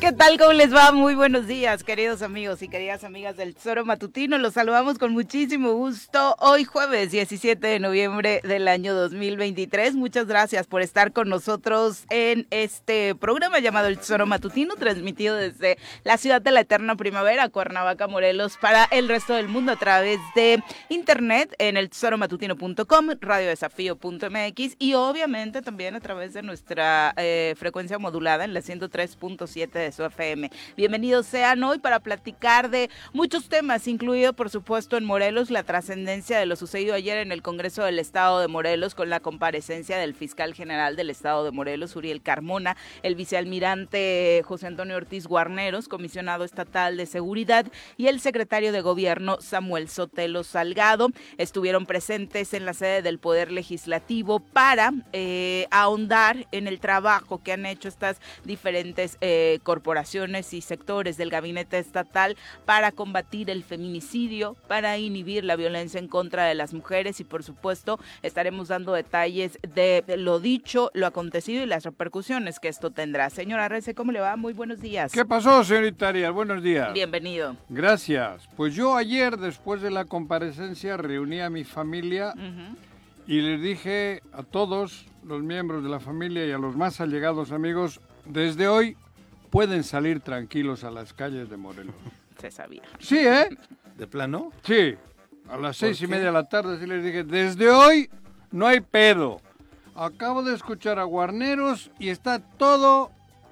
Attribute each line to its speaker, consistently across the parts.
Speaker 1: ¿Qué tal? ¿Cómo les va? Muy buenos días, queridos amigos y queridas amigas del Tesoro Matutino. Los saludamos con muchísimo gusto hoy jueves 17 de noviembre del año 2023. Muchas gracias por estar con nosotros en este programa llamado El Tesoro Matutino, transmitido desde la ciudad de la eterna primavera, Cuernavaca, Morelos, para el resto del mundo a través de internet en el tesoromatutino.com, radiodesafío.mx y obviamente también a través de nuestra eh, frecuencia modulada en la 103.7 de su FM. Bienvenidos sean hoy para platicar de muchos temas, incluido por supuesto en Morelos la trascendencia de lo sucedido ayer en el Congreso del Estado de Morelos con la comparecencia del fiscal general del Estado de Morelos, Uriel Carmona, el vicealmirante José Antonio Ortiz Guarneros, comisionado estatal de seguridad, y el secretario de gobierno Samuel Sotelo Salgado. Estuvieron presentes en la sede del Poder Legislativo para eh, ahondar en el trabajo que han hecho estas diferentes eh, corporaciones y sectores del gabinete estatal para combatir el feminicidio, para inhibir la violencia en contra de las mujeres y por supuesto estaremos dando detalles de lo dicho, lo acontecido y las repercusiones que esto tendrá. Señora Rece, ¿cómo le va? Muy buenos días.
Speaker 2: ¿Qué pasó, señorita Arias? Buenos días.
Speaker 1: Bienvenido.
Speaker 2: Gracias. Pues yo ayer, después de la comparecencia, reuní a mi familia
Speaker 1: Ujú.
Speaker 2: y les dije a todos los miembros de la familia y a los más allegados amigos, desde hoy pueden salir tranquilos a las calles de Morelos.
Speaker 1: Se sabía.
Speaker 2: Sí, ¿eh?
Speaker 3: ¿De plano?
Speaker 2: Sí, a las
Speaker 3: ¿Por
Speaker 2: seis y
Speaker 3: qué?
Speaker 2: media de la tarde sí les dije, desde hoy no hay pedo. Acabo de escuchar a Guarneros y está todo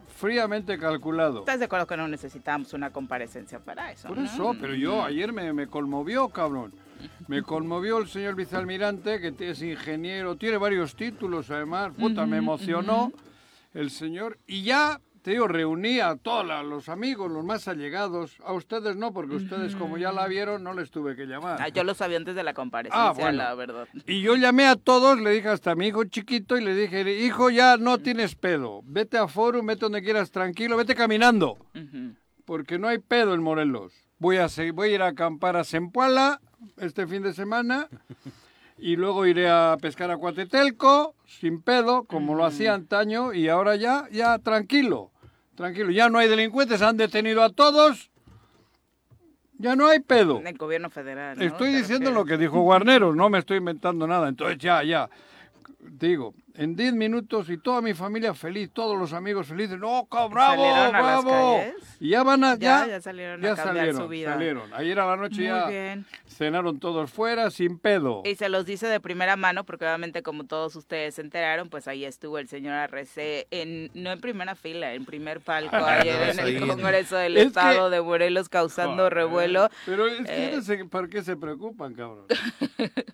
Speaker 2: fríamente calculado.
Speaker 1: ¿Estás de acuerdo que no necesitamos una comparecencia para eso?
Speaker 2: Por
Speaker 1: no?
Speaker 2: eso, pero yo ayer me, me conmovió, cabrón. Me conmovió el señor vicealmirante, que es ingeniero, tiene varios títulos además, puta, me emocionó el señor. Y ya, te digo, reuní a todos la- los amigos, los más allegados. A ustedes no, porque ustedes, como ya la vieron, no les tuve que llamar.
Speaker 1: Ah, yo lo sabía antes de la comparecencia,
Speaker 2: Ah, bueno.
Speaker 1: la verdad.
Speaker 2: Y yo llamé a todos, le dije hasta a mi hijo chiquito y le dije, hijo, ya no tienes pedo. Vete a Forum, vete donde quieras, tranquilo, vete caminando.
Speaker 1: Ujú.
Speaker 2: Porque no hay pedo en Morelos. Voy a, se- voy a ir a acampar a Zempoala este fin de semana y luego iré a pescar a Cuatetelco sin pedo, como lo hacía antaño y ahora ya, ya tranquilo. Tranquilo, ya no hay delincuentes, han detenido a todos. Ya no hay pedo.
Speaker 1: En el gobierno federal. ¿no?
Speaker 2: Estoy
Speaker 1: ¿Te
Speaker 2: diciendo lo
Speaker 1: refieres?
Speaker 2: que dijo Guarneros, no me estoy inventando nada. Entonces ya, ya. Digo, en 10 minutos y toda mi familia feliz, todos los amigos felices. ¡No, ca- bravo,
Speaker 1: ¿Salieron a las
Speaker 2: bravo!
Speaker 1: calles?
Speaker 2: Y ya van a...
Speaker 1: Ya,
Speaker 2: Ya,
Speaker 1: ya salieron a
Speaker 2: ya
Speaker 1: cambiar
Speaker 2: salieron,
Speaker 1: su vida.
Speaker 2: salieron. Ayer a la noche
Speaker 1: Muy
Speaker 2: ya
Speaker 1: bien. Eh,
Speaker 2: cenaron todos fuera, sin pedo.
Speaker 1: Y se los dice de primera mano, porque obviamente como todos ustedes se enteraron, pues ahí estuvo el señor Arrece, en, no en primera fila, en primer palco ayer en
Speaker 3: andabas
Speaker 1: el
Speaker 3: ahí en-
Speaker 1: Congreso del
Speaker 2: Es que-
Speaker 1: Estado de Morelos causando
Speaker 2: Joder.
Speaker 1: revuelo.
Speaker 2: Pero es que
Speaker 1: Eh,
Speaker 2: no sé ¿para qué se preocupan, cabrón?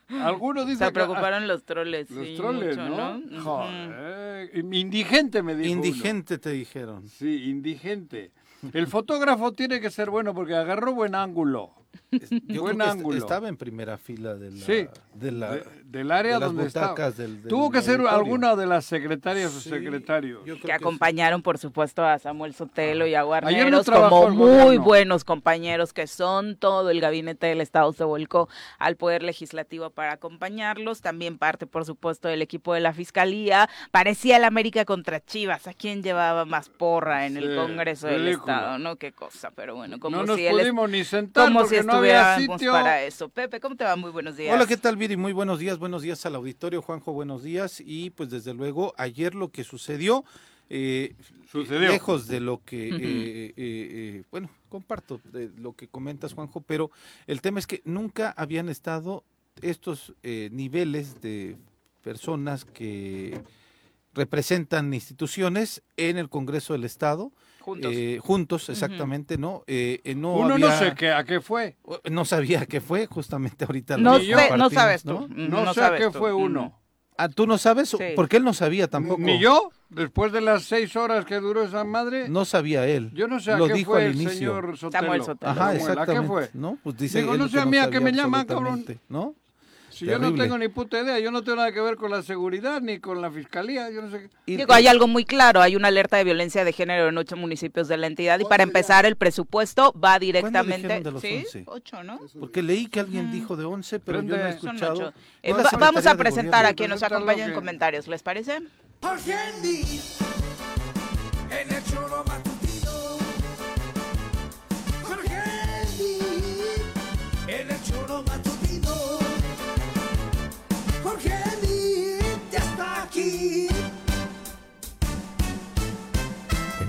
Speaker 2: Algunos dicen...
Speaker 1: Se
Speaker 2: que-
Speaker 1: preocuparon los troles.
Speaker 2: Los
Speaker 1: sí,
Speaker 2: troles,
Speaker 1: mucho,
Speaker 2: ¿no?
Speaker 1: Ujú.
Speaker 2: Joder. Indigente me dijo uno.
Speaker 3: Indigente te dijeron.
Speaker 2: Sí, indigente. El fotógrafo tiene que ser bueno porque agarró buen ángulo.
Speaker 3: Es- Yo creo
Speaker 2: Buen
Speaker 3: que est-
Speaker 2: ángulo.
Speaker 3: estaba en primera fila de la,
Speaker 2: Sí.
Speaker 3: de la-
Speaker 2: De- del área
Speaker 3: de las
Speaker 2: donde está.
Speaker 3: butacas del- del
Speaker 2: Tuvo que ser
Speaker 3: auditorio.
Speaker 2: alguna de las secretarias
Speaker 3: Sí,
Speaker 2: o secretarios.
Speaker 3: yo creo
Speaker 1: que
Speaker 3: sí.
Speaker 1: acompañaron, por supuesto, a Samuel Sotelo y a
Speaker 2: Ayer no
Speaker 1: Guarneros
Speaker 2: trabajó
Speaker 1: como
Speaker 2: el
Speaker 1: muy
Speaker 2: gobierno.
Speaker 1: buenos compañeros que son. Todo el gabinete del Estado se volcó al Poder Legislativo para acompañarlos. También parte, por supuesto, del equipo de la Fiscalía. Parecía el América contra Chivas. ¿A quién llevaba más porra en el
Speaker 2: Sí,
Speaker 1: Congreso del
Speaker 2: ridículo.
Speaker 1: Estado? No, qué cosa, pero bueno, como
Speaker 2: no nos
Speaker 1: si él es-
Speaker 2: pudimos ni sentar
Speaker 1: como si
Speaker 2: porque no había
Speaker 1: estuviéramos
Speaker 2: sitio.
Speaker 1: para eso. Pepe, ¿cómo te va? Muy buenos días.
Speaker 3: Hola, ¿qué tal, Viri? Muy buenos días, buenos días al auditorio. Juanjo, buenos días. Y pues desde luego, ayer lo que sucedió, eh,
Speaker 2: Sucedió.
Speaker 3: lejos de lo que,
Speaker 1: Ujú.
Speaker 3: eh, eh, eh, bueno, comparto de lo que comentas, Juanjo, pero el tema es que nunca habían estado estos eh, niveles de personas que representan instituciones en el Congreso del Estado,
Speaker 1: Juntos.
Speaker 3: eh, juntos, exactamente, ¿no? Eh, eh, no
Speaker 2: Uno no
Speaker 3: había-
Speaker 2: sé qué, a qué fue.
Speaker 3: no sabía qué fue, justamente ahorita lo
Speaker 1: no,
Speaker 2: ni
Speaker 1: sé-
Speaker 2: yo
Speaker 1: no
Speaker 3: compartimos,
Speaker 1: sabes
Speaker 3: ¿no?
Speaker 1: tú. Mm,
Speaker 2: No, sé a
Speaker 1: sabes
Speaker 2: qué
Speaker 1: tú.
Speaker 2: fue
Speaker 1: Mm.
Speaker 2: uno.
Speaker 3: Ah, tú no sabes,
Speaker 1: Sí.
Speaker 3: porque él no sabía tampoco.
Speaker 2: Ni yo, después de las seis horas que duró esa madre,
Speaker 3: No sabía él.
Speaker 2: yo no sé a
Speaker 3: Lo
Speaker 2: qué
Speaker 3: dijo
Speaker 2: fue
Speaker 3: al
Speaker 2: el
Speaker 3: inicio.
Speaker 2: señor Sotelo.
Speaker 1: Samuel Sotelo.
Speaker 3: Ajá,
Speaker 2: Samuel, ¿A qué
Speaker 3: exactamente.
Speaker 2: fue?
Speaker 3: ¿No? Pues dice
Speaker 2: Digo,
Speaker 3: él
Speaker 2: no
Speaker 3: que
Speaker 2: sé a mí a
Speaker 3: sabía
Speaker 2: qué me llama,
Speaker 3: absolutamente, ¿no?
Speaker 2: Si yo no
Speaker 3: Terrible.
Speaker 2: tengo ni puta idea, yo no tengo nada que ver con la seguridad ni con la fiscalía, yo no sé qué.
Speaker 3: Y-
Speaker 1: Digo, hay algo muy claro, hay una alerta de violencia de género en ocho municipios de la entidad y para empezar el presupuesto va directamente...
Speaker 3: dijeron de los
Speaker 1: ¿Sí?
Speaker 3: 11?
Speaker 1: Ocho, ¿no?
Speaker 3: Porque leí que alguien dijo de 11, pero yo no he
Speaker 2: Mm. Prende.
Speaker 1: Son
Speaker 3: escuchado.
Speaker 1: ocho.
Speaker 3: No,
Speaker 1: Eh,
Speaker 3: la
Speaker 1: va-
Speaker 3: Secretaría
Speaker 1: vamos a
Speaker 3: de
Speaker 1: presentar a
Speaker 3: Gobierno.
Speaker 1: quien nos
Speaker 2: Presentarlo
Speaker 1: acompaña en
Speaker 2: que-
Speaker 1: comentarios, ¿les parece?
Speaker 4: Por Candy, en el choro matutino.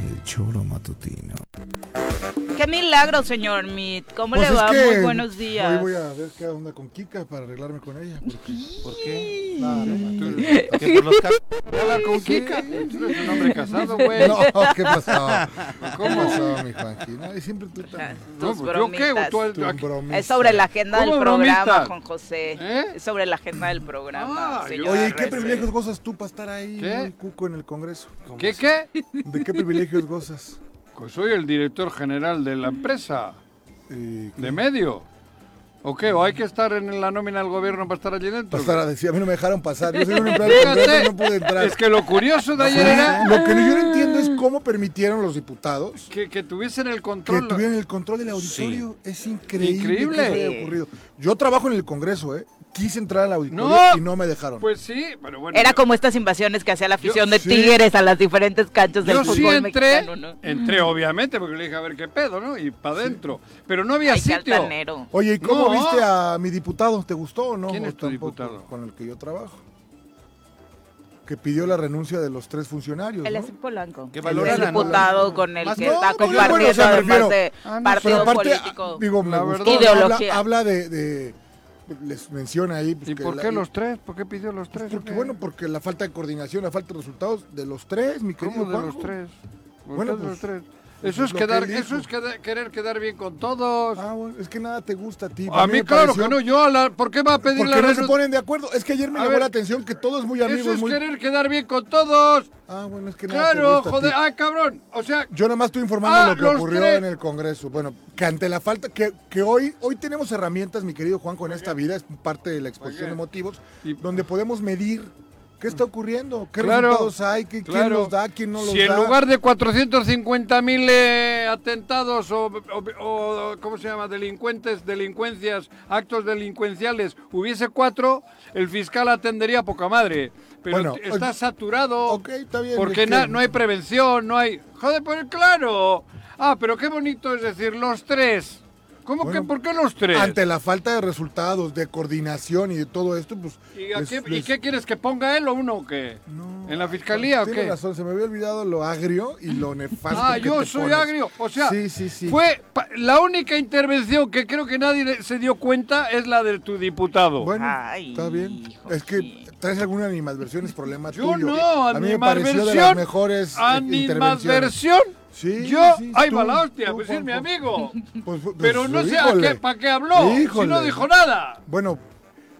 Speaker 4: El choro matutino.
Speaker 1: Qué milagro, señor Mead. ¿Cómo
Speaker 5: Pues
Speaker 1: le
Speaker 5: es
Speaker 1: va?
Speaker 5: que
Speaker 1: Muy buenos días.
Speaker 5: Hoy voy a ver qué onda con Kika para arreglarme con ella. Porque...
Speaker 3: ¿Por qué?
Speaker 5: Claro,
Speaker 3: Que por los ca-
Speaker 2: Habla con
Speaker 3: Sí.
Speaker 2: Kika. Tú eres un hombre casado, güey.
Speaker 5: no, ¿qué pasó? ¿Cómo
Speaker 2: ¿Cómo?
Speaker 5: pasó, mi Juanji? No, y siempre tú
Speaker 1: Ah,
Speaker 5: tan...
Speaker 1: Tus
Speaker 2: No, pues, ¿Yo qué?
Speaker 1: bromitas.
Speaker 2: Tú-
Speaker 5: tú
Speaker 2: aquí-
Speaker 5: bromista.
Speaker 1: Es sobre la agenda del
Speaker 2: ¿Cómo
Speaker 1: programa,
Speaker 2: bromita?
Speaker 1: Juan José.
Speaker 2: ¿Eh?
Speaker 1: Es sobre la agenda del programa.
Speaker 2: Ah,
Speaker 1: señor
Speaker 2: yo-
Speaker 5: Oye, ¿y qué
Speaker 1: Arrece.
Speaker 5: privilegios gozas tú para estar ahí,
Speaker 2: ¿Qué?
Speaker 5: muy cuco, en el Congreso?
Speaker 2: ¿Qué, qué?
Speaker 5: ¿De qué privilegios gozas?
Speaker 2: Pues soy el director general de la empresa,
Speaker 5: Y-
Speaker 2: de medio. ¿O qué? ¿O hay que estar en la nómina del gobierno para estar allí dentro?
Speaker 5: Pasar a decir, a mí no me dejaron pasar. Yo soy un empleado del Congreso y no pude entrar.
Speaker 2: Es que lo curioso de ayer era Ah.
Speaker 5: Lo que yo no entiendo es cómo permitieron los diputados
Speaker 2: que, que tuviesen el
Speaker 5: que
Speaker 2: control.
Speaker 5: tuvieran el control del auditorio. Es increíble,
Speaker 2: Increíble.
Speaker 5: que eso haya ocurrido. Yo trabajo en el Congreso, ¿eh? Quise entrar al auditorio
Speaker 2: No.
Speaker 5: y no me dejaron.
Speaker 2: Pues sí, pero bueno.
Speaker 1: Era
Speaker 2: yo-
Speaker 1: como estas invasiones que hacía la afición de
Speaker 5: sí.
Speaker 1: Tigres a las diferentes canchas del
Speaker 2: Yo
Speaker 1: fútbol
Speaker 2: sí entré,
Speaker 1: mexicano, ¿no?
Speaker 2: entré obviamente, porque le dije a ver qué pedo, ¿no? Y para adentro. Pero no había
Speaker 1: Ay, qué
Speaker 2: sitio.
Speaker 1: altanero.
Speaker 5: Oye, ¿y cómo
Speaker 2: No.
Speaker 5: viste a mi diputado? ¿Te gustó o no?
Speaker 2: ¿Quién
Speaker 5: O
Speaker 2: es tu
Speaker 5: tampoco,
Speaker 2: diputado?
Speaker 5: Con el que yo trabajo. Que pidió la renuncia de los tres funcionarios.
Speaker 1: Él
Speaker 5: ¿no?
Speaker 1: es un polanco.
Speaker 3: Que
Speaker 1: El
Speaker 3: valoran, ¿no?
Speaker 1: diputado con el
Speaker 3: Más-
Speaker 1: que
Speaker 5: No,
Speaker 1: está
Speaker 5: pues, bueno,
Speaker 1: compartiendo
Speaker 5: o sea, me
Speaker 1: además
Speaker 5: refiero-
Speaker 1: de
Speaker 2: Ah, no,
Speaker 1: partido
Speaker 5: Pero aparte,
Speaker 1: político.
Speaker 5: ah, digo, me
Speaker 2: La
Speaker 5: gustó.
Speaker 2: verdad.
Speaker 1: Ideología.
Speaker 5: Habla, habla de, de- Les menciona ahí. pues,
Speaker 2: ¿Y
Speaker 5: que
Speaker 2: por
Speaker 5: la- Pues
Speaker 2: qué los tres? ¿Por qué pidió los tres?
Speaker 5: Porque,
Speaker 2: ¿O qué?
Speaker 5: bueno, porque la falta de coordinación, la falta de resultados de los tres, mi querido
Speaker 2: ¿Cómo de
Speaker 5: Juanjo.
Speaker 2: los tres? ¿Por
Speaker 5: Bueno,
Speaker 2: qué de
Speaker 5: pues,
Speaker 2: los tres?
Speaker 5: pues
Speaker 2: Eso
Speaker 5: es
Speaker 2: es,
Speaker 5: lo
Speaker 2: quedar,
Speaker 5: que él
Speaker 2: eso es queda- querer quedar bien con todos.
Speaker 5: Ah, bueno, es que nada te gusta a ti.
Speaker 2: a mí,
Speaker 5: me
Speaker 2: claro
Speaker 5: pareció-
Speaker 2: que no. Yo a la- ¿Por qué va a pedir la
Speaker 5: Porque no se
Speaker 2: renun-
Speaker 5: ponen de acuerdo. Es que ayer me
Speaker 2: A
Speaker 5: llamó
Speaker 2: ver,
Speaker 5: la atención que todos muy
Speaker 2: Eso
Speaker 5: amigos,
Speaker 2: es
Speaker 5: muy...
Speaker 2: querer quedar bien con todos.
Speaker 5: Ah, bueno, es que nada te
Speaker 2: Claro,
Speaker 5: gusta a ti.
Speaker 2: joder. Ah, cabrón. O sea,
Speaker 5: Yo nada más estoy informando
Speaker 2: Ah,
Speaker 5: lo que
Speaker 2: los
Speaker 5: ocurrió
Speaker 2: tres.
Speaker 5: en el Congreso. Bueno, que ante la falta, que, que hoy, hoy tenemos herramientas, mi querido Juan, con esta vida, es parte de la exposición
Speaker 2: Oye.
Speaker 5: de motivos,
Speaker 2: Y-
Speaker 5: donde podemos medir qué está ocurriendo, qué
Speaker 2: Claro,
Speaker 5: resultados hay, qué- quién
Speaker 2: claro.
Speaker 5: los da, quién no los
Speaker 2: si en
Speaker 5: da.
Speaker 2: lugar de 450 mil eh, atentados o, o- o- ¿cómo se llama? Delincuentes, delincuencias, actos delincuenciales, hubiese cuatro, el fiscal atendería a poca madre. Pero
Speaker 5: Bueno,
Speaker 2: t- está
Speaker 5: ok,
Speaker 2: saturado
Speaker 5: ok, está bien, este,
Speaker 2: porque
Speaker 5: es
Speaker 2: na-
Speaker 5: que-
Speaker 2: no hay prevención, no hay... Joder, pues claro. Ah, pero qué bonito es decir, los tres. ¿Cómo
Speaker 5: Bueno,
Speaker 2: que? ¿Por qué los tres?
Speaker 5: Ante la falta de resultados, de coordinación y de todo esto, pues...
Speaker 2: ¿Y, a
Speaker 5: les-
Speaker 2: qué, y
Speaker 5: les-
Speaker 2: qué quieres que ponga él o uno o qué?
Speaker 5: No,
Speaker 2: ¿En la fiscalía o
Speaker 5: tiene
Speaker 2: qué?
Speaker 5: razón, se me había olvidado lo agrio y lo nefasto
Speaker 2: Ah,
Speaker 5: que
Speaker 2: yo
Speaker 5: te
Speaker 2: soy
Speaker 5: pones.
Speaker 2: agrio. O sea,
Speaker 5: Sí, sí, sí.
Speaker 2: fue pa- la única intervención que creo que nadie le- se dio cuenta es la de tu diputado.
Speaker 5: Bueno,
Speaker 1: Ay,
Speaker 5: está bien.
Speaker 1: hijo,
Speaker 5: Es que
Speaker 1: sí.
Speaker 5: traes alguna animadversión, es problema
Speaker 2: yo
Speaker 5: tuyo.
Speaker 2: no,
Speaker 5: A mí me pareció de las
Speaker 2: animadversión.
Speaker 5: mejores eh, intervenciones.
Speaker 2: Animadversión.
Speaker 5: Sí,
Speaker 2: yo,
Speaker 5: sí,
Speaker 2: ay,
Speaker 5: tú,
Speaker 2: va la hostia,
Speaker 5: tú,
Speaker 2: pues es mi
Speaker 5: Juanjo.
Speaker 2: amigo.
Speaker 5: Pues, pues,
Speaker 2: Pero no sé a
Speaker 5: híjole.
Speaker 2: qué, para qué habló, si no
Speaker 5: Híjole.
Speaker 2: dijo nada.
Speaker 5: Bueno,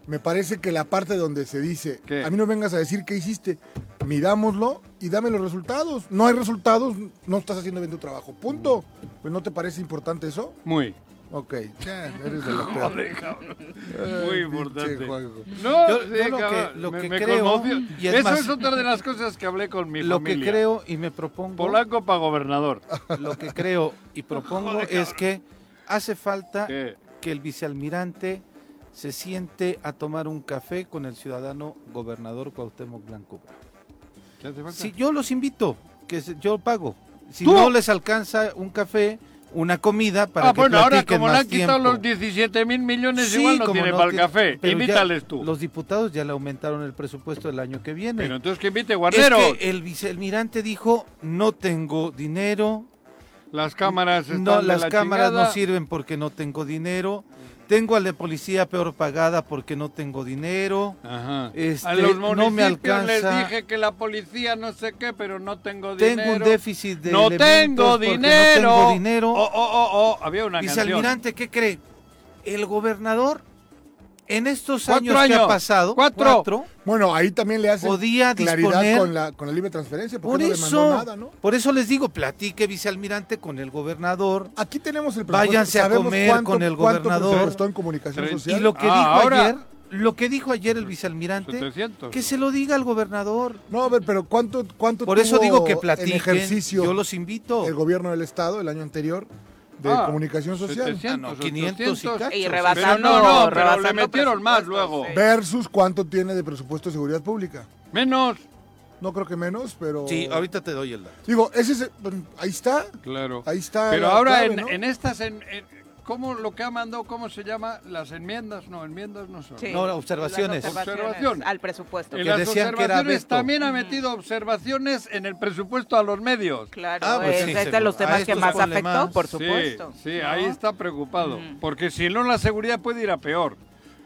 Speaker 5: me parece que la parte donde se dice,
Speaker 2: ¿Qué?
Speaker 5: a mí no vengas a decir qué hiciste, midámoslo y dame los resultados. No hay resultados, no estás haciendo bien tu trabajo. Punto. Pues no te parece importante eso?
Speaker 2: Muy.
Speaker 5: Ok, ya, eres de la peor.
Speaker 2: Joder, cabrón. Muy
Speaker 5: Ay,
Speaker 2: importante.
Speaker 5: pinche Juanjo.
Speaker 2: No,
Speaker 3: Yo-
Speaker 2: sí,
Speaker 3: yo lo que-
Speaker 2: cabrón,
Speaker 3: lo
Speaker 2: me-
Speaker 3: que
Speaker 2: me
Speaker 3: creo,
Speaker 2: conmovió.
Speaker 3: y es
Speaker 2: Eso
Speaker 3: más-
Speaker 2: es otra de las cosas que hablé con mi
Speaker 3: Lo que
Speaker 2: familia.
Speaker 3: creo y me propongo,
Speaker 2: Polanco para gobernador.
Speaker 3: lo que creo y propongo
Speaker 2: Joder,
Speaker 3: es que hace falta
Speaker 2: ¿Qué?
Speaker 3: que el vicealmirante se siente a tomar un café con el ciudadano gobernador Cuauhtémoc Blanco.
Speaker 2: ¿Qué hace falta?
Speaker 3: Si yo los invito, que se- yo pago. Si
Speaker 2: ¿Tú?
Speaker 3: no les alcanza un café, una comida para
Speaker 2: ah,
Speaker 3: que
Speaker 2: bueno, ahora
Speaker 3: platiquen
Speaker 2: como le
Speaker 3: más
Speaker 2: han quitado
Speaker 3: tiempo.
Speaker 2: los 17 mil millones,
Speaker 3: Sí,
Speaker 2: igual no
Speaker 3: como
Speaker 2: tiene para el
Speaker 3: tiene-
Speaker 2: café.
Speaker 3: pero ya
Speaker 2: Invítales tú.
Speaker 3: Los diputados ya le aumentaron el presupuesto el año que viene.
Speaker 2: Pero entonces que invite
Speaker 3: es
Speaker 2: Guarnero.
Speaker 3: que el vicealmirante dijo, no tengo dinero,
Speaker 2: Las cámaras están
Speaker 3: no,
Speaker 2: de
Speaker 3: las
Speaker 2: la
Speaker 3: cámaras
Speaker 2: chingada.
Speaker 3: no sirven porque no tengo dinero, tengo a la policía peor pagada porque no tengo dinero,
Speaker 2: Ajá.
Speaker 3: Este,
Speaker 2: a los
Speaker 3: no
Speaker 2: municipios
Speaker 3: me
Speaker 2: les
Speaker 3: alcanza.
Speaker 2: dije que la policía no sé qué, pero no tengo
Speaker 3: tengo
Speaker 2: dinero.
Speaker 3: un déficit de
Speaker 2: no
Speaker 3: elementos
Speaker 2: tengo
Speaker 3: porque
Speaker 2: dinero.
Speaker 3: no tengo dinero.
Speaker 2: Oh, oh, oh, oh, Había una canción.
Speaker 3: Vicealmirante, ¿qué cree? El gobernador, en estos
Speaker 2: Cuatro
Speaker 3: años, que
Speaker 2: años.
Speaker 3: ha pasado,
Speaker 2: Cuatro.
Speaker 5: Bueno, ahí también le hacen
Speaker 3: Podía
Speaker 5: claridad
Speaker 3: disponer-
Speaker 5: con la, con la libre transferencia,
Speaker 3: por
Speaker 5: porque no le mandó
Speaker 3: eso,
Speaker 5: nada, ¿no?
Speaker 3: por eso les digo, platique vicealmirante con el gobernador.
Speaker 5: Aquí tenemos el
Speaker 3: Váyanse a
Speaker 5: Sabemos
Speaker 3: comer
Speaker 5: cuánto-
Speaker 3: con el
Speaker 5: cuánto
Speaker 3: gobernador.
Speaker 5: presupuestó en comunicación
Speaker 2: Treinta.
Speaker 3: Y
Speaker 5: social.
Speaker 3: lo que
Speaker 2: Ah,
Speaker 3: dijo
Speaker 2: ahora.
Speaker 3: ayer, lo que dijo ayer el vicealmirante,
Speaker 2: 700.
Speaker 3: que se lo diga al gobernador.
Speaker 5: No, a ver, pero ¿cuánto, cuánto
Speaker 3: Por eso
Speaker 5: tuvo
Speaker 3: digo que
Speaker 5: en
Speaker 3: platiquen.
Speaker 5: ejercicio
Speaker 3: Yo los invito.
Speaker 5: el gobierno del Estado el año anterior de
Speaker 2: Ah,
Speaker 5: comunicación social
Speaker 2: 700,
Speaker 3: Ah, no, 500 y
Speaker 2: 800.
Speaker 3: cacho.
Speaker 1: Y
Speaker 3: Pero
Speaker 1: rebasando,
Speaker 2: no, no, pero
Speaker 1: rebasando
Speaker 2: le metieron más
Speaker 1: presupuestos,
Speaker 2: luego.
Speaker 1: sí.
Speaker 5: versus cuánto tiene de presupuesto de seguridad pública.
Speaker 2: Menos.
Speaker 5: No creo que menos, pero...
Speaker 3: Sí, ahorita te doy el dato.
Speaker 5: Digo, ese es... Ahí está,
Speaker 2: Claro.
Speaker 5: ahí está.
Speaker 2: Pero
Speaker 5: la
Speaker 2: ahora
Speaker 5: clave,
Speaker 2: en,
Speaker 5: ¿no?
Speaker 2: en estas, en, en- ¿Cómo lo que ha mandado, cómo se llama? Las enmiendas, no, enmiendas no son.
Speaker 1: Sí.
Speaker 3: No, no, observaciones.
Speaker 1: Las
Speaker 2: Observaciones.
Speaker 1: Al presupuesto. Mm.
Speaker 2: En
Speaker 3: que
Speaker 2: las
Speaker 3: decían que era
Speaker 2: observaciones
Speaker 3: veto.
Speaker 2: también ha metido observaciones en el presupuesto a los medios.
Speaker 1: Claro,
Speaker 3: Ah, pues
Speaker 1: es
Speaker 3: sí,
Speaker 1: este de
Speaker 3: seguro.
Speaker 1: los
Speaker 3: A
Speaker 1: temas que
Speaker 3: estos
Speaker 1: más
Speaker 3: problemas.
Speaker 1: afectó, por
Speaker 2: Sí,
Speaker 1: supuesto.
Speaker 2: Sí,
Speaker 1: ¿no? Mm.
Speaker 2: ahí está preocupado.
Speaker 1: Ujú.
Speaker 2: Porque si no, la seguridad puede ir a peor.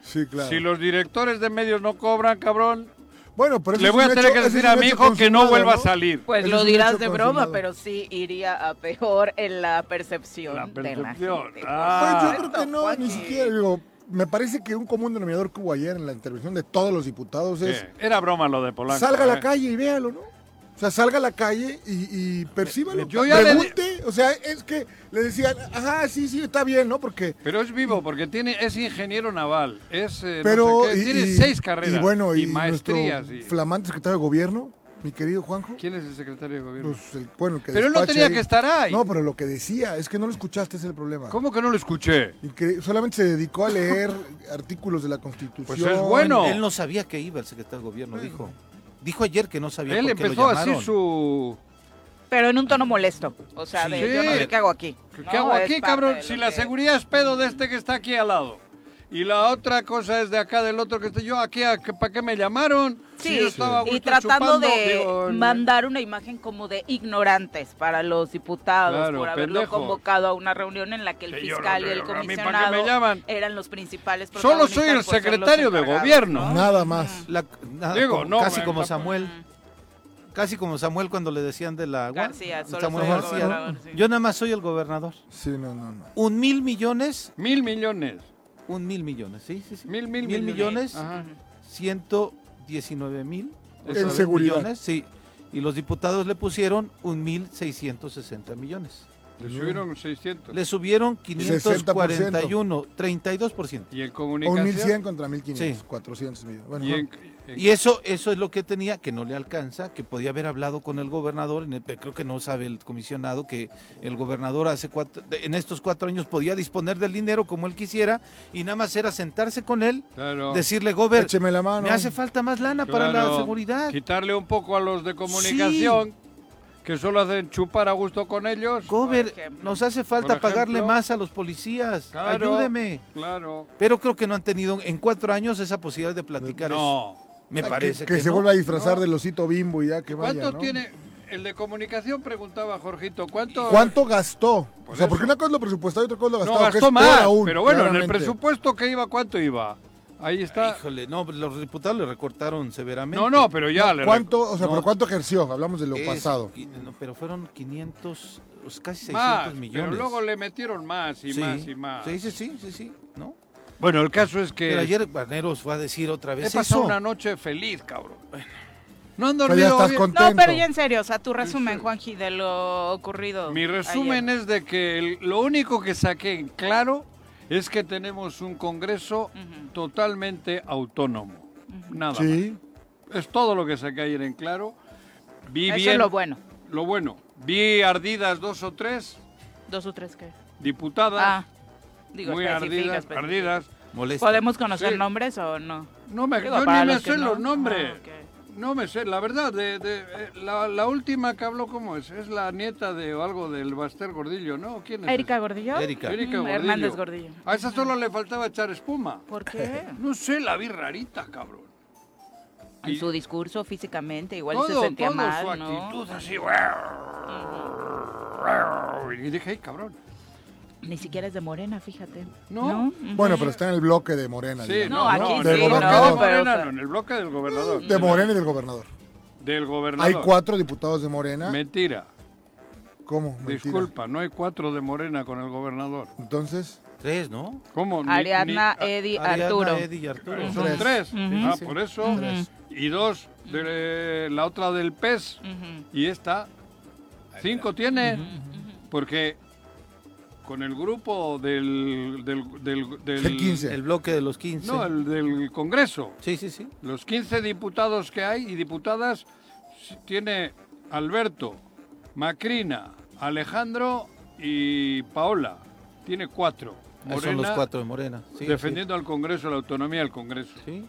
Speaker 5: Sí, claro.
Speaker 2: Si los directores de medios no cobran, cabrón,
Speaker 5: Bueno, pero eso
Speaker 2: le
Speaker 5: es
Speaker 2: voy a
Speaker 5: un
Speaker 2: tener
Speaker 5: hecho-
Speaker 2: que
Speaker 5: eso es
Speaker 2: decir
Speaker 5: un
Speaker 2: a mi
Speaker 5: hecho
Speaker 2: hijo que no
Speaker 5: consumado,
Speaker 2: vuelva a salir.
Speaker 1: Pues
Speaker 5: Eso
Speaker 1: lo
Speaker 5: es un
Speaker 1: dirás
Speaker 5: hecho
Speaker 1: de broma,
Speaker 5: consumado.
Speaker 1: pero sí iría a peor en la percepción,
Speaker 2: La
Speaker 1: de la
Speaker 2: percepción.
Speaker 1: gente.
Speaker 2: Ah.
Speaker 5: Pues yo creo que no, ni
Speaker 1: Joaquín.
Speaker 5: siquiera. Digo, me parece que un común denominador que hubo ayer en la intervención de todos los diputados es
Speaker 2: Eh, Era broma lo de Polanco.
Speaker 5: salga a
Speaker 2: eh.
Speaker 5: la calle y véalo, ¿no? O sea, salga a la calle y, y percíbalo.
Speaker 2: Yo ya le di-
Speaker 5: pregunte, o sea, es que le decían, ajá, sí, sí, está bien, ¿no? Porque
Speaker 2: Pero es vivo, porque tiene, es ingeniero naval, es eh, no
Speaker 5: Pero
Speaker 2: sé qué,
Speaker 5: y-
Speaker 2: tiene
Speaker 5: y-
Speaker 2: seis carreras
Speaker 5: Y bueno, y,
Speaker 2: maestrías.
Speaker 5: nuestro
Speaker 2: y-
Speaker 5: flamante secretario de gobierno, mi querido Juanjo.
Speaker 2: ¿Quién es el secretario de gobierno?
Speaker 5: pues, el- bueno, el que
Speaker 2: pero él no
Speaker 5: despacha
Speaker 2: tenía
Speaker 5: ahí.
Speaker 2: que estar ahí.
Speaker 5: No, pero lo que decía es que no lo escuchaste, ese es el problema.
Speaker 2: ¿Cómo que no lo escuché?
Speaker 5: Incre- solamente se dedicó a leer artículos de la Constitución.
Speaker 2: Pues es bueno.
Speaker 3: Él no sabía que iba el secretario de gobierno, dijo. Dijo ayer que no sabía
Speaker 2: Él
Speaker 3: por qué
Speaker 2: empezó
Speaker 3: lo
Speaker 2: así
Speaker 3: llamaron.
Speaker 2: su...
Speaker 1: Pero en un tono molesto. O sea,
Speaker 2: Sí.
Speaker 1: de yo no sé qué hago aquí.
Speaker 2: ¿Qué
Speaker 1: No,
Speaker 2: hago
Speaker 1: es
Speaker 2: aquí,
Speaker 1: parte
Speaker 2: cabrón?
Speaker 1: de
Speaker 2: Si
Speaker 1: lo
Speaker 2: la
Speaker 1: que-
Speaker 2: seguridad es pedo de este que está aquí al lado. Y la otra cosa es de acá, del otro que estoy yo aquí, ¿para qué me llamaron? Si
Speaker 1: Sí,
Speaker 2: yo estaba a
Speaker 1: y
Speaker 2: gusto
Speaker 1: tratando
Speaker 2: chupando,
Speaker 1: de
Speaker 2: digo, en-
Speaker 1: mandar una imagen como de ignorantes para los diputados
Speaker 2: Claro,
Speaker 1: por haberlo
Speaker 2: pendejos.
Speaker 1: convocado a una reunión en la que el
Speaker 2: Que yo
Speaker 1: fiscal
Speaker 2: no
Speaker 1: y el
Speaker 2: creo, a mí, ¿para qué me
Speaker 1: comisionado
Speaker 2: llaman?
Speaker 1: eran los principales
Speaker 2: Solo soy el
Speaker 1: protagonistas por ser los
Speaker 2: secretario de
Speaker 1: encargados,
Speaker 2: gobierno.
Speaker 5: Nada más.
Speaker 3: La- nada,
Speaker 2: Digo,
Speaker 3: como-
Speaker 2: no,
Speaker 3: casi
Speaker 2: eh,
Speaker 3: como
Speaker 2: tampoco-
Speaker 3: Samuel.
Speaker 1: Mm.
Speaker 3: Casi como Samuel cuando le decían de la gua-
Speaker 1: García, solo
Speaker 3: Samuel
Speaker 5: soy el
Speaker 3: García.
Speaker 1: gobernador, sí.
Speaker 3: Yo nada más soy el gobernador.
Speaker 5: Sí, no, no, no.
Speaker 3: Un mil millones,
Speaker 2: Mil millones.
Speaker 3: un mil millones, sí, sí, sí.
Speaker 2: Mil, mil,
Speaker 3: Mil millones.
Speaker 2: Ajá.
Speaker 3: Ciento diecinueve mil.
Speaker 2: En
Speaker 3: ocho
Speaker 5: seguridad.
Speaker 3: millones, sí. Y los diputados le pusieron un mil seiscientos sesenta millones.
Speaker 2: Le subieron 600.
Speaker 3: Le subieron 541, 32%.
Speaker 2: Y en
Speaker 5: O un
Speaker 2: comunicación.
Speaker 5: 1100 contra 1500,
Speaker 3: Sí.
Speaker 5: 400 millones. Bueno,
Speaker 2: Y en, en-
Speaker 3: Y eso, eso es lo que tenía, que no le alcanza, que podía haber hablado con el gobernador, en el- pero creo que no sabe el comisionado que el gobernador hace cuatro, de- en estos cuatro años podía disponer del dinero como él quisiera y nada más era sentarse con él,
Speaker 2: claro,
Speaker 3: decirle, gober,
Speaker 5: écheme la mano.
Speaker 3: me hace falta más
Speaker 5: Ah,
Speaker 3: lana para
Speaker 2: claro,
Speaker 3: la seguridad.
Speaker 2: Quitarle un poco a los de comunicación, que solo hacen chupar a gusto con ellos.
Speaker 3: Gober,
Speaker 1: Por ejemplo.
Speaker 3: nos hace falta
Speaker 2: Por ejemplo.
Speaker 3: pagarle más a los policías,
Speaker 2: Claro.
Speaker 3: ayúdeme.
Speaker 2: Claro.
Speaker 3: Pero creo que no han tenido en cuatro años esa posibilidad de platicar eso.
Speaker 2: No.
Speaker 3: Me
Speaker 5: Ah, Que-
Speaker 3: parece
Speaker 5: que,
Speaker 3: que,
Speaker 5: se
Speaker 3: no.
Speaker 5: vuelva a disfrazar
Speaker 2: No.
Speaker 5: del osito bimbo y ya que vaya,
Speaker 2: ¿Cuánto
Speaker 5: ¿no?
Speaker 2: tiene? El de comunicación preguntaba Jorgito, ¿cuánto?
Speaker 5: ¿Cuánto gastó?
Speaker 2: Por
Speaker 5: o sea,
Speaker 2: eso.
Speaker 5: porque una cosa es lo presupuestado y otra cosa es lo
Speaker 2: No
Speaker 5: gastado. que
Speaker 2: gastó
Speaker 5: es peor
Speaker 2: más.
Speaker 5: aún,
Speaker 2: pero bueno, en
Speaker 5: claramente.
Speaker 2: el presupuesto que iba, ¿cuánto iba? Ahí está.
Speaker 3: Híjole, no, pues los diputados le recortaron severamente.
Speaker 2: No, no, pero ya le
Speaker 5: ¿Cuánto, o sea,
Speaker 3: No.
Speaker 5: pero cuánto ejerció? Hablamos de lo
Speaker 3: Es-
Speaker 5: pasado.
Speaker 3: y- no, pero fueron 500, pues, casi 600
Speaker 2: más,
Speaker 3: millones.
Speaker 2: pero luego le metieron más y
Speaker 3: Sí,
Speaker 2: más y más.
Speaker 3: Sí, sí, sí, sí, sí, ¿no?
Speaker 2: Bueno, el caso es que
Speaker 3: Pero ayer Baneros fue a decir otra
Speaker 2: he
Speaker 3: vez
Speaker 2: pasado
Speaker 3: eso.
Speaker 2: una noche feliz, cabrón. No han
Speaker 5: O sea, Pues ya
Speaker 2: dormido
Speaker 5: estás
Speaker 2: bien.
Speaker 5: contento.
Speaker 1: No, pero ya en serio, o sea, tu
Speaker 2: Sí,
Speaker 1: resumen,
Speaker 2: sí.
Speaker 1: Juanji, de lo ocurrido.
Speaker 2: Mi resumen
Speaker 1: ayer.
Speaker 2: es de que el- lo único que saqué en claro es que tenemos un Congreso
Speaker 1: Ujú.
Speaker 2: totalmente autónomo. Nada.
Speaker 5: Sí.
Speaker 2: más. Es todo lo que saqué ayer en claro. Vi
Speaker 1: Eso
Speaker 2: bien
Speaker 1: es lo bueno.
Speaker 2: lo bueno. Vi ardidas dos o tres
Speaker 1: Dos o tres que.
Speaker 2: diputadas
Speaker 1: Ah, digo,
Speaker 2: muy
Speaker 1: especifica,
Speaker 2: ardidas,
Speaker 1: especifica.
Speaker 2: ardidas.
Speaker 3: Molesta.
Speaker 1: ¿Podemos conocer
Speaker 2: Sí.
Speaker 1: nombres o no?
Speaker 2: No me,
Speaker 1: Digo,
Speaker 2: yo
Speaker 1: para
Speaker 2: ni me
Speaker 1: los que
Speaker 2: sé
Speaker 1: no.
Speaker 2: los nombres.
Speaker 1: Ah, ok.
Speaker 2: No me sé, la verdad, de, de- eh, la, la última que habló, ¿cómo es? Es la nieta de o algo del Baster Gordillo, ¿no? ¿Quién es?
Speaker 1: Erika
Speaker 2: esa?
Speaker 1: Gordillo.
Speaker 3: Erika.
Speaker 2: Erika
Speaker 1: Mm,
Speaker 2: Gordillo.
Speaker 1: Hernández Gordillo.
Speaker 2: A esa solo le faltaba echar espuma.
Speaker 1: ¿Por qué?
Speaker 2: No sé, la vi rarita, cabrón.
Speaker 1: En su discurso físicamente, igual
Speaker 2: todo,
Speaker 1: se sentía
Speaker 2: todo
Speaker 1: mal,
Speaker 2: su
Speaker 1: ¿no?
Speaker 2: actitud así. Y dije, ay, cabrón.
Speaker 1: Ni siquiera es de Morena, fíjate.
Speaker 2: No.
Speaker 1: Ujú.
Speaker 5: Bueno, pero está en el bloque de Morena.
Speaker 2: Sí,
Speaker 5: digamos,
Speaker 1: no, aquí
Speaker 2: en
Speaker 1: sí,
Speaker 5: Del
Speaker 2: el bloque
Speaker 1: no,
Speaker 2: de
Speaker 5: gobernador.
Speaker 1: pero-
Speaker 2: Morena, no, en el bloque del gobernador.
Speaker 5: De Morena y del gobernador.
Speaker 2: Del
Speaker 5: Hay
Speaker 2: gobernador.
Speaker 5: cuatro diputados de Morena.
Speaker 2: Mentira.
Speaker 5: ¿Cómo? Mentira.
Speaker 2: Disculpa, no hay cuatro de Morena con el gobernador.
Speaker 5: Entonces,
Speaker 3: Tres, ¿no?
Speaker 2: ¿Cómo? Ni-
Speaker 1: Ariadna,
Speaker 2: ni-
Speaker 1: Eddie,
Speaker 3: Ariadna,
Speaker 1: Arturo.
Speaker 3: Eddie y Arturo.
Speaker 2: Son
Speaker 5: Tres.
Speaker 2: tres.
Speaker 1: Ujú.
Speaker 2: Ah, por eso.
Speaker 1: Tres.
Speaker 2: Y dos, de la otra del pez.
Speaker 1: Ujú.
Speaker 2: Y esta, cinco tiene. Porque con el grupo del... del, del, del-
Speaker 5: El 15.
Speaker 3: El bloque de los 15.
Speaker 2: No, el del Congreso.
Speaker 3: Sí, sí, sí.
Speaker 2: Los 15 diputados que hay y diputadas s- tiene Alberto, Macrina, Alejandro y Paola. Tiene cuatro.
Speaker 3: Ah, son los
Speaker 2: Morena,
Speaker 3: cuatro de Morena. Sí,
Speaker 2: defendiendo al Congreso, la autonomía del Congreso.
Speaker 3: Sí.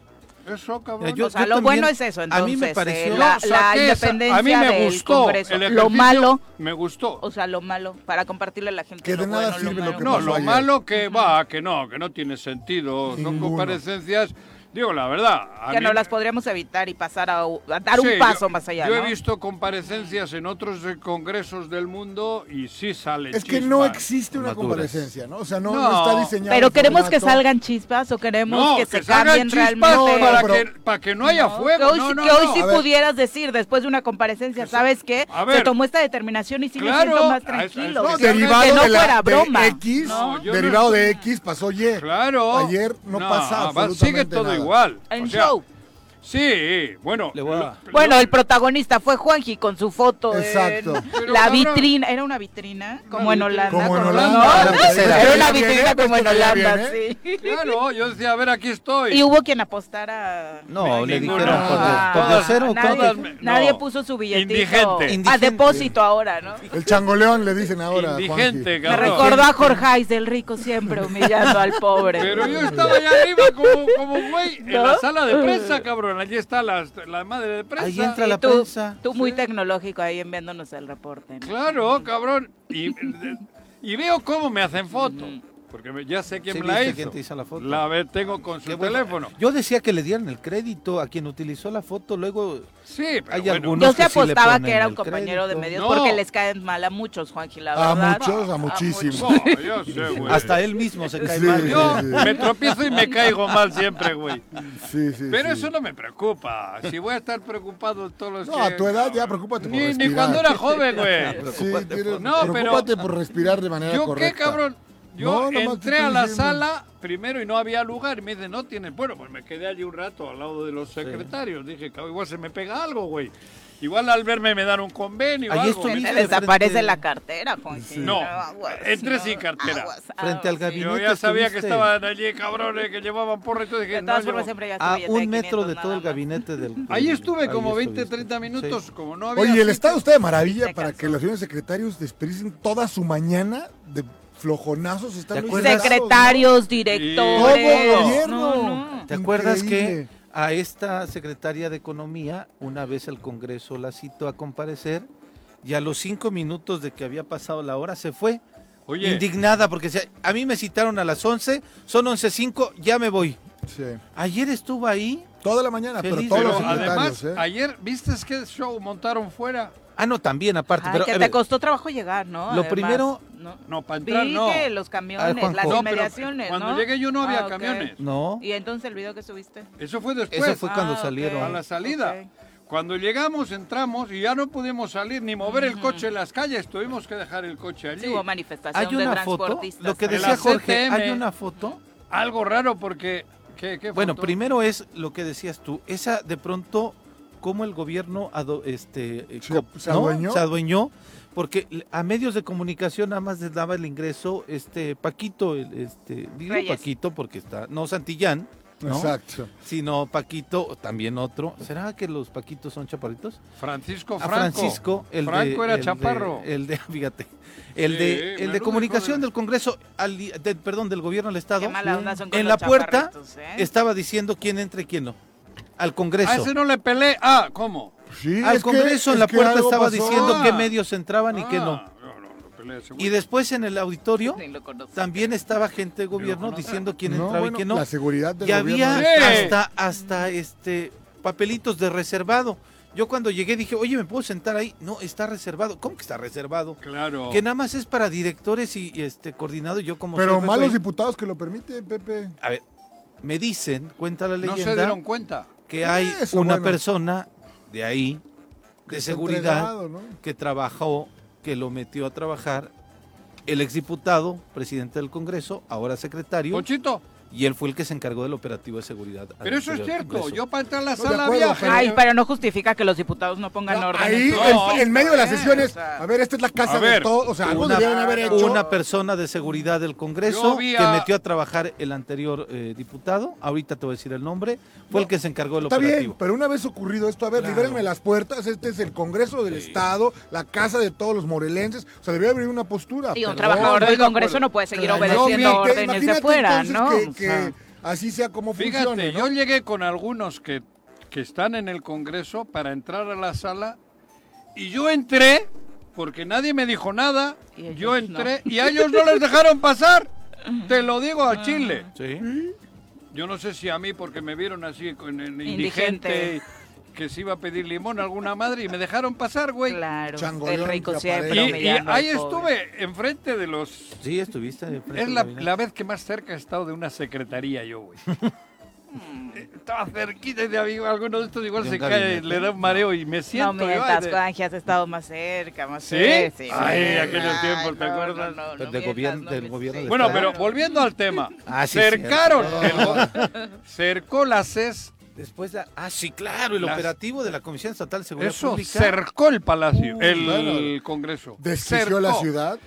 Speaker 3: sí.
Speaker 2: Eso, cabrón.
Speaker 3: Mira, yo-
Speaker 1: o sea, lo bueno es eso,
Speaker 3: a mí
Speaker 1: entonces.
Speaker 3: me pareció-
Speaker 1: eh, la,
Speaker 2: Yo
Speaker 1: la
Speaker 2: saqué esa-
Speaker 1: independencia
Speaker 2: a mí me
Speaker 1: del
Speaker 2: gustó.
Speaker 1: Congreso.
Speaker 2: el
Speaker 1: lo
Speaker 2: ejercicio
Speaker 1: malo,
Speaker 2: Me gustó.
Speaker 1: o sea, lo malo, para compartirle a la gente
Speaker 5: Que
Speaker 1: lo
Speaker 5: de nada
Speaker 1: bueno,
Speaker 5: sirve
Speaker 1: lo
Speaker 5: lo
Speaker 1: malo.
Speaker 5: que
Speaker 2: No,
Speaker 5: pasó
Speaker 2: lo
Speaker 5: ayer.
Speaker 2: malo que va, que no, que no tiene sentido. Son
Speaker 5: Ninguno.
Speaker 2: comparecencias, digo la verdad. a
Speaker 1: que
Speaker 2: mí-
Speaker 1: no las podríamos evitar y pasar a, a dar
Speaker 2: Sí,
Speaker 1: un paso
Speaker 2: yo-
Speaker 1: más allá,
Speaker 2: Yo
Speaker 1: ¿no?
Speaker 2: he visto comparecencias en otros eh, congresos del mundo y sí sale
Speaker 5: Es que no
Speaker 2: existe.
Speaker 5: existe una
Speaker 3: Maduras.
Speaker 5: comparecencia, ¿no? O sea, no, no
Speaker 2: No.
Speaker 5: está diseñado.
Speaker 1: Pero
Speaker 5: el
Speaker 1: queremos que
Speaker 5: formato.
Speaker 1: salgan chispas o queremos
Speaker 2: No,
Speaker 1: que,
Speaker 2: que,
Speaker 1: se
Speaker 2: salgan
Speaker 1: cambien
Speaker 2: chispas
Speaker 1: realmente.
Speaker 2: para,
Speaker 5: No, pero-
Speaker 2: que, para que no haya fuego.
Speaker 1: Que hoy,
Speaker 2: no,
Speaker 1: sí-
Speaker 2: no,
Speaker 1: que hoy
Speaker 2: no.
Speaker 1: sí
Speaker 5: A ver.
Speaker 1: pudieras decir después de una comparecencia, ¿sabes qué?
Speaker 2: A ver.
Speaker 1: Se tomó esta determinación y sí me
Speaker 2: Claro,
Speaker 1: siento más
Speaker 2: a eso-
Speaker 1: tranquilo.
Speaker 2: a eso-
Speaker 5: No,
Speaker 2: Que
Speaker 5: derivado
Speaker 1: que no
Speaker 5: de la-
Speaker 1: fuera
Speaker 5: de
Speaker 1: broma.
Speaker 5: X,
Speaker 2: No, yo
Speaker 5: derivado
Speaker 2: no-
Speaker 5: de X pasó Y.
Speaker 2: Claro.
Speaker 5: Ayer no pasa
Speaker 2: va- Sigue
Speaker 5: absolutamente
Speaker 2: todo
Speaker 5: nada.
Speaker 2: igual.
Speaker 1: En
Speaker 2: o sea,
Speaker 1: show.
Speaker 2: Sí, bueno.
Speaker 3: Le voy a-
Speaker 2: lo-
Speaker 1: Bueno, el protagonista fue Juanji con su foto de-
Speaker 5: Exacto.
Speaker 2: Pero
Speaker 1: la
Speaker 2: cabrón.
Speaker 1: vitrina, era una vitrina, como en
Speaker 2: vitrina.
Speaker 1: Holanda.
Speaker 5: Como en
Speaker 1: con-
Speaker 5: Holanda.
Speaker 1: ¿no?
Speaker 5: la tercera.
Speaker 1: Era una
Speaker 5: Pues que
Speaker 1: vitrina
Speaker 5: viene,
Speaker 1: como en
Speaker 5: pues que ya
Speaker 1: Holanda,
Speaker 5: viene.
Speaker 1: sí.
Speaker 2: Claro, yo decía, a ver, aquí estoy.
Speaker 1: Y hubo quien apostara.
Speaker 3: No, le
Speaker 2: Ninguna.
Speaker 3: dijeron por
Speaker 1: Ah,
Speaker 3: de- por de cero,
Speaker 1: nadie,
Speaker 2: todas
Speaker 3: ¿cuánto?
Speaker 2: me- no.
Speaker 1: nadie puso su billetito
Speaker 2: Indigente.
Speaker 1: a
Speaker 3: Indigente.
Speaker 1: depósito ahora, ¿no?
Speaker 5: El changoleón le dicen ahora.
Speaker 1: Me
Speaker 5: Juanji.
Speaker 2: Indigente, Cabrón.
Speaker 1: recordó a Jorge del rico siempre humillando al pobre.
Speaker 2: Pero yo estaba allá arriba como, como güey en la
Speaker 1: ¿No?
Speaker 2: sala de prensa, cabrón. Allí está la, la madre de prensa.
Speaker 3: Ahí entra
Speaker 1: Y
Speaker 3: la
Speaker 1: tú,
Speaker 3: prensa.
Speaker 1: Tú muy tecnológico ahí enviándonos el reporte. ¿no?
Speaker 2: Claro, cabrón. Y, eh, y veo cómo me hacen foto.
Speaker 1: Mm.
Speaker 2: Porque me- ya sé quién
Speaker 3: Sí,
Speaker 2: me la
Speaker 3: viste
Speaker 2: hizo.
Speaker 3: quién te hizo la foto.
Speaker 2: La ve- tengo con su
Speaker 3: Qué bueno.
Speaker 2: teléfono.
Speaker 3: Yo decía que le dieran el crédito a quien utilizó la foto, luego
Speaker 2: Sí, pero
Speaker 3: Hay
Speaker 2: bueno.
Speaker 3: algunos-
Speaker 1: Yo
Speaker 3: unos
Speaker 1: se
Speaker 3: que sí le
Speaker 1: apostaba
Speaker 3: ponen
Speaker 1: que era
Speaker 3: el
Speaker 1: un compañero de
Speaker 3: crédito.
Speaker 1: medios
Speaker 2: No.
Speaker 1: porque les caen mal a muchos, Juanji, la
Speaker 5: A
Speaker 1: verdad.
Speaker 5: muchos, a muchísimos.
Speaker 2: Ah, No, yo sé, güey.
Speaker 3: hasta él mismo se cae
Speaker 5: Sí.
Speaker 3: mal.
Speaker 2: Yo
Speaker 5: Sí, sí.
Speaker 2: me tropiezo y me caigo mal siempre, güey.
Speaker 5: Sí, sí,
Speaker 2: Pero
Speaker 5: sí.
Speaker 2: eso no me preocupa. Si voy a estar preocupado todos los
Speaker 5: No,
Speaker 2: que-
Speaker 5: a tu edad ya preocúpate por
Speaker 2: Ni, ni
Speaker 5: respirar.
Speaker 2: cuando era joven, güey.
Speaker 5: Sí, tienes-
Speaker 2: No, pero-
Speaker 5: preocúpate por respirar de manera
Speaker 2: ¿Yo
Speaker 5: correcta.
Speaker 2: qué, cabrón? Yo
Speaker 5: No, nomás te
Speaker 2: entré
Speaker 5: estoy
Speaker 2: a la
Speaker 5: diciendo.
Speaker 2: sala primero y no había lugar. Y me dice, no tienes. Bueno, pues me quedé allí un rato al lado de los secretarios. Dije, "Cabrón, igual se me pega algo, güey. Igual al verme me dan un convenio.
Speaker 3: Allí
Speaker 2: algo.
Speaker 1: Se
Speaker 3: estuviste.
Speaker 1: te
Speaker 3: de
Speaker 1: desaparece
Speaker 3: frente-
Speaker 1: la cartera, Juanji.
Speaker 2: No, entré
Speaker 1: no,
Speaker 2: sin cartera.
Speaker 3: Frente al
Speaker 1: Ah, sí.
Speaker 3: gabinete.
Speaker 2: Yo ya sabía que
Speaker 3: estuviste.
Speaker 2: estaban allí, cabrones, que llevaban porra y todo. Dije,
Speaker 1: De
Speaker 2: no,
Speaker 1: todas
Speaker 2: llevo-
Speaker 1: formas, siempre ya está
Speaker 3: A
Speaker 1: billete
Speaker 3: Ah, un metro
Speaker 1: 500
Speaker 3: de todo
Speaker 1: nada
Speaker 3: el
Speaker 1: más.
Speaker 3: gabinete del.
Speaker 2: Ahí estuve
Speaker 3: ahí
Speaker 2: como 20,
Speaker 3: estuviste.
Speaker 2: 30 minutos,
Speaker 3: Sí.
Speaker 2: como no había.
Speaker 5: Oye, el
Speaker 2: sitio.
Speaker 5: Estado está de maravilla
Speaker 1: Se
Speaker 5: para
Speaker 1: cansó.
Speaker 5: que los señores secretarios desperdicien toda su mañana de flojonazos. Están
Speaker 3: ¿Te
Speaker 5: muy
Speaker 3: acuerdas?
Speaker 5: cansados, ¿no?
Speaker 1: Secretarios,
Speaker 5: Todo
Speaker 1: directores.
Speaker 5: gobierno.
Speaker 1: No, no.
Speaker 3: ¿Te acuerdas
Speaker 5: Increíble.
Speaker 3: que a esta secretaria de Economía, una vez el Congreso la citó a comparecer y a los cinco minutos de que había pasado la hora se fue?
Speaker 2: Oye,
Speaker 3: Indignada, porque decía, a mí me citaron a las 11, son 11.05, ya me voy.
Speaker 5: Sí.
Speaker 3: Ayer estuvo ahí.
Speaker 5: Toda la mañana, pero
Speaker 3: Feliz,
Speaker 5: todos
Speaker 2: pero
Speaker 5: los secretarios.
Speaker 2: además,
Speaker 5: ¿eh?
Speaker 2: ayer, ¿viste qué show montaron fuera?
Speaker 3: Ah, no, también aparte.
Speaker 1: Ay,
Speaker 3: pero,
Speaker 1: que
Speaker 3: a
Speaker 1: te
Speaker 3: ver,
Speaker 1: costó trabajo llegar, ¿no?
Speaker 3: Lo
Speaker 1: Además,
Speaker 3: primero-
Speaker 1: ¿no?
Speaker 2: No, para entrar
Speaker 1: Vi
Speaker 2: no.
Speaker 1: que los
Speaker 3: A
Speaker 1: camiones,
Speaker 3: ver, Juanjo.
Speaker 1: las
Speaker 3: No,
Speaker 2: pero
Speaker 1: inmediaciones,
Speaker 2: cuando
Speaker 1: ¿no?
Speaker 2: llegué yo no había
Speaker 1: Ah, ok.
Speaker 2: camiones.
Speaker 3: no,
Speaker 1: ¿Y entonces el video que subiste?
Speaker 2: Eso fue después.
Speaker 3: eso fue cuando
Speaker 1: Ah, ok.
Speaker 3: salieron.
Speaker 2: a la salida.
Speaker 1: Ok.
Speaker 2: Cuando llegamos, entramos y ya no pudimos salir ni mover el coche en las calles. Tuvimos que dejar el coche allí.
Speaker 1: Sí, hubo manifestación
Speaker 3: Hay una
Speaker 1: de
Speaker 3: foto,
Speaker 1: transportistas.
Speaker 3: lo que
Speaker 2: De la
Speaker 3: decía Jorge,
Speaker 2: CTM.
Speaker 3: hay una foto.
Speaker 2: Algo raro porque... ¿qué- qué
Speaker 3: Bueno,
Speaker 2: foto?
Speaker 3: primero es lo que decías tú, esa de pronto cómo el gobierno ado- este, eh,
Speaker 5: Se-
Speaker 3: co-
Speaker 5: se adueñó.
Speaker 3: se adueñó, porque l- a medios de comunicación nada más les daba el ingreso este Paquito, el, este, digo
Speaker 1: Reyes.
Speaker 3: Paquito porque está, no Santillán, ¿no?
Speaker 5: Exacto.
Speaker 3: sino Paquito, también otro. ¿Será que los Paquitos son chaparritos?
Speaker 2: Francisco
Speaker 3: A
Speaker 2: Franco.
Speaker 3: Francisco, el de-
Speaker 2: Franco era
Speaker 3: el de-
Speaker 2: chaparro.
Speaker 3: el de, fíjate, el
Speaker 2: Sí,
Speaker 3: de, el de
Speaker 2: menudo hijo
Speaker 3: comunicación
Speaker 2: de-
Speaker 3: del Congreso, al- de- perdón, del gobierno del Estado.
Speaker 1: Qué mala onda son con
Speaker 3: en la
Speaker 1: los
Speaker 3: puerta
Speaker 1: chaparritos, ¿eh?
Speaker 3: estaba diciendo quién entra y quién no. Al Congreso.
Speaker 2: A ese no le peleé. Ah, ¿cómo?
Speaker 5: Sí,
Speaker 3: Al
Speaker 5: es que-
Speaker 3: Congreso en
Speaker 5: es
Speaker 3: la
Speaker 5: que
Speaker 3: puerta
Speaker 5: algo
Speaker 3: estaba
Speaker 5: pasó.
Speaker 3: diciendo
Speaker 2: Ah.
Speaker 3: qué medios entraban y qué no.
Speaker 2: Ah, No, no, no peleé ese
Speaker 3: Y
Speaker 2: güey.
Speaker 3: después en el auditorio
Speaker 1: Ni lo conocí.
Speaker 3: también estaba gente de gobierno
Speaker 2: No,
Speaker 3: diciendo quién
Speaker 5: No,
Speaker 3: entraba
Speaker 5: bueno,
Speaker 3: y quién no.
Speaker 5: La seguridad del
Speaker 3: Y
Speaker 5: gobierno
Speaker 3: había
Speaker 5: es-
Speaker 2: Sí.
Speaker 3: hasta, hasta este papelitos de reservado. Yo cuando llegué dije, oye, ¿me puedo sentar ahí? No, está reservado. ¿Cómo que está reservado?
Speaker 2: Claro.
Speaker 3: Que nada más es para directores y, y, este coordinado. Yo como
Speaker 5: Pero
Speaker 3: soy, me
Speaker 5: malos
Speaker 3: soy-
Speaker 5: diputados que lo permiten, Pepe.
Speaker 3: A ver, me dicen, cuenta la
Speaker 2: No
Speaker 3: leyenda,
Speaker 2: se dieron cuenta.
Speaker 3: que hay
Speaker 5: Eso,
Speaker 3: una
Speaker 5: bueno.
Speaker 3: persona de ahí,
Speaker 5: que
Speaker 3: de
Speaker 5: está
Speaker 3: seguridad,
Speaker 5: entregado, ¿no?
Speaker 3: que trabajó, que lo metió a trabajar el exdiputado, presidente del Congreso, ahora secretario,
Speaker 2: Pochito,
Speaker 3: y él fue el que se encargó del operativo de seguridad. al
Speaker 2: pero eso es
Speaker 3: interior del
Speaker 2: cierto.
Speaker 3: Congreso.
Speaker 2: Yo para entrar a la
Speaker 5: No, de
Speaker 2: sala
Speaker 5: acuerdo,
Speaker 2: había
Speaker 5: pero-
Speaker 1: Ay,
Speaker 2: gente.
Speaker 1: pero no justifica que los diputados no pongan orden.
Speaker 5: Ahí,
Speaker 1: en todo.
Speaker 2: No,
Speaker 5: en, en medio de las
Speaker 1: eh,
Speaker 5: sesiones,
Speaker 1: o sea,
Speaker 5: a ver, esta es la
Speaker 2: a
Speaker 5: casa de
Speaker 2: ver,
Speaker 5: todos, o sea, algo
Speaker 3: una-
Speaker 5: debieron haber hecho.
Speaker 3: Una persona de seguridad del
Speaker 2: Yo
Speaker 3: Congreso
Speaker 2: vi
Speaker 3: que
Speaker 2: a-
Speaker 3: metió a trabajar el anterior eh, diputado, ahorita te voy a decir el nombre,
Speaker 5: No,
Speaker 3: fue el que se encargó del
Speaker 5: Está bien,
Speaker 3: operativo.
Speaker 5: pero una vez ocurrido esto, a ver,
Speaker 3: Claro.
Speaker 5: libérenme las puertas, este es el Congreso del Estado, la casa de todos los morelenses, o sea, debería haber una postura.
Speaker 1: Y un
Speaker 5: perdón.
Speaker 1: trabajador
Speaker 2: estoy
Speaker 1: del
Speaker 2: de
Speaker 1: Congreso
Speaker 2: acuerdo.
Speaker 1: no puede seguir
Speaker 5: Claro.
Speaker 1: obedeciendo
Speaker 5: Obviamente,
Speaker 1: órdenes de
Speaker 5: imagínate
Speaker 1: fuera,
Speaker 5: entonces
Speaker 1: ¿no? O
Speaker 5: que- que
Speaker 1: sea,
Speaker 5: así sea como
Speaker 2: Fíjate,
Speaker 5: funciona.
Speaker 2: yo llegué con algunos que, que están en el Congreso para entrar a la sala y yo entré porque nadie me dijo nada.
Speaker 1: Y
Speaker 2: Yo
Speaker 1: ellos no.
Speaker 2: entré y a ellos no les dejaron pasar. Te lo digo
Speaker 1: Ah.
Speaker 2: a Chile.
Speaker 3: Sí.
Speaker 2: Yo no sé si a mí porque me vieron así con el
Speaker 1: Indigente.
Speaker 2: indigente, que se iba a pedir limón a alguna madre y me dejaron pasar, güey.
Speaker 1: Claro,
Speaker 5: Changoleón,
Speaker 1: el rico
Speaker 5: la pared.
Speaker 2: Y-
Speaker 1: siempre
Speaker 5: Pero
Speaker 2: Y,
Speaker 1: humillando al
Speaker 2: ahí
Speaker 1: pobre.
Speaker 2: estuve enfrente de los
Speaker 3: Sí, estuviste. de frente
Speaker 2: Es
Speaker 3: al
Speaker 2: la,
Speaker 3: gabinete.
Speaker 2: la vez que más cerca he estado de una secretaría yo, güey. Eh, Estaba cerquita y de amigo, alguno de estos igual
Speaker 3: De un
Speaker 2: se cae,
Speaker 3: gabinete.
Speaker 2: le da un mareo y me
Speaker 1: No
Speaker 2: siento. yo, ay,
Speaker 1: mientas,
Speaker 2: de-
Speaker 1: Juanji, has estado más cerca, más
Speaker 2: ¿Sí?
Speaker 1: cerca.
Speaker 2: Ay,
Speaker 1: sí.
Speaker 2: aquellos
Speaker 1: Ay,
Speaker 2: tiempos, ¿te
Speaker 1: no,
Speaker 2: acuerdas?
Speaker 1: no, no,
Speaker 3: Del
Speaker 1: no
Speaker 3: gobierno-
Speaker 1: mientas,
Speaker 3: del
Speaker 1: no
Speaker 3: gobierno
Speaker 1: me-
Speaker 3: de
Speaker 2: bueno,
Speaker 1: sí,
Speaker 2: pero
Speaker 1: claro.
Speaker 2: volviendo al tema.
Speaker 3: Ah, sí,
Speaker 2: cercaron,
Speaker 3: cierto.
Speaker 2: el go- cercó la CES,
Speaker 3: Después la- Ah, sí, claro, el
Speaker 2: Las-
Speaker 3: operativo de la Comisión Estatal de Seguridad
Speaker 2: eso,
Speaker 3: Pública.
Speaker 2: cercó el palacio, el
Speaker 5: bueno.
Speaker 2: Congreso.
Speaker 5: Desquició la
Speaker 2: Cercó.
Speaker 5: ciudad.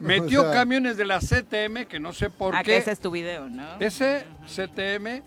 Speaker 2: Metió
Speaker 5: O sea,
Speaker 2: camiones de la CTM, que no sé por
Speaker 1: Ah, que
Speaker 2: qué.
Speaker 1: ese es tu video, ¿no?
Speaker 2: Ese CTM,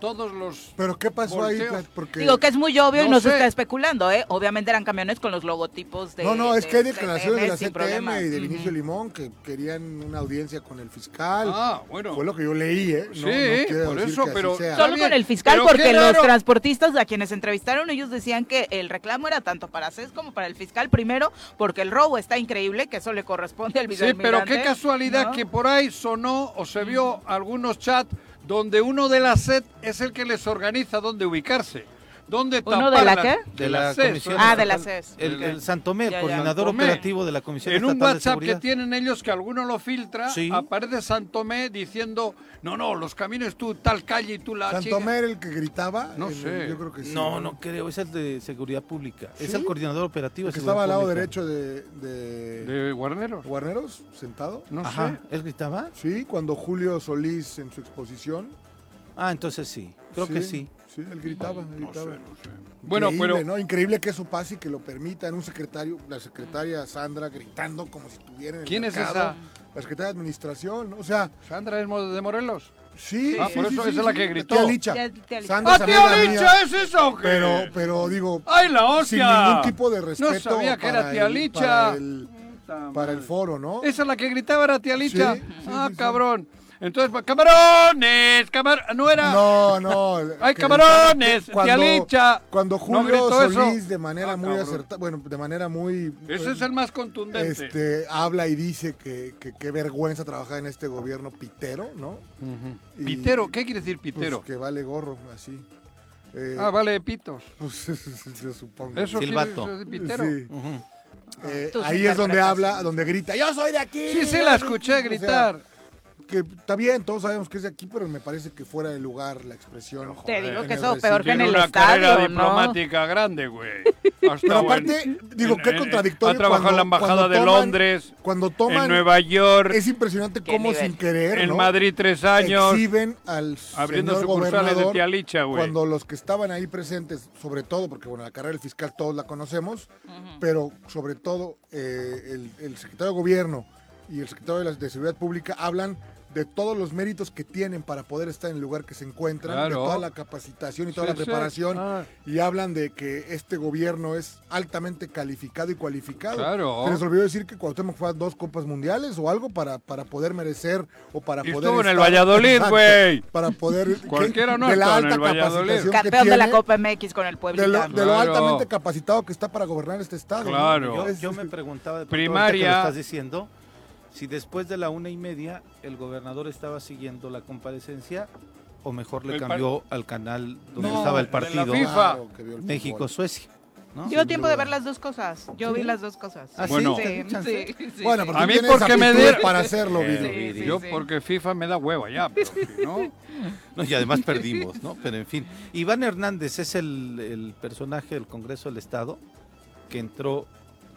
Speaker 2: todos los...
Speaker 5: Pero ¿qué pasó ahí?
Speaker 2: Volteo.
Speaker 5: Plat? Porque...
Speaker 1: Digo que es muy obvio y
Speaker 2: No
Speaker 1: no se
Speaker 2: sé.
Speaker 1: está especulando, ¿eh? Obviamente eran camiones con los logotipos de.
Speaker 5: no, no, es que hay
Speaker 1: de
Speaker 5: declaraciones de la
Speaker 1: CTM sin
Speaker 5: CTM
Speaker 1: problemas.
Speaker 5: y de Vinicio
Speaker 1: Ujú.
Speaker 5: Limón que querían una audiencia con el fiscal.
Speaker 2: Ah, bueno.
Speaker 5: Fue lo que yo leí, ¿eh? No-
Speaker 2: Sí,
Speaker 5: no quiero
Speaker 2: por
Speaker 5: decir
Speaker 2: eso,
Speaker 5: que así
Speaker 2: pero-
Speaker 5: sea.
Speaker 2: Está
Speaker 1: Solo
Speaker 2: bien,
Speaker 1: con el fiscal,
Speaker 2: pero
Speaker 1: porque
Speaker 2: qué
Speaker 1: los
Speaker 2: raro.
Speaker 1: transportistas a quienes entrevistaron, ellos decían que el reclamo era tanto para CES como para el fiscal primero, porque el robo está increíble, que eso le corresponde al
Speaker 2: Sí, pero
Speaker 1: vicealmirante,
Speaker 2: qué casualidad
Speaker 1: ¿no?
Speaker 2: que por ahí sonó o se vio algunos chats donde uno de la SED es el que les organiza dónde ubicarse. ¿Dónde
Speaker 1: ¿Uno de
Speaker 2: tapar
Speaker 1: la
Speaker 2: las-
Speaker 1: qué?
Speaker 3: De la
Speaker 2: SED,
Speaker 3: Comisión
Speaker 1: Ah, de la
Speaker 3: Estatal-
Speaker 1: CES.
Speaker 3: El, el
Speaker 2: Ok.
Speaker 3: Santomé,
Speaker 1: Ya, ya.
Speaker 3: coordinador
Speaker 2: Santomé.
Speaker 3: operativo de la Comisión
Speaker 2: En un
Speaker 3: Estatal de
Speaker 2: WhatsApp que
Speaker 3: Seguridad.
Speaker 2: tienen ellos que alguno lo filtra,
Speaker 3: Sí.
Speaker 2: aparece Santomé diciendo, no, no, los caminos tú tal calle y tú la
Speaker 5: Santomé era el que gritaba.
Speaker 2: No
Speaker 5: en-
Speaker 2: sé.
Speaker 5: Yo creo que sí.
Speaker 3: No, no creo, es el de Seguridad Pública. Es
Speaker 5: ¿Sí?
Speaker 3: el coordinador operativo
Speaker 5: El que
Speaker 3: de
Speaker 5: estaba
Speaker 3: Seguridad
Speaker 5: al lado
Speaker 3: Pública.
Speaker 5: derecho de, de,
Speaker 2: chingas". ¿De Guarnero?
Speaker 5: Guarneros, sentado.
Speaker 2: No
Speaker 3: Ajá,
Speaker 2: sé.
Speaker 3: ¿él gritaba?
Speaker 5: Sí, cuando Julio Solís en su exposición.
Speaker 3: Ah, entonces sí, creo que sí.
Speaker 5: Sí, él gritaba. él
Speaker 2: No sé,
Speaker 5: gritaba.
Speaker 2: no sé. Bueno,
Speaker 5: Increíble,
Speaker 2: pero
Speaker 5: ¿no? Increíble que eso pase y que lo permitan. Un secretario, la secretaria Sandra gritando como si estuviera en el
Speaker 2: ¿quién es
Speaker 5: mercado.
Speaker 2: esa?
Speaker 5: La secretaria de administración, ¿no? o sea,
Speaker 2: ¿Sandra es mo- de Morelos?
Speaker 5: sí.
Speaker 2: Ah,
Speaker 5: sí,
Speaker 2: por
Speaker 5: sí,
Speaker 2: eso
Speaker 5: sí,
Speaker 2: esa es la
Speaker 5: sí,
Speaker 2: que gritó.
Speaker 5: tía Licha.
Speaker 1: Ya, tía Licha.
Speaker 5: Sandra
Speaker 2: ¡Ah,
Speaker 5: es
Speaker 2: tío
Speaker 5: amiga mía,
Speaker 2: Licha, es esa o qué?
Speaker 5: Pero, pero digo,
Speaker 2: ¡Ay, la hostia!
Speaker 5: sin ningún tipo de respeto.
Speaker 2: No sabía que
Speaker 5: para
Speaker 2: era tía
Speaker 5: el-
Speaker 2: Licha.
Speaker 5: Para el,
Speaker 2: Puta
Speaker 5: para el
Speaker 2: madre.
Speaker 5: foro, ¿no?
Speaker 2: Esa es la que gritaba era tía Licha.
Speaker 5: Sí, sí,
Speaker 2: ah,
Speaker 5: sí, sí.
Speaker 2: cabrón. Entonces, pa- camarones, camarón, no era.
Speaker 5: No, no. el-
Speaker 2: ¡Ay,
Speaker 5: que
Speaker 2: cabrones!
Speaker 5: gritaba-
Speaker 2: ¡Tía Licha!
Speaker 5: Cuando
Speaker 2: No
Speaker 5: Julio
Speaker 2: gritó eso.
Speaker 5: Solís, de manera
Speaker 2: Ah,
Speaker 5: muy
Speaker 2: cabrón.
Speaker 5: acertada, bueno, de manera muy... pues,
Speaker 2: Ese es el más contundente.
Speaker 5: este, habla y dice que que qué vergüenza trabajar en este gobierno pitero, ¿no? Y,
Speaker 2: Pitero, ¿qué quiere decir
Speaker 5: pues,
Speaker 2: pitero?
Speaker 5: que vale gorro, así. Eh,
Speaker 2: ah, vale, pitos.
Speaker 5: pues, yo supongo.
Speaker 2: Eso
Speaker 3: Silbato.
Speaker 2: quiere decir pitero.
Speaker 5: Sí.
Speaker 3: Ujú.
Speaker 5: Eh,
Speaker 1: Tus
Speaker 5: ahí es donde
Speaker 1: interpretaciones.
Speaker 5: habla, donde grita, yo soy de aquí.
Speaker 2: Sí, sí, la escuché gritar.
Speaker 5: O sea, que está bien, todos sabemos que es de aquí, pero me parece que fuera de lugar la expresión.
Speaker 1: Te digo
Speaker 5: en
Speaker 1: que
Speaker 5: el
Speaker 1: eso peor que en
Speaker 2: Tiene
Speaker 1: el
Speaker 2: una
Speaker 1: estadio,
Speaker 2: carrera
Speaker 1: ¿no?
Speaker 2: diplomática grande, güey.
Speaker 5: Pero aparte, digo, qué contradictorio
Speaker 2: Ha trabajado en
Speaker 5: cuando-
Speaker 2: la Embajada
Speaker 5: cuando
Speaker 2: de
Speaker 5: toman-
Speaker 2: Londres,
Speaker 5: Cuando
Speaker 2: en
Speaker 5: toman,
Speaker 2: Nueva York,
Speaker 5: es impresionante
Speaker 1: Qué
Speaker 5: cómo
Speaker 1: nivel.
Speaker 5: sin querer,
Speaker 2: en
Speaker 5: ¿no?
Speaker 2: Madrid tres años.
Speaker 5: exhiben al
Speaker 2: Abriendo
Speaker 5: señor
Speaker 2: sucursales de
Speaker 5: gobernador
Speaker 2: Tía Licha, güey.
Speaker 5: cuando los que estaban ahí presentes, sobre todo, porque bueno, la carrera del fiscal todos la conocemos,
Speaker 1: Ujú.
Speaker 5: pero sobre todo eh, el, el secretario de gobierno y el secretario de, la- de Seguridad Pública hablan de todos los méritos que tienen para poder estar en el lugar que se encuentran,
Speaker 2: Claro.
Speaker 5: de toda la capacitación y toda
Speaker 2: Sí,
Speaker 5: la
Speaker 2: sí.
Speaker 5: preparación,
Speaker 2: Ah,
Speaker 5: y hablan de que este gobierno es altamente calificado y cualificado.
Speaker 2: Claro.
Speaker 5: Se les olvidó decir que Cuauhtémoc fue a dos copas mundiales o algo para, para poder merecer o para
Speaker 2: Y
Speaker 5: poder
Speaker 2: estuvo en el
Speaker 5: estar-
Speaker 2: Valladolid,
Speaker 5: Exacto,
Speaker 2: güey.
Speaker 5: Para poder
Speaker 2: Cualquiera no
Speaker 5: de la
Speaker 2: estaba en
Speaker 5: alta
Speaker 2: el Valladolid.
Speaker 5: capacitación que
Speaker 1: Campeón de la
Speaker 5: tiene,
Speaker 1: Copa MX con el Puebla.
Speaker 5: de lo, de lo
Speaker 2: Claro.
Speaker 5: altamente capacitado que está para gobernar este estado. ¿no?
Speaker 2: Claro.
Speaker 3: Yo,
Speaker 5: Es-
Speaker 3: yo me preguntaba de pronto,
Speaker 2: Primaria.
Speaker 3: ahorita que lo estás diciendo si después de la una y media el gobernador estaba siguiendo la comparecencia o mejor le
Speaker 2: El par-
Speaker 3: cambió al canal donde
Speaker 5: No,
Speaker 3: estaba el
Speaker 2: de la
Speaker 3: partido
Speaker 2: FIFA.
Speaker 6: Ah.
Speaker 5: que vio el fútbol.
Speaker 3: México-Suecia. ¿no?
Speaker 1: Yo tiempo de ver las dos cosas. Yo vi las dos cosas.
Speaker 3: Ah,
Speaker 1: Sí,
Speaker 2: Bueno.
Speaker 1: sí,
Speaker 3: ¿Chance?
Speaker 1: sí, sí,
Speaker 5: Bueno,
Speaker 1: sí.
Speaker 5: pero
Speaker 2: A
Speaker 5: tú
Speaker 2: mí
Speaker 5: tienes
Speaker 2: porque me Eh,
Speaker 5: aptitudes
Speaker 2: dieron-
Speaker 5: para hacerlo,
Speaker 3: Sí,
Speaker 5: Viri.
Speaker 1: sí, sí.
Speaker 2: Yo porque FIFA me da hueva ya, pero si no...
Speaker 3: No, y además perdimos, ¿no? Pero en fin. Iván Hernández es el, el personaje del Congreso del Estado que entró,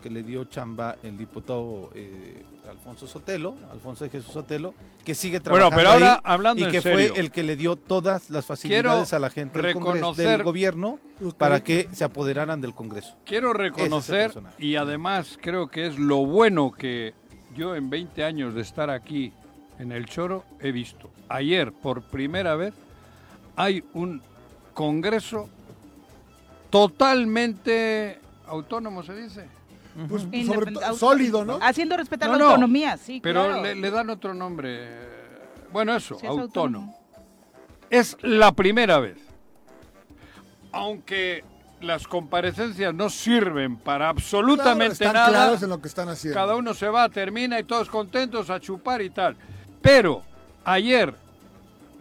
Speaker 3: que le dio chamba el diputado eh, Alfonso Sotelo, Alfonso de Jesús Sotelo, que sigue
Speaker 2: Bueno,
Speaker 3: trabajando
Speaker 2: pero ahora,
Speaker 3: ahí
Speaker 2: hablando
Speaker 3: y que
Speaker 2: en serio,
Speaker 3: fue el que le dio todas las facilidades
Speaker 2: Quiero
Speaker 3: a la gente del, Congreso- del
Speaker 2: reconocer-
Speaker 3: gobierno para que se apoderaran del Congreso.
Speaker 2: quiero reconocer,
Speaker 3: personaje.
Speaker 2: y además creo que es lo bueno que yo en 20 años de estar aquí en El Choro he visto. Ayer, por primera vez, hay un congreso totalmente autónomo, se dice.
Speaker 5: Pues, sobre
Speaker 1: Independ- Ah,
Speaker 5: todo,
Speaker 1: auto-
Speaker 5: sólido, ¿no?
Speaker 1: Haciendo respetar
Speaker 2: No,
Speaker 1: la
Speaker 2: no,
Speaker 1: autonomía, sí,
Speaker 2: Pero
Speaker 1: claro.
Speaker 2: le, le dan otro nombre. Bueno, eso,
Speaker 1: Sí, es
Speaker 2: autónomo.
Speaker 1: autónomo.
Speaker 2: Es la primera vez. Aunque las comparecencias no sirven para absolutamente
Speaker 5: Claro, están
Speaker 2: nada.
Speaker 5: claros en lo que están haciendo.
Speaker 2: Cada uno se va, termina y todos contentos a chupar y tal. Pero ayer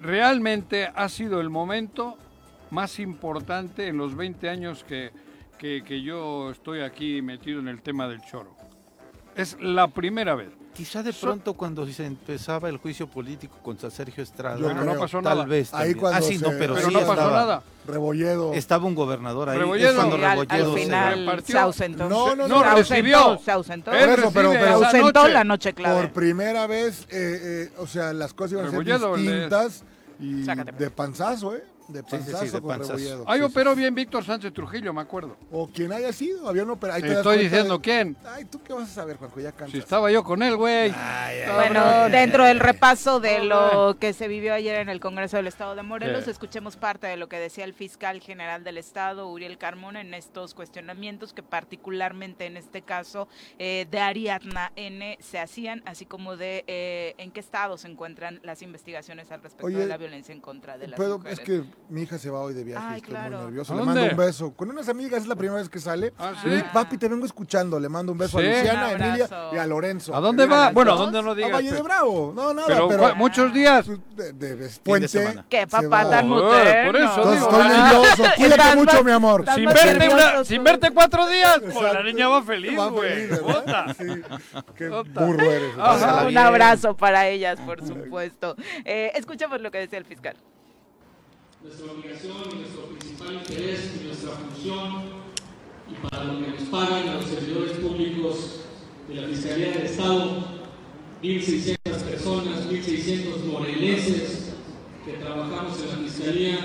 Speaker 2: realmente ha sido el momento más importante en los 20 años que, que- que yo estoy aquí metido en el tema del choro. Es la primera vez.
Speaker 3: Quizá de pronto cuando se empezaba el juicio político contra Sergio Estrada,
Speaker 5: Yo Pero no creo.
Speaker 2: pasó
Speaker 3: tal
Speaker 2: nada.
Speaker 3: vez.
Speaker 5: Ahí
Speaker 3: también.
Speaker 5: cuando
Speaker 3: ah, sí,
Speaker 5: se-
Speaker 3: no, pero,
Speaker 2: Pero
Speaker 3: sí
Speaker 2: no pasó
Speaker 3: estaba,
Speaker 2: nada.
Speaker 5: Rebolledo.
Speaker 3: Estaba un gobernador ahí. es
Speaker 2: Rebolledo.
Speaker 3: cuando
Speaker 1: Y al, al
Speaker 3: Rebolledo se-
Speaker 1: final se
Speaker 2: repartió.
Speaker 1: ausentó.
Speaker 5: No, no,
Speaker 1: Se
Speaker 5: no,
Speaker 1: ausentó,
Speaker 2: recibió.
Speaker 1: Se ausentó.
Speaker 2: Él
Speaker 5: Por eso, pero-
Speaker 2: recibe
Speaker 5: pero-
Speaker 2: esa
Speaker 5: esa
Speaker 1: ausentó
Speaker 2: noche.
Speaker 1: la noche clave.
Speaker 5: Por primera vez, eh, eh, o sea, las cosas iban a ser
Speaker 2: Rebolledo, le-
Speaker 5: distintas y
Speaker 1: Sácate. pues.
Speaker 5: de panzazo, ¿eh? De
Speaker 3: sí, sí,
Speaker 5: panzazo
Speaker 3: de
Speaker 5: con
Speaker 3: panzazo.
Speaker 5: Rebolledo.
Speaker 2: Ahí
Speaker 5: Sí, sí.
Speaker 2: operó oh, bien Víctor Sánchez Trujillo, me acuerdo.
Speaker 5: O quien haya sido, había un operador.
Speaker 2: Te estoy diciendo quién.
Speaker 5: Ay, ¿tú qué vas a saber, Juanjo? Ya cansas.
Speaker 2: Si estaba yo con él, güey.
Speaker 1: Bueno,
Speaker 2: Cabrón.
Speaker 1: dentro del repaso de
Speaker 2: No,
Speaker 1: lo que se vivió ayer en el Congreso del Estado de Morelos,
Speaker 2: Sí.
Speaker 1: escuchemos parte de lo que decía el fiscal general del Estado, Uriel Carmona, en estos cuestionamientos que particularmente en este caso eh, de Ariadna N se hacían, así como de eh, en qué estado se encuentran las investigaciones al respecto
Speaker 5: Oye,
Speaker 1: de la violencia en contra de las
Speaker 5: Puedo-
Speaker 1: mujeres.
Speaker 5: es que mi hija se va hoy de viaje,
Speaker 1: Ay,
Speaker 5: estoy
Speaker 1: claro.
Speaker 5: muy nervioso.
Speaker 2: ¿A
Speaker 5: Le
Speaker 2: dónde?
Speaker 5: mando un beso. Con unas amigas es la primera vez que sale.
Speaker 2: Ah,
Speaker 1: Ah.
Speaker 2: ¿sí?
Speaker 5: Le- Papi, te vengo escuchando. Le mando un beso
Speaker 2: Sí.
Speaker 5: a Luciana, a
Speaker 1: Un abrazo.
Speaker 5: Emilia y a Lorenzo.
Speaker 2: ¿A dónde va?
Speaker 1: ¿Las
Speaker 2: Bueno, ¿a
Speaker 1: dos?
Speaker 2: dónde no
Speaker 5: A
Speaker 2: digas?
Speaker 5: Valle de Bravo. No, nada,
Speaker 2: Pero
Speaker 5: pero...
Speaker 2: ¿cuál- muchos días.
Speaker 5: de, de- de puente.
Speaker 3: semana.
Speaker 1: Qué
Speaker 5: se
Speaker 1: papá
Speaker 5: va.
Speaker 1: tan
Speaker 2: Joder,
Speaker 1: moderno.
Speaker 2: por eso
Speaker 5: Entonces
Speaker 2: digo,
Speaker 5: estoy
Speaker 2: ah.
Speaker 5: nervioso. Cuídate
Speaker 1: Estás
Speaker 5: mucho,
Speaker 1: más-
Speaker 5: mi amor.
Speaker 1: estás
Speaker 2: Sin
Speaker 1: más
Speaker 2: verte,
Speaker 1: nervioso,
Speaker 2: una-
Speaker 1: tú.
Speaker 2: sin verte cuatro días, pues la
Speaker 5: Exacto.
Speaker 2: niña va feliz,
Speaker 5: Va
Speaker 2: güey.
Speaker 5: feliz, ¿verdad?
Speaker 2: Bota.
Speaker 5: Sí. Qué
Speaker 2: Bota.
Speaker 5: burro eres.
Speaker 2: Ajá.
Speaker 5: Pásala
Speaker 1: Un
Speaker 5: bien.
Speaker 1: abrazo para ellas, por supuesto. Eh, escuchemos lo que decía el fiscal.
Speaker 4: nuestra obligación, nuestro principal interés y nuestra función, y para lo que nos pagan a los servidores públicos de la Fiscalía del Estado, 1.600 personas, 1.600 morelenses que trabajamos en la Fiscalía,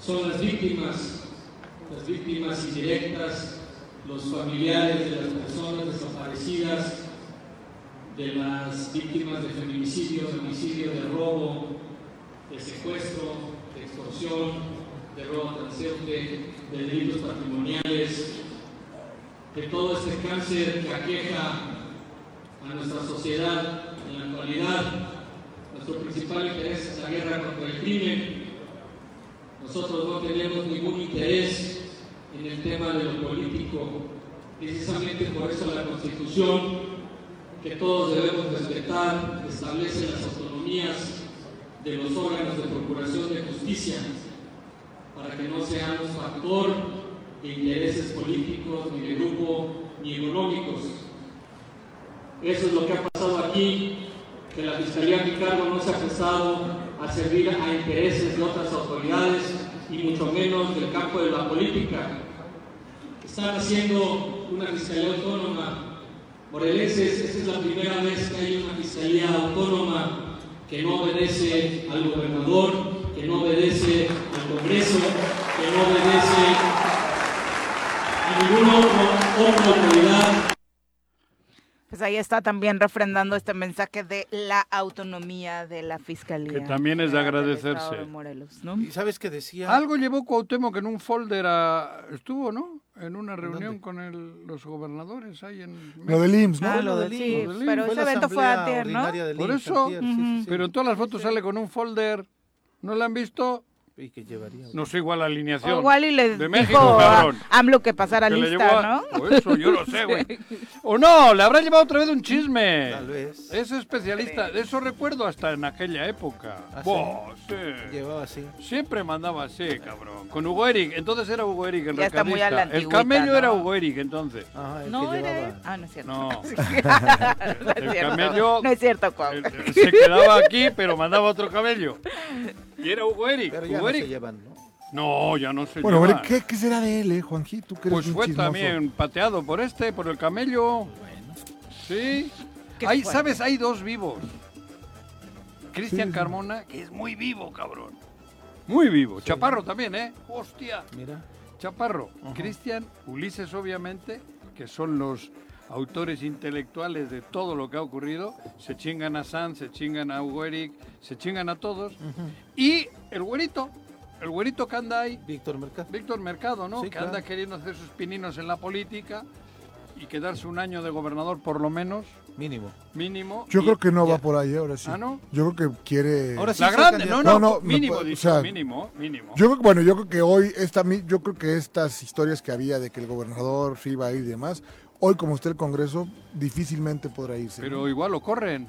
Speaker 4: son las víctimas, las víctimas indirectas, los familiares de las personas desaparecidas, de las víctimas de feminicidio, femicidio, de robo, de secuestro, de extorsión, de robo a transeúnte, de delitos patrimoniales, de todo este cáncer que aqueja a nuestra sociedad en la actualidad. Nuestro principal interés es la guerra contra el crimen. Nosotros no tenemos ningún interés en el tema de lo político. Precisamente por eso la Constitución, que todos debemos respetar, establece las autonomías de los órganos de procuración de justicia para que no seamos factor de intereses políticos, ni de grupo, ni económicos. Eso es lo que ha pasado aquí, que la Fiscalía a mi cargo no se ha prestado a servir a intereses de otras autoridades y mucho menos del campo de la política. Están haciendo una Fiscalía autónoma. Morelenses, esta es la primera vez que hay una Fiscalía autónoma que no obedece al gobernador, que no obedece al Congreso, que no obedece a ninguna otra autoridad
Speaker 1: Pues ahí está también refrendando este mensaje de la autonomía de la Fiscalía.
Speaker 2: Que también es de
Speaker 1: General del
Speaker 2: agradecerse.
Speaker 1: Estado de Morelos, ¿no?
Speaker 3: ¿Y sabes qué decía?
Speaker 2: Algo llevó Cuauhtémoc en un folder a... Estuvo, ¿no? En una
Speaker 3: dónde?
Speaker 2: reunión con el- los gobernadores ahí en...
Speaker 5: Lo del IMSS, ¿no?
Speaker 1: Ah, lo
Speaker 3: lo
Speaker 1: del
Speaker 3: del
Speaker 1: sí,
Speaker 2: IMSS,
Speaker 1: pero
Speaker 3: Fue
Speaker 1: ese
Speaker 3: la
Speaker 1: evento fue
Speaker 3: asamblea
Speaker 1: antier, ¿no?
Speaker 3: ordinaria del
Speaker 2: Por
Speaker 3: IMSS,
Speaker 2: eso,
Speaker 3: antier, sí, sí,
Speaker 1: ujú.
Speaker 3: sí.
Speaker 2: Pero en todas las fotos sale con un folder. ¿No la han visto?
Speaker 3: ¿Y qué llevaría?
Speaker 2: No sé igual la alineación.
Speaker 1: O Wally le
Speaker 2: de
Speaker 1: dijo
Speaker 2: México,
Speaker 1: a
Speaker 2: cabrón.
Speaker 1: AMLO que pasara
Speaker 2: que le llevó
Speaker 1: lista,
Speaker 2: a-
Speaker 1: ¿no?
Speaker 2: o eso, yo lo sé, güey. O no, le habrá llevado otra vez un chisme.
Speaker 3: Tal vez.
Speaker 2: Es especialista. De eso recuerdo hasta en aquella época.
Speaker 3: ¿Ah, sí?
Speaker 2: Buah, sí.
Speaker 3: Llevaba así.
Speaker 2: Siempre mandaba así, cabrón. Con Hugo Eric. Entonces era Hugo Eric el
Speaker 1: Ya está muy a la
Speaker 2: recadista. El
Speaker 1: antigüita,
Speaker 2: camello
Speaker 1: ¿no?
Speaker 2: era Hugo Eric entonces.
Speaker 3: Ah, el
Speaker 1: No
Speaker 3: que
Speaker 1: era
Speaker 3: llevaba.
Speaker 1: él. Ah, no es cierto.
Speaker 2: No.
Speaker 1: No es
Speaker 2: El
Speaker 1: cierto.
Speaker 2: camello-
Speaker 1: No es cierto, Cuau.
Speaker 2: El- el- se quedaba aquí, pero mandaba otro cabello. Y era Hugo Eric.
Speaker 3: Pero ya
Speaker 2: Hugo
Speaker 3: no se
Speaker 2: Eric-
Speaker 3: llevan, ¿no?
Speaker 2: No, ya no se
Speaker 5: Bueno, a
Speaker 2: lleva.
Speaker 5: ver, ¿qué, ¿qué será de él, eh, Juanjito? ¿Tú que eres
Speaker 2: Pues
Speaker 5: un
Speaker 2: fue
Speaker 5: chismoso.
Speaker 2: también pateado por este, por el camello. Sí.
Speaker 1: Qué
Speaker 2: Hay,
Speaker 1: fuerte.
Speaker 2: ¿Sabes? Hay dos vivos. Cristian
Speaker 5: Sí, sí.
Speaker 2: Carmona, que es muy vivo, cabrón. Muy vivo. Chaparro también, ¿eh? Hostia.
Speaker 3: Mira.
Speaker 2: Chaparro, Cristian, Ulises, obviamente, que son los autores intelectuales de todo lo que ha ocurrido. Se chingan a San, se chingan a Hugo Eric, se chingan a todos. Y el güerito, el güerito que anda ahí,
Speaker 3: Víctor Mercado.
Speaker 2: Víctor Mercado, ¿no?
Speaker 3: Sí,
Speaker 2: que
Speaker 3: claro.
Speaker 2: anda queriendo hacer sus pininos en la política y quedarse un año de gobernador por lo menos.
Speaker 3: mínimo.
Speaker 2: mínimo.
Speaker 5: Yo
Speaker 2: y-
Speaker 5: creo que no
Speaker 3: ya.
Speaker 5: va por ahí ahora sí.
Speaker 2: Ah, ¿no?
Speaker 5: Yo creo que quiere.
Speaker 3: Ahora sí
Speaker 2: La
Speaker 3: fue
Speaker 2: grande,
Speaker 3: candidato.
Speaker 2: no, no,
Speaker 5: No, no,
Speaker 2: mínimo,
Speaker 5: no,
Speaker 2: dice,
Speaker 5: o sea,
Speaker 2: mínimo, mínimo.
Speaker 5: Yo creo que, bueno, yo creo que hoy, esta, mi- yo creo que estas historias que había de que el gobernador se iba a ir y demás, hoy como está el Congreso, difícilmente podrá irse. ¿no?
Speaker 2: pero igual lo corren.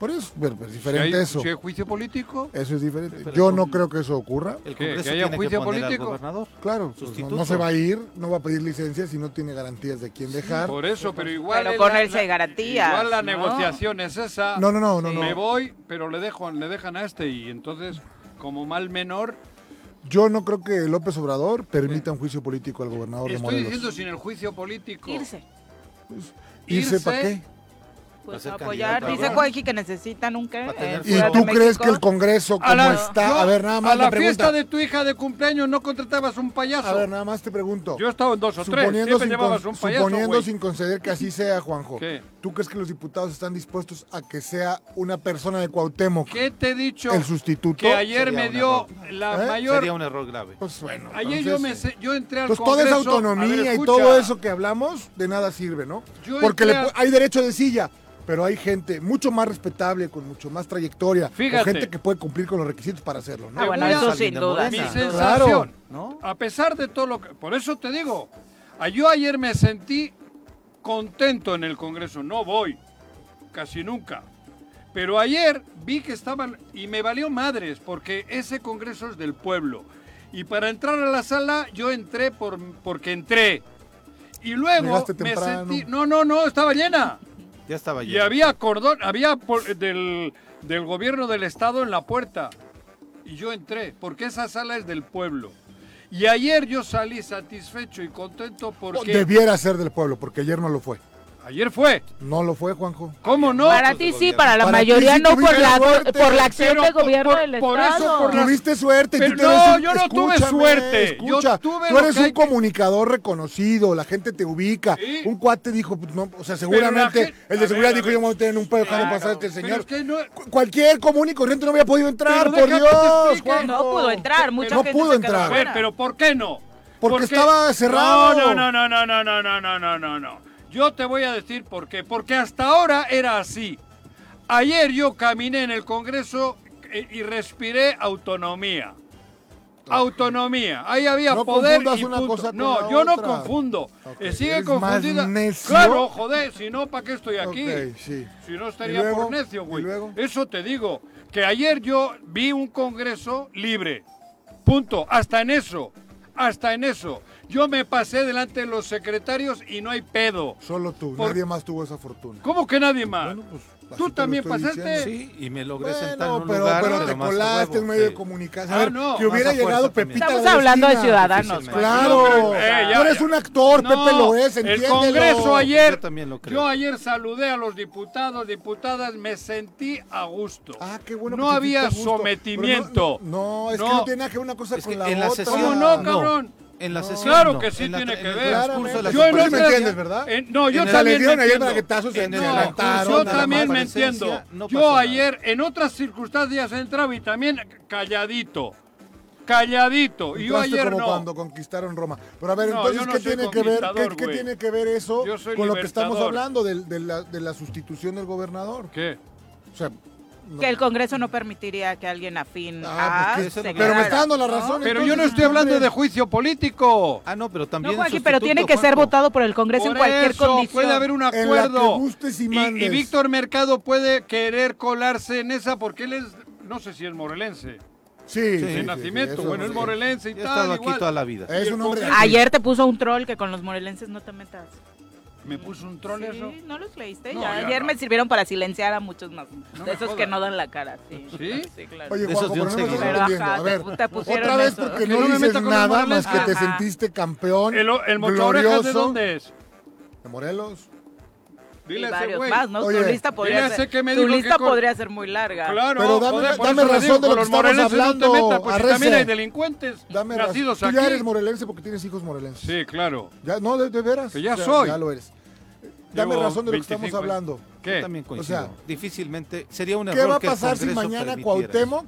Speaker 5: Por eso, bueno, pero es
Speaker 2: Si hay,
Speaker 5: diferente eso.
Speaker 2: si hay juicio político,
Speaker 5: Eso es diferente.
Speaker 3: Pero
Speaker 5: Yo
Speaker 3: con-
Speaker 5: no creo que eso ocurra.
Speaker 3: El
Speaker 2: ¿Qué?
Speaker 3: Congreso
Speaker 2: ¿Que haya
Speaker 3: tiene
Speaker 2: juicio
Speaker 3: que poner
Speaker 2: político?
Speaker 3: al gobernador.
Speaker 5: Claro, pues, no,
Speaker 3: Sustituto.
Speaker 5: no se va a ir, no va a pedir licencia si no tiene garantías de quién dejar.
Speaker 2: por eso, pero igual.
Speaker 1: Pero
Speaker 2: es
Speaker 1: ponerse garantías,
Speaker 2: Igual la
Speaker 1: ¿no?
Speaker 2: negociación es esa.
Speaker 5: No, no, no, no,
Speaker 2: Me
Speaker 5: no.
Speaker 2: voy, pero le, dejo, le dejan a este. Y entonces, como mal menor,
Speaker 5: Yo no creo que López Obrador permita un juicio político al gobernador de
Speaker 2: estoy
Speaker 5: Morelos. Pues,
Speaker 2: diciendo sin el juicio político.
Speaker 1: Irse.
Speaker 5: ¿Irse
Speaker 2: irse.
Speaker 5: para qué?
Speaker 1: Pues
Speaker 3: ser
Speaker 1: apoyar.
Speaker 3: candidato a
Speaker 1: Dice
Speaker 3: Guam.
Speaker 1: Joaquín que necesitan un qué.
Speaker 3: Para tener
Speaker 1: en
Speaker 3: fuego.
Speaker 5: ¿Y
Speaker 1: Ciudad Eh, de
Speaker 5: tú crees que el
Speaker 1: México.
Speaker 5: Congreso como está?
Speaker 2: yo,
Speaker 5: a ver, nada más
Speaker 2: a la
Speaker 5: una pregunta.
Speaker 2: fiesta de tu hija de cumpleaños no contratabas un payaso.
Speaker 5: A ver, nada más te pregunto.
Speaker 2: Yo he estado en dos o tres.
Speaker 5: Suponiendo,
Speaker 2: Siempre
Speaker 5: sin,
Speaker 2: llevabas
Speaker 5: con-
Speaker 2: un payaso.
Speaker 5: suponiendo
Speaker 2: güey.
Speaker 5: sin conceder que así sea, Juanjo.
Speaker 2: ¿Qué?
Speaker 5: ¿Tú crees que los diputados están dispuestos a que sea una persona de Cuauhtémoc
Speaker 2: ¿Qué te he dicho?
Speaker 5: el sustituto?
Speaker 2: que ayer
Speaker 3: Sería
Speaker 2: me
Speaker 3: un
Speaker 2: dio
Speaker 3: error.
Speaker 2: la
Speaker 5: ¿Eh?
Speaker 2: mayor.
Speaker 3: Sería un error grave.
Speaker 5: Pues bueno.
Speaker 2: Ayer yo,
Speaker 5: entonces,
Speaker 2: me, sé- yo entré al
Speaker 5: Pues toda
Speaker 2: Congreso.
Speaker 5: esa
Speaker 2: A
Speaker 5: autonomía
Speaker 2: ver,
Speaker 5: y
Speaker 2: escucha,
Speaker 5: todo eso que hablamos, de nada sirve, ¿no?
Speaker 2: Yo
Speaker 5: Porque
Speaker 2: entré
Speaker 5: le
Speaker 2: a-
Speaker 5: pu- hay derecho de silla, pero hay gente mucho más respetable, con mucho más trayectoria, o
Speaker 2: Fíjate.
Speaker 5: gente que puede cumplir con los requisitos para hacerlo, ¿no?
Speaker 1: Ah, bueno,
Speaker 2: voy a
Speaker 1: eso
Speaker 3: salir
Speaker 1: sin
Speaker 3: de
Speaker 1: duda.
Speaker 3: Morena.
Speaker 2: Mi
Speaker 1: sin
Speaker 3: Claro.
Speaker 1: duda.
Speaker 2: sensación.
Speaker 3: ¿No?
Speaker 2: A pesar de todo lo que. Por eso te digo. a- Yo ayer me sentí contento en el Congreso. No voy. Casi nunca. Pero ayer vi que estaban. Y me valió madres. Porque ese Congreso es del pueblo. Y para entrar a la sala, yo entré por, porque entré. Y luego
Speaker 5: Llegaste
Speaker 2: me
Speaker 5: temprano.
Speaker 2: sentí. No, no, no, estaba llena.
Speaker 3: Ya estaba
Speaker 2: Y
Speaker 3: lleno.
Speaker 2: había cordón, había pol- del, del gobierno del estado en la puerta. Y yo entré, porque esa sala es del pueblo. Y ayer yo salí satisfecho y contento porque...
Speaker 5: Debiera ser del pueblo, porque ayer no lo fue.
Speaker 2: Ayer fue.
Speaker 5: No lo fue, Juanjo.
Speaker 2: ¿Cómo no?
Speaker 3: Para
Speaker 7: Para
Speaker 3: ti
Speaker 7: ti
Speaker 3: Pues, sí,
Speaker 7: sí,
Speaker 3: gobierno. para
Speaker 7: para la
Speaker 5: Para ti
Speaker 7: mayoría
Speaker 5: sí
Speaker 7: no por
Speaker 5: tuviste
Speaker 7: la,
Speaker 5: suerte,
Speaker 7: por la acción
Speaker 2: pero
Speaker 7: del
Speaker 2: por-
Speaker 7: gobierno
Speaker 2: por-
Speaker 7: del
Speaker 2: por eso,
Speaker 7: Estado.
Speaker 2: por la-
Speaker 5: Tuviste suerte. y
Speaker 2: Pero
Speaker 5: tú te
Speaker 2: no,
Speaker 5: ves-
Speaker 2: yo no tuve
Speaker 5: escúchame,
Speaker 2: suerte. Yo
Speaker 5: Escucha,
Speaker 2: tuve
Speaker 5: tú
Speaker 2: lo
Speaker 5: eres
Speaker 2: que hay
Speaker 5: un
Speaker 2: que-
Speaker 5: comunicador reconocido, la gente te ubica.
Speaker 2: Sí.
Speaker 5: Un cuate dijo, pues, no, o sea,
Speaker 2: la
Speaker 5: seguramente
Speaker 2: gente-
Speaker 5: el
Speaker 2: a ver,
Speaker 5: de seguridad
Speaker 2: a
Speaker 5: dijo,
Speaker 2: ver.
Speaker 5: yo me voy a tener un pedo dejando
Speaker 2: Claro,
Speaker 5: pasar a este señor.
Speaker 2: pero es que no-
Speaker 5: Cu- Cualquier común y corriente no había podido entrar,
Speaker 2: Pero
Speaker 5: por
Speaker 2: deja que te
Speaker 5: Dios,
Speaker 2: explique.
Speaker 5: Juanjo.
Speaker 1: No pudo entrar, mucha
Speaker 5: No
Speaker 1: gente
Speaker 5: pudo
Speaker 1: se
Speaker 5: entrar.
Speaker 2: A
Speaker 1: Quedó
Speaker 2: ver,
Speaker 1: fuera.
Speaker 2: pero ¿por qué no?
Speaker 5: Porque estaba cerrado.
Speaker 2: No, no, no, no, no, no, no, no, no, no, no. Yo te voy a decir por qué. Porque hasta ahora era así. Ayer yo caminé en el Congreso eh, y respiré autonomía. Autonomía. Ahí había
Speaker 5: No
Speaker 2: poder
Speaker 5: confundas
Speaker 2: y
Speaker 5: una
Speaker 2: punto.
Speaker 5: cosa con
Speaker 2: no,
Speaker 5: la
Speaker 2: yo no
Speaker 5: otra.
Speaker 2: confundo.
Speaker 5: Ok,
Speaker 2: Eh, sigue
Speaker 5: eres más
Speaker 2: confundida.
Speaker 5: necio.
Speaker 2: Claro, joder, si no, ¿para qué estoy aquí?
Speaker 5: Ok, sí.
Speaker 2: Si no estaría
Speaker 5: ¿Y luego?
Speaker 2: por necio, güey.
Speaker 5: ¿Y luego?
Speaker 2: Eso te digo, que ayer yo vi un congreso libre. Punto. Hasta en eso. Hasta en eso. Yo me pasé delante de los secretarios y no hay pedo.
Speaker 5: Solo tú,
Speaker 2: Por-
Speaker 5: Pues nadie más tuvo esa fortuna.
Speaker 2: ¿Cómo que nadie más?
Speaker 5: Bueno, pues, así te
Speaker 2: ¿Tú
Speaker 5: lo
Speaker 2: también
Speaker 5: estoy
Speaker 2: pasaste?
Speaker 5: diciendo.
Speaker 3: Sí, y me logré sentar en
Speaker 5: Bueno,
Speaker 3: un
Speaker 5: pero,
Speaker 3: lugar.
Speaker 5: pero te
Speaker 3: más a
Speaker 5: colaste
Speaker 3: huevo,
Speaker 5: en medio
Speaker 3: sí.
Speaker 5: de comunicación.
Speaker 2: Ah,
Speaker 5: A ver,
Speaker 2: no.
Speaker 5: que hubiera
Speaker 3: Más a fuerza
Speaker 5: llegado
Speaker 3: también.
Speaker 5: Pepita.
Speaker 1: Estamos
Speaker 5: la la
Speaker 1: hablando de
Speaker 5: esquina.
Speaker 1: ciudadanos. pues.
Speaker 3: Difícilmente.
Speaker 5: Claro.
Speaker 2: No, eh, ya,
Speaker 5: Tú eres
Speaker 2: ya.
Speaker 5: un actor, Pepe lo es,
Speaker 2: el
Speaker 5: entiéndelo.
Speaker 2: Congreso ayer,
Speaker 3: Yo también lo creo.
Speaker 2: yo ayer saludé a los diputados, diputadas, me sentí a gusto.
Speaker 5: Ah, qué bueno.
Speaker 2: No
Speaker 5: que te
Speaker 2: había
Speaker 5: sentiste a gusto.
Speaker 2: sometimiento.
Speaker 5: Pero No, no, es que no tiene nada que ver una cosa
Speaker 3: Es
Speaker 5: con
Speaker 3: que
Speaker 5: la
Speaker 3: en la
Speaker 5: otra.
Speaker 3: sesión.
Speaker 2: ¿Cómo no, cabrón?
Speaker 3: En la
Speaker 5: No.
Speaker 3: sesión.
Speaker 2: Claro
Speaker 3: no.
Speaker 2: que sí
Speaker 3: En la-
Speaker 2: tiene que
Speaker 3: en el
Speaker 2: ver.
Speaker 3: transcurso de la
Speaker 5: Yo en
Speaker 3: sesión.
Speaker 5: otra- me entiendes, ¿verdad?
Speaker 2: en- no, yo
Speaker 3: En el-
Speaker 2: también
Speaker 5: le dieron
Speaker 2: me
Speaker 5: ayer
Speaker 2: entiendo.
Speaker 5: braguetazos, se-
Speaker 3: En
Speaker 5: se
Speaker 3: el-
Speaker 2: No,
Speaker 5: levantaron,
Speaker 2: yo
Speaker 5: de la
Speaker 2: también me
Speaker 5: comparecencia.
Speaker 2: entiendo.
Speaker 3: no pasó
Speaker 2: yo
Speaker 3: nada.
Speaker 2: ayer en otras circunstancias entraba y también calladito. Calladito. Y yo
Speaker 5: Entraste
Speaker 2: ayer
Speaker 5: como
Speaker 2: no.
Speaker 5: cuando conquistaron Roma. Pero a ver,
Speaker 2: No, yo
Speaker 5: entonces,
Speaker 2: no
Speaker 5: ¿qué,
Speaker 2: soy
Speaker 5: tiene que ver, ¿qué,
Speaker 2: conquistador,
Speaker 5: qué
Speaker 2: güey.
Speaker 5: tiene que ver eso
Speaker 2: Yo soy
Speaker 5: con lo que estamos
Speaker 2: libertador.
Speaker 5: hablando del- de, la, de la sustitución del gobernador?
Speaker 2: ¿Qué?
Speaker 5: O sea, no.
Speaker 1: Que el Congreso no permitiría que alguien afín
Speaker 5: Ah,
Speaker 1: a
Speaker 5: pues
Speaker 3: que-
Speaker 1: se
Speaker 3: pero
Speaker 5: Pero me
Speaker 1: quedara,
Speaker 5: está dando la
Speaker 1: ¿no?
Speaker 5: razón.
Speaker 2: Pero yo no
Speaker 5: entonces,
Speaker 2: estoy hablando
Speaker 5: hombre.
Speaker 2: de juicio político.
Speaker 3: Ah, no, pero también.
Speaker 1: No, Joaquín, pero tiene que ser
Speaker 3: votado.
Speaker 1: votado por el Congreso
Speaker 2: Por
Speaker 1: en cualquier
Speaker 2: eso
Speaker 1: condición.
Speaker 2: puede haber un
Speaker 5: En la que
Speaker 2: acuerdo.
Speaker 5: gustes y
Speaker 2: Y- y,
Speaker 5: mandes.
Speaker 2: Víctor Mercado puede querer colarse en esa porque él es, no sé si es morelense,
Speaker 5: Sí, sí,
Speaker 3: de
Speaker 5: sí,
Speaker 2: de
Speaker 5: sí,
Speaker 2: nacimiento,
Speaker 5: eso
Speaker 2: bueno,
Speaker 5: sí.
Speaker 2: es morelense y
Speaker 3: He
Speaker 2: tal.
Speaker 3: estado aquí
Speaker 2: igual.
Speaker 3: toda la vida.
Speaker 5: Es un hombre.
Speaker 1: Ayer te puso un troll que con los morelenses no te metas.
Speaker 2: Me puso un troll
Speaker 1: Sí,
Speaker 2: eso.
Speaker 1: no los leíste.
Speaker 2: No,
Speaker 1: ya.
Speaker 2: ya
Speaker 1: Ayer
Speaker 2: no.
Speaker 1: me sirvieron para silenciar a muchos más.
Speaker 2: No me
Speaker 1: de esos
Speaker 2: jodas.
Speaker 1: que no dan la cara. Sí,
Speaker 2: ¿Sí?
Speaker 1: claro.
Speaker 5: Oye,
Speaker 3: De
Speaker 5: Juanjo,
Speaker 3: esos
Speaker 5: pero
Speaker 3: de un
Speaker 5: no me estás
Speaker 3: seguidor.
Speaker 1: Pero
Speaker 5: entendiendo.
Speaker 1: ajá,
Speaker 5: A
Speaker 1: te
Speaker 5: ver,
Speaker 1: pu- te pusieron
Speaker 5: otra vez
Speaker 1: eso.
Speaker 5: porque
Speaker 2: Que
Speaker 5: no,
Speaker 2: no me meta
Speaker 5: dices
Speaker 2: con los
Speaker 5: nada más
Speaker 2: morelenses.
Speaker 5: que te
Speaker 1: Ajá.
Speaker 5: sentiste campeón,
Speaker 2: El, el motorrejas
Speaker 5: glorioso
Speaker 2: de dónde es?
Speaker 5: de Morelos.
Speaker 2: Dile
Speaker 1: Y
Speaker 2: a ese
Speaker 1: varios
Speaker 2: güey.
Speaker 1: más, ¿no?
Speaker 5: Oye,
Speaker 1: tu lista, podría
Speaker 2: ese
Speaker 1: ser,
Speaker 2: que me
Speaker 1: tu
Speaker 2: dijo que
Speaker 1: lista
Speaker 2: con-
Speaker 1: podría ser muy larga.
Speaker 2: Claro,
Speaker 5: Pero dame-
Speaker 2: joder, por
Speaker 5: dame
Speaker 2: eso le digo,
Speaker 5: razón de lo
Speaker 2: con
Speaker 5: que
Speaker 2: los
Speaker 5: estamos
Speaker 2: morelenses No
Speaker 5: hablando,
Speaker 2: te metas, pues si
Speaker 5: Arrece.
Speaker 2: también hay delincuentes
Speaker 5: Dame razón.
Speaker 2: nacidos
Speaker 5: Tú
Speaker 2: aquí.
Speaker 5: ya eres morelense porque tienes hijos morelenses.
Speaker 2: Sí, claro.
Speaker 5: Ya, no, de, de veras.
Speaker 2: Que ya
Speaker 5: O sea,
Speaker 2: soy.
Speaker 5: Ya lo eres. Dame
Speaker 2: Llevo
Speaker 5: razón de lo que estamos
Speaker 2: 25 años.
Speaker 5: hablando.
Speaker 3: Yo
Speaker 2: ¿Qué?
Speaker 3: también
Speaker 5: O
Speaker 3: coincido.
Speaker 5: sea,
Speaker 3: Difícilmente. Sería un error.
Speaker 5: ¿Qué va a
Speaker 3: que el
Speaker 5: pasar si
Speaker 3: Congreso
Speaker 5: mañana
Speaker 3: permitiera
Speaker 5: Cuauhtémoc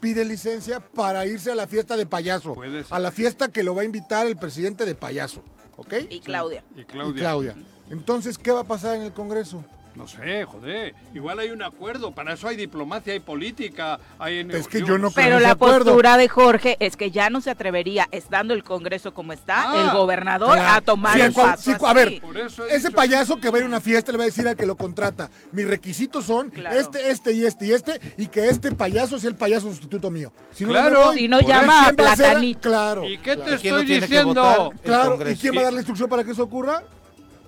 Speaker 5: pide licencia para irse a la fiesta de payaso?
Speaker 2: Puede ser.
Speaker 5: A la fiesta que lo va a invitar el presidente de payaso. ¿Ok?
Speaker 1: Y Claudia.
Speaker 2: Y
Speaker 5: Y
Speaker 2: Claudia.
Speaker 5: Claudia. Entonces, ¿qué va a pasar en el Congreso?
Speaker 2: No sé, joder. Igual hay un acuerdo. Para eso hay diplomacia, hay política, hay...
Speaker 5: Es que yo no creo
Speaker 1: Pero
Speaker 5: en
Speaker 1: la
Speaker 5: ese acuerdo.
Speaker 1: postura de Jorge es que ya no se atrevería, estando el Congreso como está,
Speaker 2: Ah,
Speaker 1: el gobernador
Speaker 5: Claro.
Speaker 1: a tomar
Speaker 5: Sí,
Speaker 1: el
Speaker 5: en cuan-
Speaker 1: paso
Speaker 5: sí,
Speaker 1: así.
Speaker 5: A ver,
Speaker 2: Por eso he
Speaker 5: ese
Speaker 2: dicho-
Speaker 5: payaso que va a ir a una fiesta le va a decir al que lo contrata, mis requisitos son
Speaker 1: Claro.
Speaker 5: este, este y este y este, y que este payaso sea el payaso sustituto mío. Si no,
Speaker 2: Claro.
Speaker 5: no voy.
Speaker 1: si no
Speaker 2: por
Speaker 1: llama a
Speaker 5: ¿Quién va a ser?
Speaker 1: Platanito.
Speaker 5: Claro.
Speaker 2: ¿Y qué te
Speaker 5: claro.
Speaker 3: ¿Quién lo
Speaker 2: estoy
Speaker 3: tiene que votar?
Speaker 2: diciendo?
Speaker 3: El
Speaker 5: Claro, ¿y
Speaker 3: Congreso.
Speaker 5: quién va a dar la instrucción para que eso ocurra?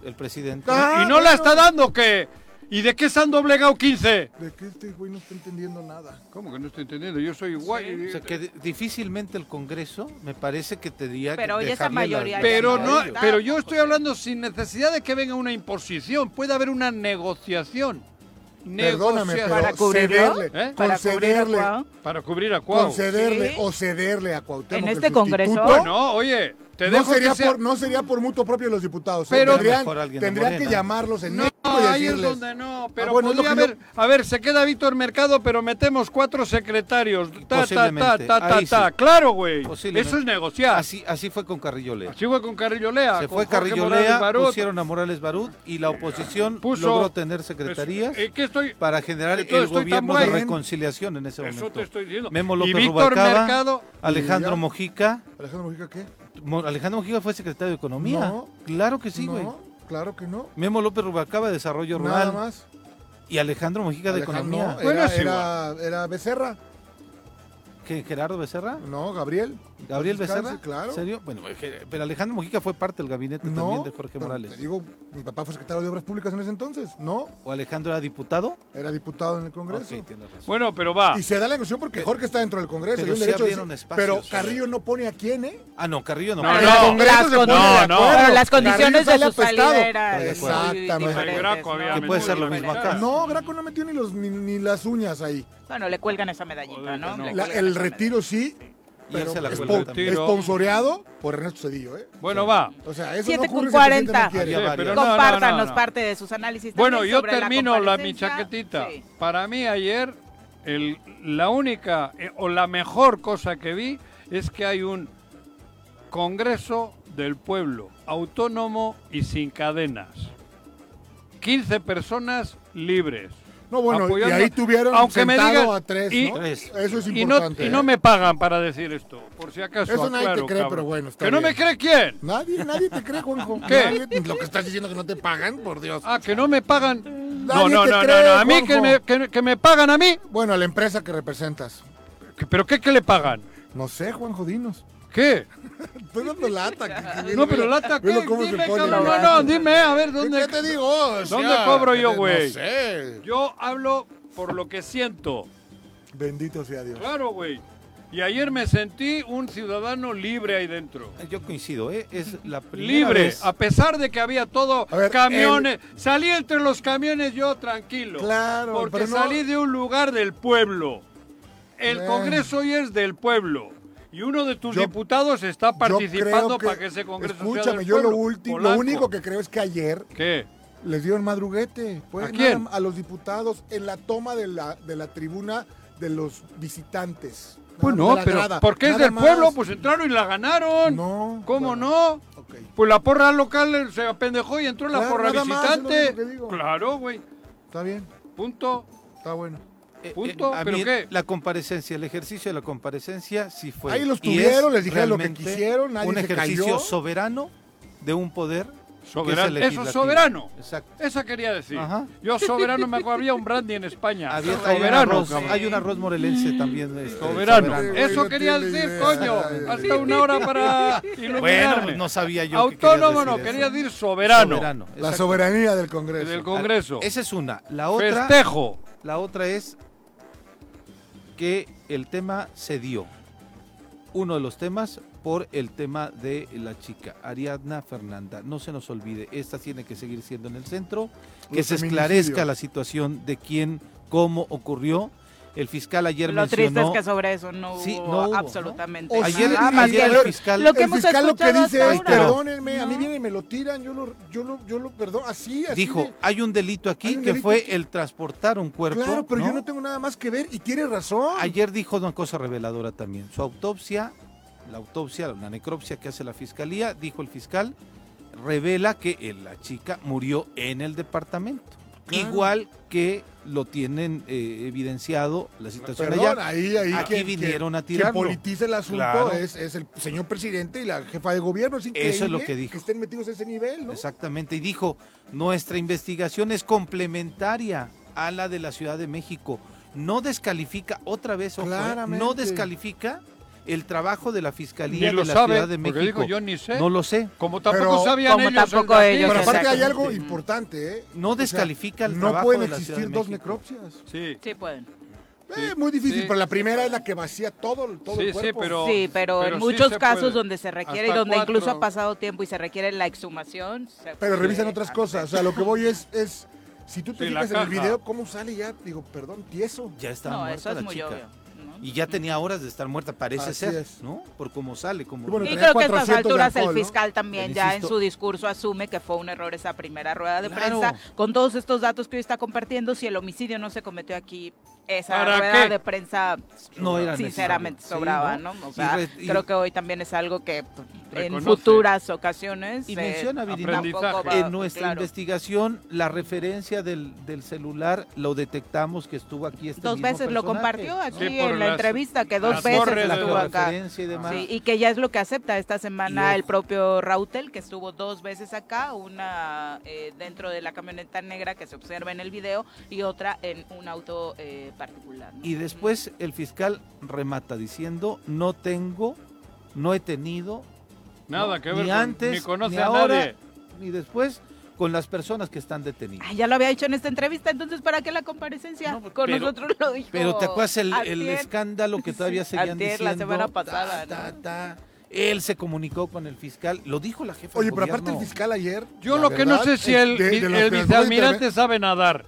Speaker 3: El presidente.
Speaker 5: Ah,
Speaker 2: ¿Y no
Speaker 5: bueno.
Speaker 2: la está dando qué? ¿Y de qué se han doblegado 15?
Speaker 5: De que este güey no está entendiendo nada.
Speaker 2: ¿Cómo que no estoy entendiendo? Yo soy guay.
Speaker 3: O sea, que di- difícilmente el Congreso me parece que tendría
Speaker 1: Pero hoy
Speaker 3: que
Speaker 1: esa
Speaker 3: dejarle
Speaker 1: mayoría ya
Speaker 2: Pero
Speaker 1: Sí,
Speaker 2: no,
Speaker 1: ahí está,
Speaker 2: pero yo estoy
Speaker 1: José.
Speaker 2: hablando sin necesidad de que venga una imposición. Puede haber una negociación.
Speaker 5: Perdóname, pero
Speaker 2: Negociación.
Speaker 1: ¿Para cubrirlo?
Speaker 5: cederle,
Speaker 2: ¿Eh?
Speaker 1: Para cubrir a
Speaker 5: concederle,
Speaker 1: Cuau.
Speaker 2: Para cubrir a Cuau.
Speaker 5: concederle
Speaker 1: Sí.
Speaker 5: o cederle a Cuauhtémoc
Speaker 1: ¿En
Speaker 5: el
Speaker 1: este Congreso?
Speaker 5: sustituto,
Speaker 2: Bueno, oye, te
Speaker 5: no
Speaker 2: dejo que
Speaker 5: sería,
Speaker 2: sea-
Speaker 5: por, no sería por mutuo propio de los diputados.
Speaker 2: Pero-
Speaker 5: Pero tendrían,
Speaker 3: Mejor alguien de
Speaker 5: tendrían que
Speaker 3: Morena.
Speaker 5: llamarlos en
Speaker 2: No,
Speaker 5: México y
Speaker 2: ahí es
Speaker 5: decirles.
Speaker 2: donde no. Pero
Speaker 5: Ah, bueno, es lo
Speaker 2: podría
Speaker 5: que
Speaker 2: haber. A ver, se queda Víctor Mercado, pero metemos cuatro secretarios. Ta, ta, ta,
Speaker 3: Posiblemente,
Speaker 2: ta, ta,
Speaker 3: ahí
Speaker 2: ta.
Speaker 3: sí.
Speaker 2: Claro, güey.
Speaker 3: Posiblemente.
Speaker 2: Eso es negociar. Así,
Speaker 3: Así, así fue con Carrillo Lea.
Speaker 2: fue con Carrillo Lea.
Speaker 3: Se
Speaker 2: con
Speaker 3: fue
Speaker 2: Jorge
Speaker 3: Carrillo
Speaker 2: Morales
Speaker 3: Lea,
Speaker 2: Barut.
Speaker 3: pusieron a Morales Barut y la oposición
Speaker 2: Puso-
Speaker 3: logró tener secretarías
Speaker 2: Pues, eh, ¿qué estoy-
Speaker 3: para generar
Speaker 2: Entonces,
Speaker 3: el
Speaker 2: estoy tan
Speaker 3: gobierno de
Speaker 2: bueno.
Speaker 3: reconciliación en ese
Speaker 2: Eso
Speaker 3: momento.
Speaker 2: te estoy diciendo.
Speaker 3: Memo
Speaker 2: Y
Speaker 3: López
Speaker 2: Víctor
Speaker 3: Rubalcaba,
Speaker 2: Mercado-
Speaker 3: Alejandro
Speaker 5: Y ya.
Speaker 3: Mojica.
Speaker 5: ¿Alejandro Mujica qué?
Speaker 3: Mo- Alejandro Mojica fue secretario de Economía.
Speaker 5: No.
Speaker 3: claro que sí, güey.
Speaker 5: no, claro que no.
Speaker 3: Memo López Rubalcaba, Desarrollo
Speaker 5: Nada
Speaker 3: Rural.
Speaker 5: más.
Speaker 3: Y Alejandro Mojica de
Speaker 5: Alejandro,
Speaker 3: Economía.
Speaker 5: no,
Speaker 2: Bueno,
Speaker 5: era,
Speaker 2: es
Speaker 5: era, era Becerra,
Speaker 3: ¿Qué, ¿Gerardo Becerra?
Speaker 5: no, Gabriel.
Speaker 3: ¿Gabriel
Speaker 5: Descanse,
Speaker 3: Becerra?
Speaker 5: Claro.
Speaker 3: ¿En serio? Bueno, je- pero Alejandro Mojica fue parte del gabinete
Speaker 5: No,
Speaker 3: también de Jorge
Speaker 5: pero
Speaker 3: Morales.
Speaker 5: Te digo, mi papá fue secretario de Obras Públicas en ese entonces. No,
Speaker 3: ¿O Alejandro era diputado?
Speaker 5: era diputado en el Congreso.
Speaker 3: Ok, tienes razón.
Speaker 2: Bueno, pero va.
Speaker 5: Y se da la negociación porque Jorge está dentro del Congreso.
Speaker 3: pero
Speaker 5: hay un
Speaker 3: sí
Speaker 5: derecho de
Speaker 3: abrieron
Speaker 5: decir-
Speaker 3: espacios,
Speaker 5: pero
Speaker 3: o sea.
Speaker 5: Carrillo no pone a quién, ¿eh?
Speaker 3: Ah, no, Carrillo no.
Speaker 2: No,
Speaker 5: En
Speaker 2: no.
Speaker 5: el Congreso
Speaker 1: Las
Speaker 5: se pone de
Speaker 2: condiciones- no, no.
Speaker 5: acuerdo.
Speaker 1: Pero las condiciones
Speaker 5: Carrillo
Speaker 1: de
Speaker 5: sale
Speaker 1: su
Speaker 5: apestado.
Speaker 1: salida eran muy
Speaker 5: Exactamente.
Speaker 1: diferentes,
Speaker 2: El Graco había
Speaker 1: ¿no?
Speaker 3: Que puede ser lo
Speaker 2: metido
Speaker 3: mismo
Speaker 2: la
Speaker 3: acá.
Speaker 2: mitad.
Speaker 5: No, Graco no metió ni, los, ni, ni las uñas ahí.
Speaker 1: Bueno, le cuelgan esa medallita,
Speaker 2: Joder,
Speaker 1: ¿no?
Speaker 2: que no.
Speaker 1: Le
Speaker 5: La-
Speaker 1: cuelgan
Speaker 5: el
Speaker 1: esa
Speaker 5: retiro sí,
Speaker 3: Y él
Speaker 5: pero
Speaker 3: se la
Speaker 5: espo-
Speaker 3: cuelga también.
Speaker 2: Retiro.
Speaker 5: esponsoreado por Ernesto Cedillo, ¿eh?
Speaker 2: Bueno, va.
Speaker 5: O sea, eso
Speaker 1: Siete
Speaker 5: no
Speaker 1: con
Speaker 5: ocurre si el presidente
Speaker 1: 40.
Speaker 5: no quiere.
Speaker 3: Había
Speaker 2: Sí, pero
Speaker 3: varias.
Speaker 2: no, no, no,
Speaker 1: Compártanos
Speaker 2: no.
Speaker 1: parte de sus análisis. también
Speaker 2: Bueno, yo
Speaker 1: sobre la
Speaker 2: termino la, mi
Speaker 1: comparecencia.
Speaker 2: chaquetita.
Speaker 1: Sí.
Speaker 2: Para mí ayer el- la única eh, o la mejor cosa que vi es que hay un Congreso del Pueblo autónomo y sin cadenas. 15 personas libres.
Speaker 5: No, bueno, y
Speaker 2: Apoyando-
Speaker 5: ahí tuvieron
Speaker 2: aunque me
Speaker 5: sentado
Speaker 2: digan-
Speaker 5: a tres,
Speaker 2: y-
Speaker 5: ¿no?
Speaker 3: Tres.
Speaker 5: Eso es
Speaker 2: Y no,
Speaker 5: importante. ¿eh?
Speaker 2: y no me pagan para decir esto, por si acaso.
Speaker 5: Eso nadie te
Speaker 2: aclaro,
Speaker 5: cree,
Speaker 2: cabrón.
Speaker 5: pero bueno, está
Speaker 2: ¿Que no
Speaker 5: bien.
Speaker 2: me cree quién?
Speaker 5: Nadie, nadie te cree, Juanjo.
Speaker 2: ¿Qué?
Speaker 5: Nadie- lo que estás diciendo que no te pagan, por Dios.
Speaker 2: Ah, que no me pagan. No,
Speaker 5: Nadie
Speaker 2: no,
Speaker 5: te
Speaker 2: no,
Speaker 5: cree,
Speaker 2: no, no. A mí que
Speaker 5: Juanjo.
Speaker 2: me, que- que me pagan a mí.
Speaker 5: Bueno, a la empresa que representas.
Speaker 2: ¿Pero qué que le pagan?
Speaker 5: No sé, Juanjo, dinos.
Speaker 2: ¿qué?
Speaker 5: Estoy dando lata. que- que-
Speaker 2: No, pero lata, ¿qué?
Speaker 5: Velo cómo se
Speaker 2: Dime,
Speaker 5: pone.
Speaker 2: cabrón, no, no, dime, a ver,
Speaker 5: ¿Qué-
Speaker 2: ¿dónde?
Speaker 5: ¿Qué te digo? O sea,
Speaker 2: ¿Dónde cobro yo,
Speaker 5: que-
Speaker 2: güey?
Speaker 5: No sé.
Speaker 2: Yo hablo por lo que siento.
Speaker 5: Bendito sea Dios.
Speaker 2: Claro, güey. Y ayer me sentí un ciudadano libre ahí dentro.
Speaker 3: Yo coincido, ¿eh? Es la primera
Speaker 2: Libre,
Speaker 3: vez.
Speaker 2: a pesar de que había todo,
Speaker 5: A ver,
Speaker 2: camiones. Salí entre los camiones yo tranquilo.
Speaker 5: Claro,
Speaker 2: Porque
Speaker 5: pero no-
Speaker 2: salí de un lugar del pueblo. El
Speaker 5: Bueno.
Speaker 2: Congreso hoy es del pueblo. Y uno de tus
Speaker 5: Yo-
Speaker 2: diputados está
Speaker 5: Yo
Speaker 2: participando
Speaker 5: creo
Speaker 2: para que ese Congreso sea del
Speaker 5: Escúchame, yo lo
Speaker 2: pueblo.
Speaker 5: último, lo
Speaker 2: Polanco.
Speaker 5: único que creo es que ayer
Speaker 2: ¿Qué?
Speaker 5: les dieron madruguete. Pues,
Speaker 2: ¿A quién?
Speaker 5: nada- A los diputados en la toma de la, de la tribuna de los visitantes. Nada
Speaker 2: Pues
Speaker 5: más
Speaker 2: no,
Speaker 5: de la
Speaker 2: pero
Speaker 5: grada,
Speaker 2: porque es
Speaker 5: nada
Speaker 2: del
Speaker 5: más.
Speaker 2: pueblo, pues entraron y la ganaron.
Speaker 5: No.
Speaker 2: ¿Cómo
Speaker 5: bueno,
Speaker 2: no?
Speaker 5: ok.
Speaker 2: Pues la porra local se apendejó y entró la
Speaker 5: Claro,
Speaker 2: porra
Speaker 5: nada más,
Speaker 2: visitante.
Speaker 5: es lo único que digo.
Speaker 2: claro, güey.
Speaker 5: Está bien,
Speaker 2: Punto.
Speaker 5: está bueno.
Speaker 3: Eh, eh,
Speaker 2: punto,
Speaker 3: a
Speaker 2: ¿pero
Speaker 3: mí
Speaker 2: qué?
Speaker 3: La comparecencia, el ejercicio de la comparecencia sí fue.
Speaker 5: Ahí los
Speaker 3: y es
Speaker 5: tuvieron, les dijeron lo que
Speaker 3: realmente
Speaker 5: quisieron, nadie
Speaker 3: Un
Speaker 5: se
Speaker 3: ejercicio
Speaker 5: cayó.
Speaker 3: soberano de un poder. que es
Speaker 2: Soberano.
Speaker 3: el
Speaker 2: Eso es
Speaker 3: legislativo.
Speaker 2: soberano.
Speaker 3: Exacto.
Speaker 2: Esa quería decir.
Speaker 3: Ajá.
Speaker 2: Yo soberano me acuerdo, había un brandy en España.
Speaker 3: Había, hay, un
Speaker 2: soberano.
Speaker 3: arroz,
Speaker 2: cabrón.
Speaker 3: hay un arroz morelense también. este,
Speaker 2: Soberano.
Speaker 5: Soberano.
Speaker 2: Eso
Speaker 5: No
Speaker 2: quería
Speaker 5: tiene
Speaker 2: decir,
Speaker 5: idea.
Speaker 2: coño.
Speaker 5: Ay,
Speaker 2: Hasta
Speaker 5: ay,
Speaker 2: una
Speaker 5: ay.
Speaker 2: hora para
Speaker 3: Bueno,
Speaker 2: iluminarme.
Speaker 3: pues no sabía yo. que querías
Speaker 2: Autónomo no,
Speaker 3: decir
Speaker 2: quería
Speaker 3: eso.
Speaker 2: decir soberano.
Speaker 3: Soberano,
Speaker 5: La
Speaker 3: exacto.
Speaker 5: soberanía del Congreso.
Speaker 2: Del Congreso.
Speaker 3: Ah, Esa es una. La otra,
Speaker 2: Festejo.
Speaker 3: la otra es que el tema se dio. Uno de los temas por el tema de la chica, Ariadna Fernanda. No se nos olvide, esta tiene que seguir siendo en el centro, que
Speaker 5: Los
Speaker 3: se esclarezca
Speaker 5: feminicidios.
Speaker 3: la situación de quién, cómo ocurrió. El fiscal ayer
Speaker 1: Lo triste es
Speaker 3: mencionó...
Speaker 1: que sobre eso no hubo,
Speaker 3: Sí, no hubo, ¿no?
Speaker 1: absolutamente
Speaker 5: O
Speaker 1: nada.
Speaker 3: ayer
Speaker 5: Ah,
Speaker 1: más
Speaker 3: ayer
Speaker 1: que
Speaker 3: el
Speaker 1: lo-
Speaker 3: fiscal...
Speaker 1: lo que
Speaker 5: el
Speaker 1: hemos
Speaker 5: fiscal lo que
Speaker 1: escuchado
Speaker 5: dice
Speaker 1: hasta
Speaker 5: es,
Speaker 1: ahora.
Speaker 5: perdónenme, a mí
Speaker 1: No.
Speaker 5: vienen y me lo tiran, yo lo, yo lo, yo lo perdono, así, así.
Speaker 3: Dijo,
Speaker 5: de-
Speaker 3: hay un delito aquí
Speaker 5: Hay un
Speaker 3: que
Speaker 5: delito
Speaker 3: fue
Speaker 5: aquí".
Speaker 3: el transportar un cuerpo.
Speaker 5: claro, pero yo
Speaker 3: ¿no?
Speaker 5: no tengo nada más que ver y tiene razón.
Speaker 3: Ayer dijo una cosa reveladora también. Su autopsia, la autopsia, la necropsia que hace la fiscalía, dijo el fiscal, revela que eh, la chica murió en el departamento.
Speaker 5: Claro.
Speaker 3: Igual que lo tienen eh, evidenciado la situación
Speaker 5: Perdón,
Speaker 3: allá.
Speaker 5: ahí, ahí.
Speaker 3: Aquí vinieron a
Speaker 5: tirar. Que
Speaker 3: tirarlo.
Speaker 5: politiza el asunto
Speaker 3: Claro.
Speaker 5: es, es el señor presidente y la jefa de gobierno. Es increíble
Speaker 3: Eso es lo que dijo.
Speaker 5: estén metidos a ese nivel, ¿no?
Speaker 3: Exactamente, y dijo, nuestra investigación es complementaria a la de la Ciudad de México. No descalifica, otra vez, ojo, eh,
Speaker 5: Claramente.
Speaker 3: no descalifica el trabajo de la Fiscalía
Speaker 2: Ni
Speaker 3: de
Speaker 2: lo
Speaker 3: la
Speaker 2: sabe,
Speaker 3: Ciudad de
Speaker 2: porque
Speaker 3: México.
Speaker 2: dijo, "Yo ni sé".
Speaker 3: No lo sé.
Speaker 2: Como tampoco
Speaker 5: Pero-
Speaker 2: sabían
Speaker 1: Como
Speaker 2: ellos. el
Speaker 1: tampoco
Speaker 2: datillo.
Speaker 1: ellos,
Speaker 5: Pero aparte hay
Speaker 1: exacto.
Speaker 5: algo importante, ¿eh?
Speaker 3: No
Speaker 5: O sea,
Speaker 3: descalifica el
Speaker 5: No
Speaker 3: trabajo
Speaker 5: pueden
Speaker 3: de la Ciudad
Speaker 5: existir
Speaker 3: de
Speaker 5: dos
Speaker 3: México.
Speaker 5: necropsias.
Speaker 2: Sí,
Speaker 1: Sí pueden.
Speaker 5: Eh,
Speaker 2: Sí,
Speaker 5: muy difícil,
Speaker 2: sí.
Speaker 5: pero la primera es la que vacía todo, el- todo
Speaker 2: Sí,
Speaker 5: el
Speaker 2: sí,
Speaker 5: cuerpo.
Speaker 2: pero-
Speaker 1: sí, pero,
Speaker 2: pero
Speaker 1: en
Speaker 2: sí
Speaker 1: muchos
Speaker 2: se
Speaker 1: casos
Speaker 2: puede.
Speaker 1: donde se requiere y
Speaker 2: Hasta
Speaker 1: donde incluso
Speaker 2: cuatro.
Speaker 1: ha pasado tiempo y se requiere la exhumación. se
Speaker 5: Pero
Speaker 1: puede
Speaker 5: revisan otras
Speaker 1: hacer.
Speaker 5: cosas. O sea, lo que voy es, es si tú te
Speaker 2: Ah, Sí, la
Speaker 5: fijas en el
Speaker 2: caja.
Speaker 5: video, ¿cómo sale ya? Digo, perdón, tieso.
Speaker 3: Ya estaba
Speaker 1: No,
Speaker 3: muerta
Speaker 1: eso es
Speaker 3: la
Speaker 1: muy
Speaker 3: chica.
Speaker 1: obvio. ¿no?
Speaker 3: Y ya tenía horas de estar muerta, parece
Speaker 5: Así
Speaker 3: ser,
Speaker 5: es.
Speaker 3: ¿no? Por cómo sale, como...
Speaker 5: Y bueno,
Speaker 1: Y
Speaker 5: tener
Speaker 1: creo que a estas
Speaker 5: 400 de
Speaker 1: alturas el
Speaker 5: alcohol, ¿no?
Speaker 1: fiscal también
Speaker 3: Pero
Speaker 1: ya en
Speaker 3: insisto-
Speaker 1: su discurso asume que fue un error esa primera rueda de
Speaker 3: Claro.
Speaker 1: prensa. Con todos estos datos que hoy está compartiendo, si el homicidio no se cometió aquí, esa
Speaker 2: ¿Para
Speaker 1: rueda
Speaker 2: qué?
Speaker 1: de prensa
Speaker 3: No era
Speaker 1: sinceramente
Speaker 3: necesario.
Speaker 1: sobraba,
Speaker 3: Sí,
Speaker 1: ¿no?
Speaker 3: ¿no?
Speaker 1: O
Speaker 3: Y
Speaker 1: sea,
Speaker 3: re- y-
Speaker 1: creo que hoy también es algo que pues, en
Speaker 2: Reconoce.
Speaker 1: futuras ocasiones
Speaker 3: Y
Speaker 1: eh,
Speaker 3: menciona, Viri,
Speaker 1: tampoco
Speaker 2: Aprendizaje.
Speaker 1: va-
Speaker 3: En nuestra
Speaker 1: claro.
Speaker 3: investigación, la referencia del, del celular lo detectamos que estuvo aquí este
Speaker 1: Dos
Speaker 3: mismo
Speaker 1: veces lo
Speaker 3: personaje,
Speaker 1: compartió
Speaker 3: ¿no?
Speaker 1: aquí
Speaker 2: Sí, por
Speaker 1: en la
Speaker 2: las-
Speaker 1: entrevista, que
Speaker 2: las
Speaker 1: dos veces
Speaker 2: torres de
Speaker 1: estuvo
Speaker 2: la
Speaker 1: acá.
Speaker 3: referencia y demás.
Speaker 1: Sí, y que ya es lo que acepta esta semana
Speaker 3: Y
Speaker 1: el
Speaker 3: ojo.
Speaker 1: propio Rautel, que estuvo dos veces acá, una eh, dentro de la camioneta negra que se observa en el video y otra en un auto eh, particular. ¿no?
Speaker 3: Y después el fiscal remata diciendo, no tengo, no he tenido,
Speaker 2: nada
Speaker 3: No,
Speaker 2: que ver.
Speaker 3: ni
Speaker 2: con-
Speaker 3: antes,
Speaker 2: ni conoce
Speaker 3: ni
Speaker 2: a
Speaker 3: ahora.
Speaker 2: nadie.
Speaker 3: ni después con las personas que están detenidas.
Speaker 1: Ay, Ah, ya lo había dicho en esta entrevista, entonces ¿para qué la comparecencia?
Speaker 3: No,
Speaker 1: Con
Speaker 3: pero-
Speaker 1: nosotros lo dijo.
Speaker 3: Pero ¿te acuerdas el, el
Speaker 1: antier.
Speaker 3: escándalo que todavía
Speaker 1: Sí,
Speaker 3: seguían
Speaker 1: antier,
Speaker 3: diciendo?
Speaker 1: la semana
Speaker 3: Ta,
Speaker 1: pasada,
Speaker 3: ta,
Speaker 1: ¿no?
Speaker 3: ta. Él se comunicó con el fiscal, lo dijo la jefa
Speaker 5: Oye,
Speaker 3: de
Speaker 5: pero aparte el
Speaker 3: gobierno.
Speaker 5: fiscal ayer.
Speaker 2: Yo
Speaker 5: la
Speaker 2: lo que no
Speaker 5: verdad,
Speaker 2: sé si
Speaker 5: es
Speaker 2: el,
Speaker 5: de- de los
Speaker 2: el
Speaker 5: que ¿eh? nos
Speaker 2: vicealmirante sabe nadar.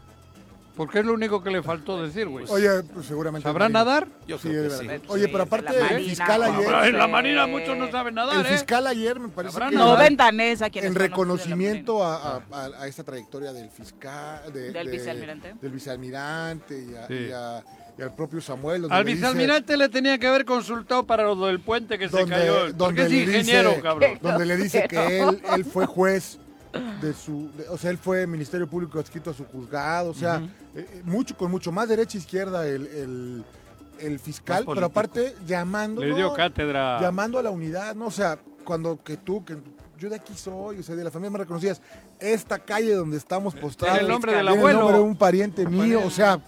Speaker 2: Porque es lo único que le faltó decir, güey.
Speaker 5: pueden- Oye, pues seguramente.
Speaker 2: ¿Sabrá
Speaker 5: sí.
Speaker 2: nadar?
Speaker 3: Yo
Speaker 5: Sí,
Speaker 3: creo que
Speaker 5: es
Speaker 3: sí.
Speaker 5: verdad.
Speaker 1: Sí,
Speaker 5: Oye, pero
Speaker 1: de la
Speaker 5: aparte el
Speaker 1: Marina,
Speaker 5: fiscal
Speaker 1: Juan.
Speaker 5: ayer.
Speaker 2: Ahora, en la marina muchos no saben nadar,
Speaker 5: El
Speaker 2: ¿eh?
Speaker 5: fiscal ayer me parece
Speaker 2: Sabrá
Speaker 5: que.
Speaker 1: No,
Speaker 2: nadar.
Speaker 1: ventanes a quienes conocen
Speaker 5: En
Speaker 1: de la
Speaker 5: reconocimiento a, a- a- a esta trayectoria del fiscal. de-
Speaker 1: Del
Speaker 5: de-
Speaker 1: vicealmirante.
Speaker 5: Del vicealmirante y, a-
Speaker 2: Sí.
Speaker 5: y a- y al propio Samuel. donde
Speaker 2: Al
Speaker 5: le dice-
Speaker 2: vicealmirante le tenía que haber consultado para lo del puente que se
Speaker 5: Donde-
Speaker 2: cayó. Porque
Speaker 5: donde
Speaker 2: es
Speaker 5: le dice-
Speaker 2: ingeniero, cabrón.
Speaker 5: donde le dice
Speaker 1: Pero-
Speaker 5: que él, él fue juez de su, de- o sea, él fue Ministerio Público adscrito a su juzgado, o sea, eh, eh, mucho con mucho más derecha e izquierda el, el- el fiscal,
Speaker 3: Más
Speaker 5: pero
Speaker 3: político.
Speaker 5: aparte llamando,
Speaker 2: Le dio
Speaker 5: ¿no?
Speaker 2: cátedra.
Speaker 5: llamando a la unidad, no, o sea, cuando que tú, que yo de aquí soy, o sea, de la familia me reconocías, esta calle donde estamos postrados,
Speaker 2: el nombre del
Speaker 5: tiene el
Speaker 2: abuelo.
Speaker 5: nombre de un pariente mío, o sea,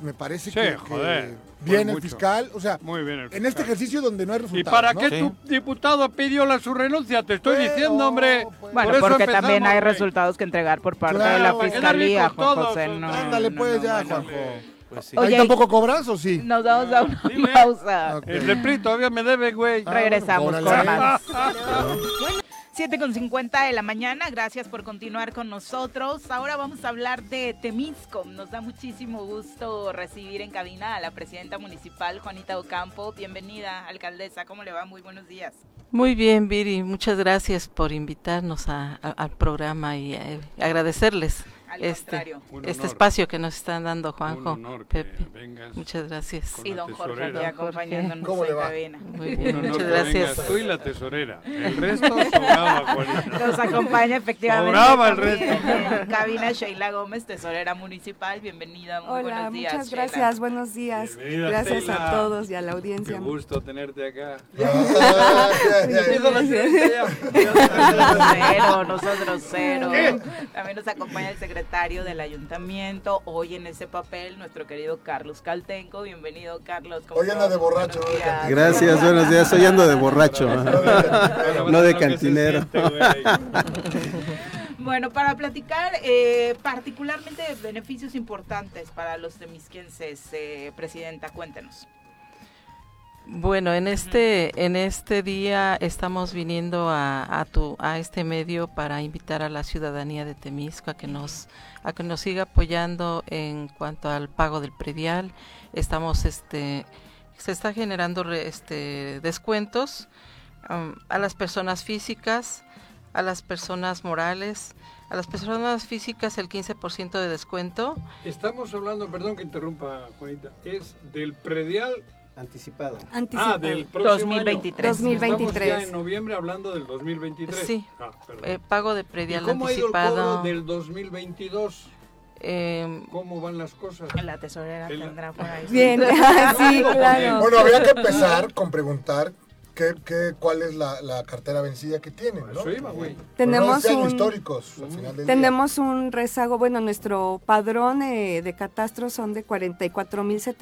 Speaker 5: me parece
Speaker 2: Sí,
Speaker 5: que, que
Speaker 2: joder, fue
Speaker 5: bien el
Speaker 2: mucho.
Speaker 5: fiscal, o sea,
Speaker 2: Muy bien. el
Speaker 5: en este
Speaker 2: fiscal.
Speaker 5: ejercicio donde no hay
Speaker 2: ¿Y
Speaker 5: resultados.
Speaker 2: para
Speaker 5: ¿no?
Speaker 2: qué
Speaker 3: Sí.
Speaker 2: tu diputado pidió la su renuncia? Te estoy
Speaker 5: Bueno,
Speaker 2: diciendo, hombre.
Speaker 5: pues.
Speaker 1: Bueno,
Speaker 2: Por eso
Speaker 1: porque
Speaker 2: empezamos,
Speaker 1: también hay
Speaker 2: güey.
Speaker 1: resultados que entregar por parte
Speaker 5: Claro,
Speaker 1: de la
Speaker 5: porque
Speaker 1: fiscalía,
Speaker 2: quedan ricos
Speaker 1: Juan
Speaker 2: todos,
Speaker 1: José. No,
Speaker 5: Ándale,
Speaker 1: no,
Speaker 5: pues
Speaker 1: no,
Speaker 5: ya,
Speaker 1: no.
Speaker 5: Juanjo.
Speaker 3: Pues sí.
Speaker 1: Oye,
Speaker 5: ¿Ahí tampoco cobras o sí?
Speaker 1: Nos vamos a una
Speaker 2: Dime.
Speaker 1: pausa.
Speaker 5: Ok.
Speaker 2: El del PRI todavía me debe, güey.
Speaker 5: Ah,
Speaker 1: Regresamos
Speaker 5: órale.
Speaker 1: con más. 7 con 50 de la mañana, gracias por continuar con nosotros. Ahora vamos a hablar de Temisco. Nos da muchísimo gusto recibir en cabina a la presidenta municipal, Juanita Ocampo. Bienvenida, alcaldesa. ¿Cómo le va? Muy buenos días.
Speaker 7: Muy bien, Viri, muchas gracias por invitarnos a- a- al programa y eh, agradecerles
Speaker 1: Al
Speaker 7: este,
Speaker 1: contrario.
Speaker 2: Un
Speaker 7: este
Speaker 2: honor.
Speaker 7: espacio que nos están dando
Speaker 2: Un
Speaker 7: Juanjo,
Speaker 2: honor que
Speaker 7: Pepe.
Speaker 2: vengas.
Speaker 7: Muchas gracias.
Speaker 2: con
Speaker 1: Y
Speaker 2: la
Speaker 1: don Jorge
Speaker 2: tesorera.
Speaker 1: aquí acompañándonos
Speaker 5: ¿Cómo le
Speaker 1: en
Speaker 5: va?
Speaker 1: cabina.
Speaker 7: Muy
Speaker 2: Un
Speaker 7: bien,
Speaker 2: honor
Speaker 7: muchas
Speaker 2: que
Speaker 7: gracias.
Speaker 2: vengas tú y la tesorera. El resto sobraba, Juanita.
Speaker 1: Nos acompaña efectivamente.
Speaker 2: Sobraba el
Speaker 1: también
Speaker 2: resto.
Speaker 1: en Cabina Sheila Gómez, tesorera municipal. Bienvenida. Muy
Speaker 8: Hola,
Speaker 1: buenos días.
Speaker 8: muchas
Speaker 1: Sheila.
Speaker 8: gracias, buenos días.
Speaker 2: Bienvenida,
Speaker 8: gracias
Speaker 2: Sheila.
Speaker 8: a todos y a la
Speaker 2: Qué
Speaker 8: audiencia.
Speaker 2: gusto tenerte acá.
Speaker 1: Cero, nosotros cero. También nos acompaña el secretario del ayuntamiento. Hoy en ese papel, nuestro querido Carlos Caltenco. Bienvenido, Carlos. ¿cómo
Speaker 5: Hoy anda
Speaker 1: estás?
Speaker 5: de borracho,
Speaker 1: Buenos
Speaker 5: ¿verdad?
Speaker 1: días.
Speaker 9: Gracias, buenos días. Hoy ando de borracho. No de cantinero.
Speaker 1: Bueno, para platicar eh, particularmente de beneficios importantes para los temisquenses, eh, Presidenta, cuéntenos.
Speaker 7: Bueno, en este, en este día estamos viniendo a, a tu, a este medio para invitar a la ciudadanía de Temisco a que nos, a que nos siga apoyando en cuanto al pago del predial. Estamos, este, se está generando re- este, descuentos am, a las personas físicas, a las personas morales, a las personas físicas el 15% de descuento.
Speaker 2: Estamos hablando, perdón que interrumpa, Juanita, es del predial.
Speaker 9: Anticipado.
Speaker 8: Anticipado.
Speaker 2: Ah, del próximo
Speaker 1: 2023.
Speaker 2: año.
Speaker 8: 2023.
Speaker 2: Estamos ya en noviembre hablando del 2023.
Speaker 7: Sí.
Speaker 2: Ah, perdón.
Speaker 7: eh, pago de
Speaker 2: ¿Y
Speaker 7: predial
Speaker 2: cómo ha ido el
Speaker 7: anticipado.
Speaker 2: cobro del 2022?
Speaker 7: eh,
Speaker 2: ¿Cómo van las cosas?
Speaker 8: La tesorera
Speaker 2: El-
Speaker 8: tendrá por ahí.
Speaker 10: Bien, sí, claro.
Speaker 5: Bueno, habría que empezar con preguntar qué, qué, cuál es la, la cartera vencida que tienen, ¿no?
Speaker 2: Eso iba, güey. Mm.
Speaker 10: Tenemos
Speaker 5: Pero no
Speaker 10: un-
Speaker 5: es de año históricos, al final del día.
Speaker 10: Tenemos un rezago, bueno, nuestro padrón eh, de catastro son de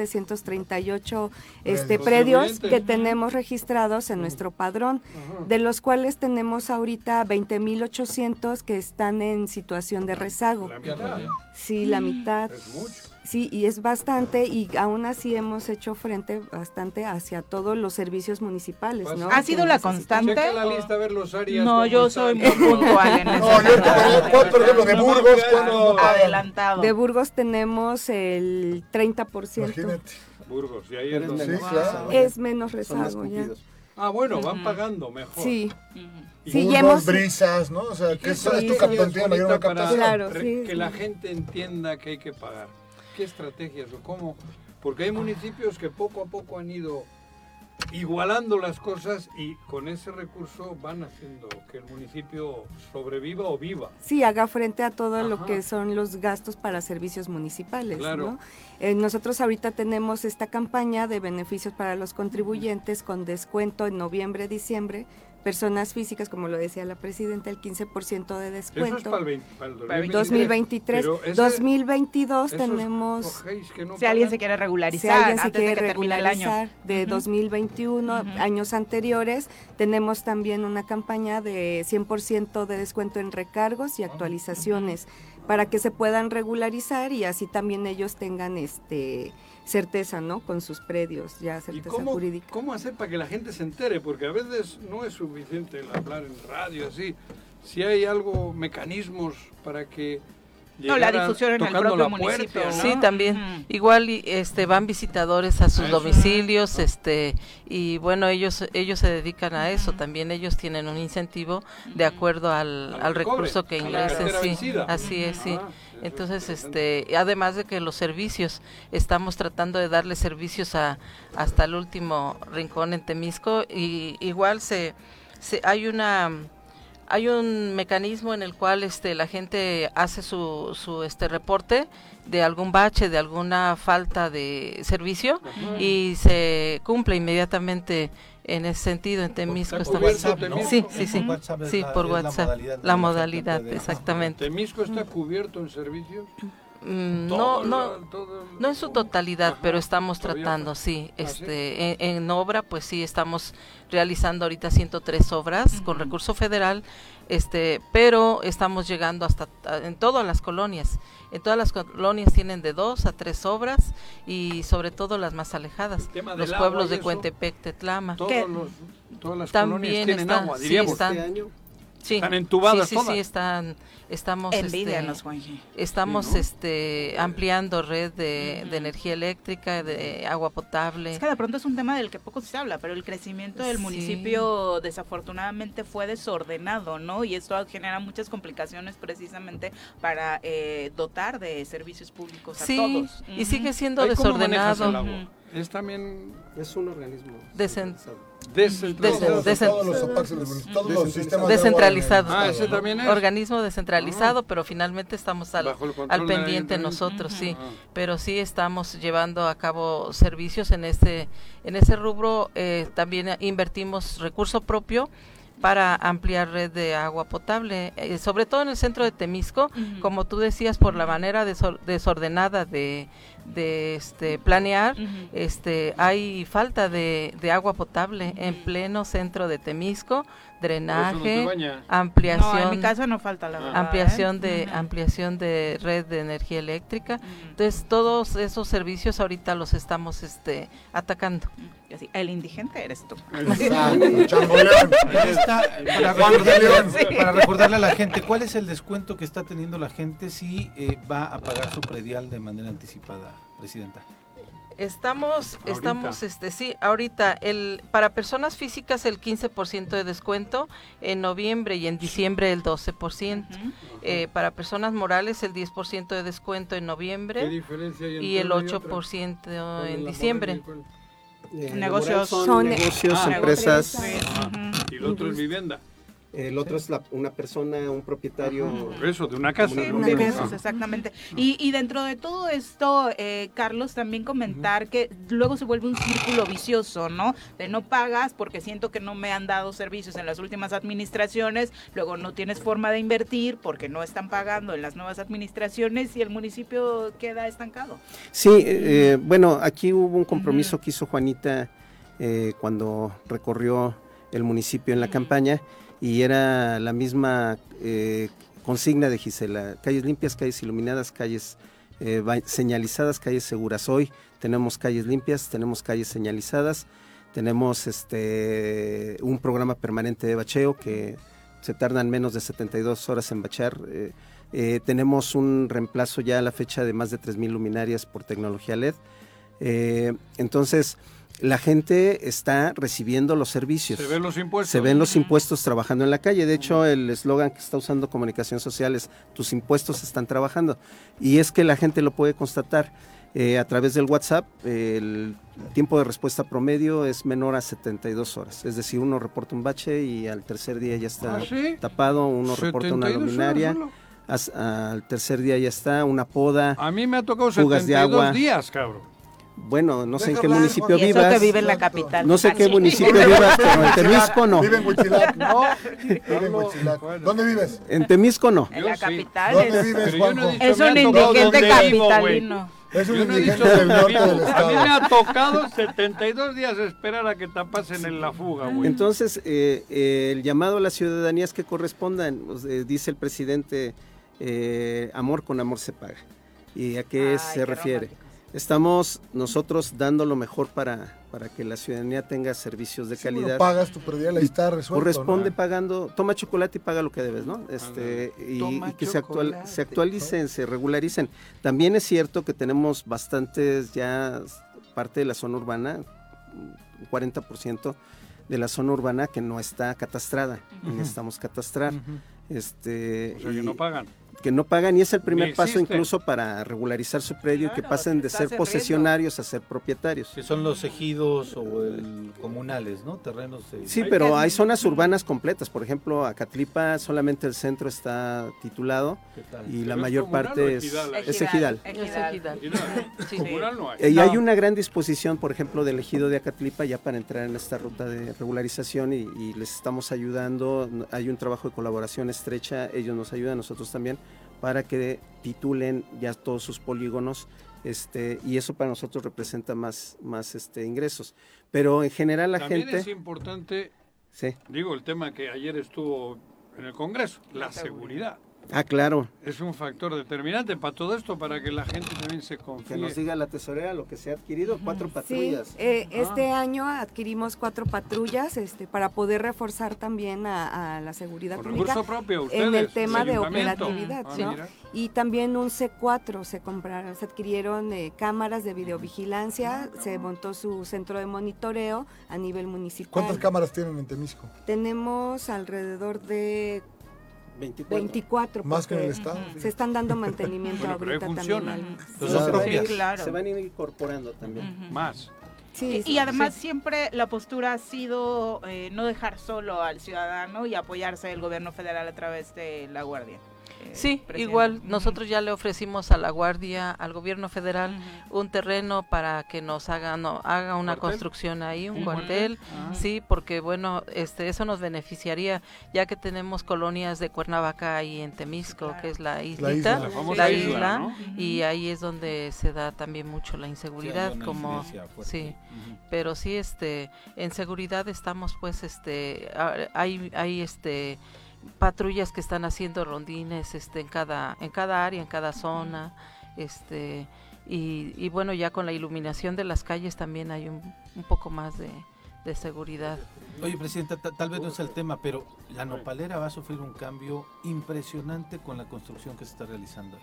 Speaker 10: 44.738 este,
Speaker 5: Predios.
Speaker 10: predios
Speaker 2: Contribuyentes.
Speaker 10: que tenemos registrados en nuestro padrón, de los cuales tenemos ahorita 20.800 que están en situación de rezago.
Speaker 2: La mitad.
Speaker 10: Sí, la mitad.
Speaker 2: Es mucho.
Speaker 10: Sí, y es bastante, y aún así hemos hecho frente bastante hacia todos los servicios municipales,
Speaker 2: Pues,
Speaker 10: ¿no?
Speaker 1: ¿Ha sido
Speaker 10: Que
Speaker 1: la
Speaker 10: necesitan.
Speaker 1: constante?
Speaker 2: Checa la lista a ver los áreas.
Speaker 8: No,
Speaker 2: cómo
Speaker 8: yo
Speaker 2: están.
Speaker 8: soy muy puntual en
Speaker 5: No, yo
Speaker 8: eso.
Speaker 5: te ¿cuál, por ejemplo, de Burgos, cuánto pagan?
Speaker 8: Adelantado.
Speaker 10: De Burgos tenemos el 30%.
Speaker 5: Imagínate.
Speaker 2: Burgos, y ahí es
Speaker 9: Eres
Speaker 2: donde-
Speaker 5: Sí,
Speaker 9: menos
Speaker 5: claro.
Speaker 9: pesado.
Speaker 10: Es menos
Speaker 9: Son más
Speaker 10: rezago ya.
Speaker 9: cupidos.
Speaker 2: Ah, bueno, van pagando mejor.
Speaker 10: Sí,
Speaker 2: Y
Speaker 10: sí,
Speaker 5: Burgos,
Speaker 10: ya hemos...
Speaker 5: brisas, ¿no? O sea, que eso
Speaker 10: Sí,
Speaker 5: es
Speaker 10: sí,
Speaker 5: tu
Speaker 10: es
Speaker 5: captantía mayor una
Speaker 2: bonita para
Speaker 5: captación.
Speaker 10: Claro,
Speaker 2: re-
Speaker 10: sí,
Speaker 2: que
Speaker 10: sí.
Speaker 2: la gente entienda que hay que pagar. ¿Qué estrategias o cómo? Porque hay municipios que poco a poco han ido igualando las cosas y con ese recurso van haciendo que el municipio sobreviva o viva.
Speaker 10: Sí, haga frente a todo lo
Speaker 2: Ajá.
Speaker 10: que son los gastos para servicios municipales.
Speaker 2: Claro.
Speaker 10: ¿no? Eh, nosotros ahorita tenemos esta campaña de beneficios para los contribuyentes con descuento en noviembre, diciembre. Personas físicas, como lo decía la presidenta, el 15% de
Speaker 2: Eso es para el,
Speaker 10: descuento.
Speaker 2: 20, para el
Speaker 1: Para el
Speaker 10: 2023,
Speaker 2: Pero ese-
Speaker 10: 2022
Speaker 2: esos
Speaker 10: tenemos...
Speaker 2: cogéis que no
Speaker 1: Si alguien se
Speaker 2: pagan,
Speaker 1: quiere
Speaker 10: Si
Speaker 1: regularizar
Speaker 10: alguien se
Speaker 1: antes
Speaker 10: quiere
Speaker 1: de que termine el año.
Speaker 10: regularizar de 2021, años anteriores, tenemos también una campaña de 100% de descuento en recargos y actualizaciones para que se puedan regularizar y así también ellos tengan este certeza, ¿no? Con sus predios, ya
Speaker 2: ¿Y
Speaker 10: certeza
Speaker 2: cómo,
Speaker 10: jurídica.
Speaker 2: cómo hacer para que la gente se entere? Porque a veces no es suficiente el hablar en radio así. Si hay algo, mecanismos para que
Speaker 1: No, la
Speaker 2: llegaran
Speaker 1: difusión en el
Speaker 2: tocando
Speaker 1: propio
Speaker 2: la puerta,
Speaker 1: municipio,
Speaker 2: ¿no?
Speaker 1: ¿no?
Speaker 7: Sí, también.
Speaker 1: Ujú.
Speaker 7: Igual y, este van visitadores a sus
Speaker 2: Eso.
Speaker 7: domicilios, este y bueno, ellos ellos se dedican a eso, también ellos tienen un incentivo de acuerdo al,
Speaker 2: A lo
Speaker 7: al
Speaker 2: que
Speaker 7: recurso
Speaker 2: cobre,
Speaker 7: que
Speaker 2: a la
Speaker 7: ingrese,
Speaker 2: cartera
Speaker 7: sí.
Speaker 2: vencida.
Speaker 7: Así es, sí.
Speaker 2: Ah, eso es
Speaker 7: Entonces,
Speaker 2: interesante.
Speaker 7: este, además de que los servicios, estamos tratando de darle servicios a hasta el último rincón en Temisco y igual se, se hay una hay un mecanismo en el cual este la gente hace su, su este reporte de algún bache, de alguna falta de servicio y se cumple inmediatamente en ese sentido en Temisco
Speaker 2: Por
Speaker 7: estamos-
Speaker 2: WhatsApp, ¿no?
Speaker 7: Sí, sí, sí.
Speaker 11: WhatsApp es
Speaker 7: Sí,
Speaker 11: la-
Speaker 7: por
Speaker 11: es la
Speaker 7: WhatsApp.
Speaker 11: modalidad,
Speaker 7: La
Speaker 11: ¿no?
Speaker 7: modalidad,
Speaker 11: Exactamente.
Speaker 7: exactamente.
Speaker 2: ¿Temisco está cubierto en servicios?
Speaker 7: Mm,
Speaker 2: Todo
Speaker 7: No,
Speaker 2: el-
Speaker 7: no,
Speaker 2: todo el-
Speaker 7: no en su totalidad,
Speaker 2: Ajá,
Speaker 7: pero estamos
Speaker 2: todavía
Speaker 7: tratando,
Speaker 2: falta.
Speaker 7: sí.
Speaker 2: ¿Ah, sí?
Speaker 7: Este, en, en obra, pues sí, estamos realizando ahorita 103 obras con recurso federal, este, pero estamos llegando hasta a- en todas las colonias. En todas las colonias tienen de dos a tres obras y sobre todo las más alejadas,
Speaker 2: El tema del
Speaker 7: los
Speaker 2: agua y
Speaker 7: pueblos de
Speaker 2: eso,
Speaker 7: Cuentepec, Tetlama.
Speaker 2: Todos
Speaker 1: ¿Qué?
Speaker 2: los- todas las
Speaker 7: También
Speaker 2: colonias tienen
Speaker 7: está-
Speaker 2: agua,
Speaker 7: sí,
Speaker 2: diríamos.
Speaker 7: está.
Speaker 11: Este año,
Speaker 7: Sí,
Speaker 2: están entubadas
Speaker 7: sí, sí,
Speaker 2: todas.
Speaker 7: sí, están, estamos este,
Speaker 1: Envidianos, Juanji.
Speaker 7: Estamos
Speaker 2: Sí, ¿no?
Speaker 7: este, ampliando red de, de energía eléctrica, de agua potable.
Speaker 1: Es que de pronto es un tema del que poco se habla, pero el crecimiento del
Speaker 7: Sí.
Speaker 1: municipio desafortunadamente fue desordenado, ¿no? Y esto genera muchas complicaciones precisamente para eh, dotar de servicios públicos a
Speaker 7: Sí,
Speaker 1: todos.
Speaker 7: y sigue siendo
Speaker 2: Ay, ¿cómo manejas el
Speaker 7: desordenado.
Speaker 2: agua? Es también
Speaker 11: es un organismo.
Speaker 7: Desen-
Speaker 11: centralizado.
Speaker 5: Todos,
Speaker 2: descentralizado.
Speaker 7: Desen-
Speaker 5: los-
Speaker 7: desen-
Speaker 5: todos los OPACs, del municipio, todos los sistemas de agua
Speaker 7: Descentralizados.
Speaker 5: en el
Speaker 2: Ah, ese
Speaker 5: estado, ¿no?
Speaker 2: también es.
Speaker 7: Organismo
Speaker 5: Ah.
Speaker 7: descentralizado, pero finalmente estamos al,
Speaker 2: Bajo el control
Speaker 7: al
Speaker 2: del
Speaker 7: pendiente
Speaker 2: ayuntamiento.
Speaker 7: nosotros, sí.
Speaker 5: Ah.
Speaker 2: Ajá.
Speaker 7: Pero sí estamos llevando a cabo servicios en este, en ese rubro. eh, también invertimos recurso propio para ampliar red de agua potable, eh, sobre todo en el centro de Temisco,
Speaker 1: Ujú.
Speaker 7: como tú decías, por la manera desor- desordenada de, de, este, planear,
Speaker 1: Ujú.
Speaker 7: este, hay falta de, de agua potable en pleno centro de
Speaker 2: Por
Speaker 7: Temisco,
Speaker 2: eso no se
Speaker 7: drenaje,
Speaker 2: baña.
Speaker 7: ampliación,
Speaker 1: No, en mi casa no falta la verdad.
Speaker 7: ampliación
Speaker 1: ¿eh?
Speaker 7: de
Speaker 1: Ujú.
Speaker 7: ampliación de red de energía eléctrica.
Speaker 1: Ujú.
Speaker 7: Entonces todos esos servicios ahorita los estamos este, atacando.
Speaker 1: Y así, el indigente eres tú.
Speaker 5: Exacto, Chamboleón.
Speaker 11: Ahí está, para,
Speaker 5: Juan
Speaker 11: recordarle,
Speaker 5: León.
Speaker 11: para recordarle a la gente, ¿cuál es el descuento que está teniendo la gente si eh, va a pagar su predial de manera anticipada, Presidenta?
Speaker 7: Estamos,
Speaker 2: Ahorita.
Speaker 7: estamos, este, sí, ahorita, el, para personas físicas el 15% de descuento, en noviembre y en diciembre el 12%,
Speaker 1: Ujú.
Speaker 7: Eh, para personas morales el 10% de descuento en
Speaker 2: ¿Qué
Speaker 7: noviembre
Speaker 2: diferencia hay
Speaker 7: y el
Speaker 2: entre una otra?
Speaker 7: 8%
Speaker 2: ¿Cuál es la
Speaker 7: en
Speaker 2: moral y
Speaker 7: diciembre.
Speaker 2: cuál-
Speaker 11: Eh,
Speaker 1: Negocios.
Speaker 11: laboral
Speaker 10: Son-
Speaker 11: negocios.
Speaker 9: Negocios,
Speaker 2: Ah,
Speaker 9: empresas.
Speaker 1: Ujú.
Speaker 2: Y el otro es vivienda.
Speaker 12: El otro es la- una persona, un propietario.
Speaker 2: Eso, de una casa,
Speaker 12: Como
Speaker 2: ¿no?
Speaker 1: De
Speaker 2: Ajá.
Speaker 1: besos, exactamente. Y, y dentro de todo esto, eh, Carlos, también comentar que luego se vuelve un círculo vicioso, ¿no? De no pagas porque siento que no me han dado servicios en las últimas administraciones, luego no tienes forma de invertir porque no están pagando en las nuevas administraciones y el municipio queda estancado.
Speaker 9: Sí, eh, eh, bueno, aquí hubo un compromiso que hizo Juanita eh, cuando recorrió el municipio en la campaña y era la misma eh, consigna de Gisela, calles limpias, calles iluminadas, calles eh, ba- señalizadas, calles seguras. Hoy tenemos calles limpias, tenemos calles señalizadas, tenemos este un programa permanente de bacheo que se tardan menos de 72 horas en bachar. eh, eh, tenemos un reemplazo ya a la fecha de más de 3.000 luminarias por tecnología LED. Eh, entonces, la gente está recibiendo los servicios.
Speaker 2: Se ven los impuestos.
Speaker 9: Se ven los impuestos trabajando en la calle. De hecho, el eslogan que está usando Comunicación Social es tus impuestos están trabajando. Y es que la gente lo puede constatar eh, a través del WhatsApp. eh, el tiempo de respuesta promedio es menor a 72 horas. Es decir, uno reporta un bache y al tercer día ya está
Speaker 2: ¿Ah, sí?
Speaker 9: tapado, uno reporta una
Speaker 2: 72 horas
Speaker 9: luminaria.
Speaker 2: solo.
Speaker 9: as- al tercer día ya está, una poda.
Speaker 2: A mí me ha tocado
Speaker 9: fugas
Speaker 2: 72
Speaker 9: de agua.
Speaker 2: días, cabrón.
Speaker 9: Bueno, no sé en
Speaker 2: Deja
Speaker 9: qué
Speaker 2: hablar,
Speaker 9: municipio
Speaker 2: Jorge. Y eso
Speaker 9: vivas.
Speaker 2: que vive en la
Speaker 1: Exacto. capital.
Speaker 9: No sé qué
Speaker 1: Así.
Speaker 9: municipio vivas, pero en Temisco no.
Speaker 5: Vive en Huitzilac. No, vive en Huitzilac. ¿Dónde vives?
Speaker 9: En Temisco no.
Speaker 5: Eh,
Speaker 1: En la capital
Speaker 5: ¿Dónde
Speaker 1: es-
Speaker 5: vives,
Speaker 1: Pero yo no he
Speaker 5: Juanjo?
Speaker 1: dicho Es un nada, indigente ¿dónde vivo, capitalino. güey?
Speaker 5: Es un
Speaker 2: Yo no he
Speaker 5: indigente
Speaker 2: dicho
Speaker 5: del
Speaker 2: dónde
Speaker 5: norte
Speaker 2: vivo.
Speaker 5: del
Speaker 2: A mí me ha
Speaker 5: estado.
Speaker 2: tocado 72 días esperar a que tapasen en la fuga, güey.
Speaker 9: Entonces, eh, eh, el llamado a la ciudadanía es que correspondan, pues, eh, dice el presidente, eh, amor con amor se paga. ¿Y a qué se refiere? Estamos nosotros dando lo mejor para, para que la ciudadanía tenga servicios de
Speaker 5: Bueno,
Speaker 9: calidad.
Speaker 5: pagas tu predial, ahí está resuelto.
Speaker 9: Corresponde
Speaker 5: ¿no?
Speaker 9: pagando, toma chocolate y paga lo que debes, ¿no? Este, y,
Speaker 5: Toma
Speaker 9: y que se, actual- se actualicen, se regularicen. También es cierto que tenemos bastantes ya s- parte de la zona urbana, un 40% de la zona urbana que no está catastrada, y
Speaker 2: Ujú.
Speaker 9: necesitamos catastrar. Este,
Speaker 2: O sea, que
Speaker 9: y-
Speaker 2: no pagan.
Speaker 9: que no pagan y es el primer
Speaker 2: Ni
Speaker 9: paso
Speaker 2: existe.
Speaker 9: incluso para regularizar su predio y que pasen de
Speaker 11: estás
Speaker 9: ser
Speaker 11: en riesgo.
Speaker 9: posesionarios a ser propietarios.
Speaker 11: Que son los ejidos o el comunales, ¿no? Terrenos. eh.
Speaker 9: Sí, pero hay zonas urbanas completas. Por ejemplo, Acatlipa solamente el centro está titulado
Speaker 11: ¿Qué tal?
Speaker 9: y
Speaker 11: ¿Pero
Speaker 9: la
Speaker 11: es
Speaker 9: mayor
Speaker 11: comunal o
Speaker 9: parte es
Speaker 11: ejidal?
Speaker 9: es ejidal.
Speaker 7: Ejidal. Sí.
Speaker 2: Comunal no hay.
Speaker 9: Y hay una gran disposición, por ejemplo, del ejido de Acatlipa ya para entrar en esta ruta de regularización y, y les estamos ayudando. No- Hay un trabajo de colaboración estrecha, ellos nos ayudan, nosotros también, para que titulen ya todos sus polígonos. Este, y eso para nosotros representa más, más este, ingresos. Pero en general la
Speaker 2: También es
Speaker 9: gente...
Speaker 2: importante,
Speaker 9: Sí.
Speaker 2: digo, el tema que ayer estuvo en el Congreso, la seguridad.
Speaker 9: Ah, claro.
Speaker 2: Es un factor determinante para todo esto, para que la gente también se confíe.
Speaker 9: Que nos diga la tesorera lo que se ha adquirido, cuatro
Speaker 10: Sí,
Speaker 9: patrullas. Ah.
Speaker 10: eh, este año adquirimos cuatro patrullas este, para poder reforzar también a, a la seguridad
Speaker 2: Con
Speaker 10: pública
Speaker 2: recurso propio,
Speaker 10: en el
Speaker 2: ustedes,
Speaker 10: tema
Speaker 2: el
Speaker 10: de
Speaker 2: ayuntamiento.
Speaker 10: operatividad,
Speaker 2: Ah,
Speaker 10: ¿no?
Speaker 2: mira.
Speaker 10: Y también un C4 se compraron, se adquirieron eh, cámaras de videovigilancia, se montó su centro de monitoreo a nivel municipal.
Speaker 2: Ah.
Speaker 5: ¿Cuántas cámaras tienen en Temisco?
Speaker 10: Tenemos alrededor de
Speaker 9: 24.
Speaker 10: 24.
Speaker 5: Más que en el
Speaker 10: porque
Speaker 5: estado,
Speaker 10: Se están dando mantenimiento
Speaker 9: Bueno, pero ahí
Speaker 10: ahorita también.
Speaker 9: funciona.
Speaker 10: al-
Speaker 9: Entonces, se van a ir-
Speaker 1: claro.
Speaker 9: Se van a ir incorporando también.
Speaker 2: Más.
Speaker 1: y, y además siempre la postura ha sido eh, no dejar solo al ciudadano y apoyarse del gobierno federal a través de la Guardia. Eh,
Speaker 7: Sí,
Speaker 1: presidente.
Speaker 7: igual nosotros ya le ofrecimos a la Guardia, al gobierno federal, un terreno para que nos hagan, no, haga una construcción ahí, un
Speaker 1: Un
Speaker 7: cuartel,
Speaker 1: cuartel, ah.
Speaker 7: sí, porque bueno, este, eso nos beneficiaría, ya que tenemos colonias de Cuernavaca y en Temisco, que es la
Speaker 13: isla.
Speaker 7: islita,
Speaker 13: La
Speaker 7: la,
Speaker 13: famosa isla,
Speaker 7: isla,
Speaker 13: ¿no?
Speaker 7: y ahí es donde se da también mucho la inseguridad,
Speaker 13: una
Speaker 7: como,
Speaker 13: incidencia fuerte.
Speaker 7: sí, pero sí, este, en seguridad estamos, pues, este, a- hay, hay, este, patrullas que están haciendo rondines este en cada en cada área en cada zona este y, y bueno ya con la iluminación de las calles también hay un, un poco más de, de seguridad
Speaker 11: Oye, Presidenta, ta- tal vez no es el tema, pero la nopalera va a sufrir un cambio impresionante con la construcción que se está realizando. ahí.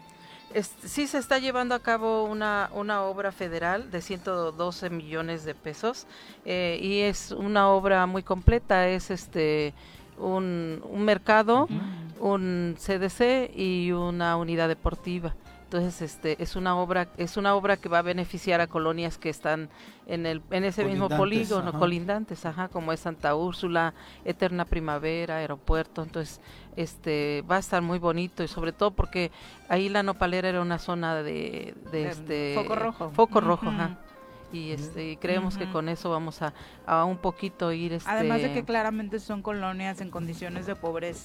Speaker 7: Es- sí se está llevando a cabo una, una obra federal de 112 millones de pesos eh, y es una obra muy completa, es este un, un mercado, un CDC y una unidad deportiva. Entonces, este es una obra es una obra que va a beneficiar a colonias que están en el en ese mismo
Speaker 14: Colindantes,
Speaker 7: polígono,
Speaker 14: ajá.
Speaker 7: colindantes, ajá, como es Santa Úrsula, Eterna Primavera, Aeropuerto. Entonces, este va a estar muy bonito y sobre todo porque ahí la Nopalera era una zona de, de,
Speaker 1: De
Speaker 7: este
Speaker 1: foco rojo.
Speaker 7: foco rojo,
Speaker 1: Ujú.
Speaker 7: ajá. Y este y creemos que
Speaker 1: Ujú.
Speaker 7: con eso vamos a, a un poquito ir este
Speaker 1: Además de que claramente son colonias en condiciones de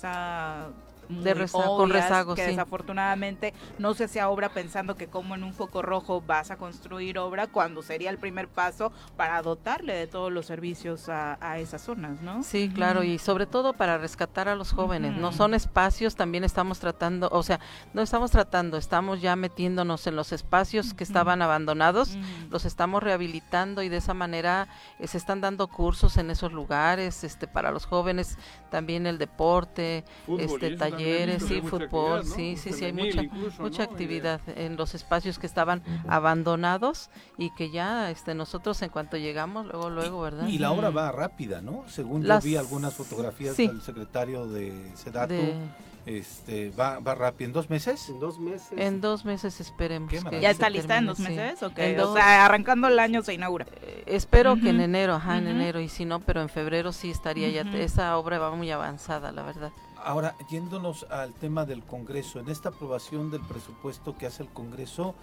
Speaker 1: pobreza muy
Speaker 7: De reza- con
Speaker 1: obvias,
Speaker 7: rezagos,
Speaker 1: que
Speaker 7: sí.
Speaker 1: desafortunadamente no se hacía obra pensando que como en un foco rojo vas a construir obra cuando sería el primer paso para dotarle de todos los servicios a, a esas zonas, ¿no?
Speaker 7: Sí, claro, y sobre todo para rescatar a los jóvenes. No son espacios, también estamos tratando, o sea, no estamos tratando, estamos ya metiéndonos en los espacios que estaban abandonados, los estamos rehabilitando y de esa manera eh, se están dando cursos en esos lugares, este, para los jóvenes, también el deporte,
Speaker 14: Fútbol, y
Speaker 7: este,
Speaker 14: eso también he
Speaker 7: talleres,
Speaker 14: visto que hay
Speaker 7: sí,
Speaker 14: mucha
Speaker 7: fútbol,
Speaker 14: actividad, ¿no? Pues
Speaker 7: sí, sí, sí, hay
Speaker 14: Femenil
Speaker 7: mucha,
Speaker 14: incluso,
Speaker 7: mucha
Speaker 14: ¿no? Y de-
Speaker 7: actividad en los espacios que estaban abandonados y que ya, este, nosotros en cuanto llegamos, luego, luego, ¿verdad?
Speaker 3: Y la obra
Speaker 7: Mm.
Speaker 3: va rápida, ¿no? Según
Speaker 7: Las-
Speaker 3: yo vi algunas fotografías
Speaker 7: sí.
Speaker 3: del secretario de Sedatu,
Speaker 7: De-
Speaker 3: este, va, va rápido. ¿En dos meses? En
Speaker 15: dos meses.
Speaker 7: En dos meses esperemos. que
Speaker 3: maravilla.
Speaker 1: ¿Ya
Speaker 7: se
Speaker 1: está lista en
Speaker 7: termine,
Speaker 1: dos
Speaker 7: sí.
Speaker 1: meses? ¿o qué?
Speaker 7: En
Speaker 1: O
Speaker 7: dos- Eh,
Speaker 1: sea, arrancando el año se inaugura.
Speaker 7: espero que en
Speaker 1: Ujú.
Speaker 7: enero, ajá, en
Speaker 1: Ujú.
Speaker 7: enero, y si no, pero en febrero sí estaría ya.
Speaker 3: Ujú.
Speaker 7: Esa obra va muy avanzada, la verdad.
Speaker 3: Ahora, yéndonos al tema del Congreso, en esta aprobación del presupuesto que hace el Congreso,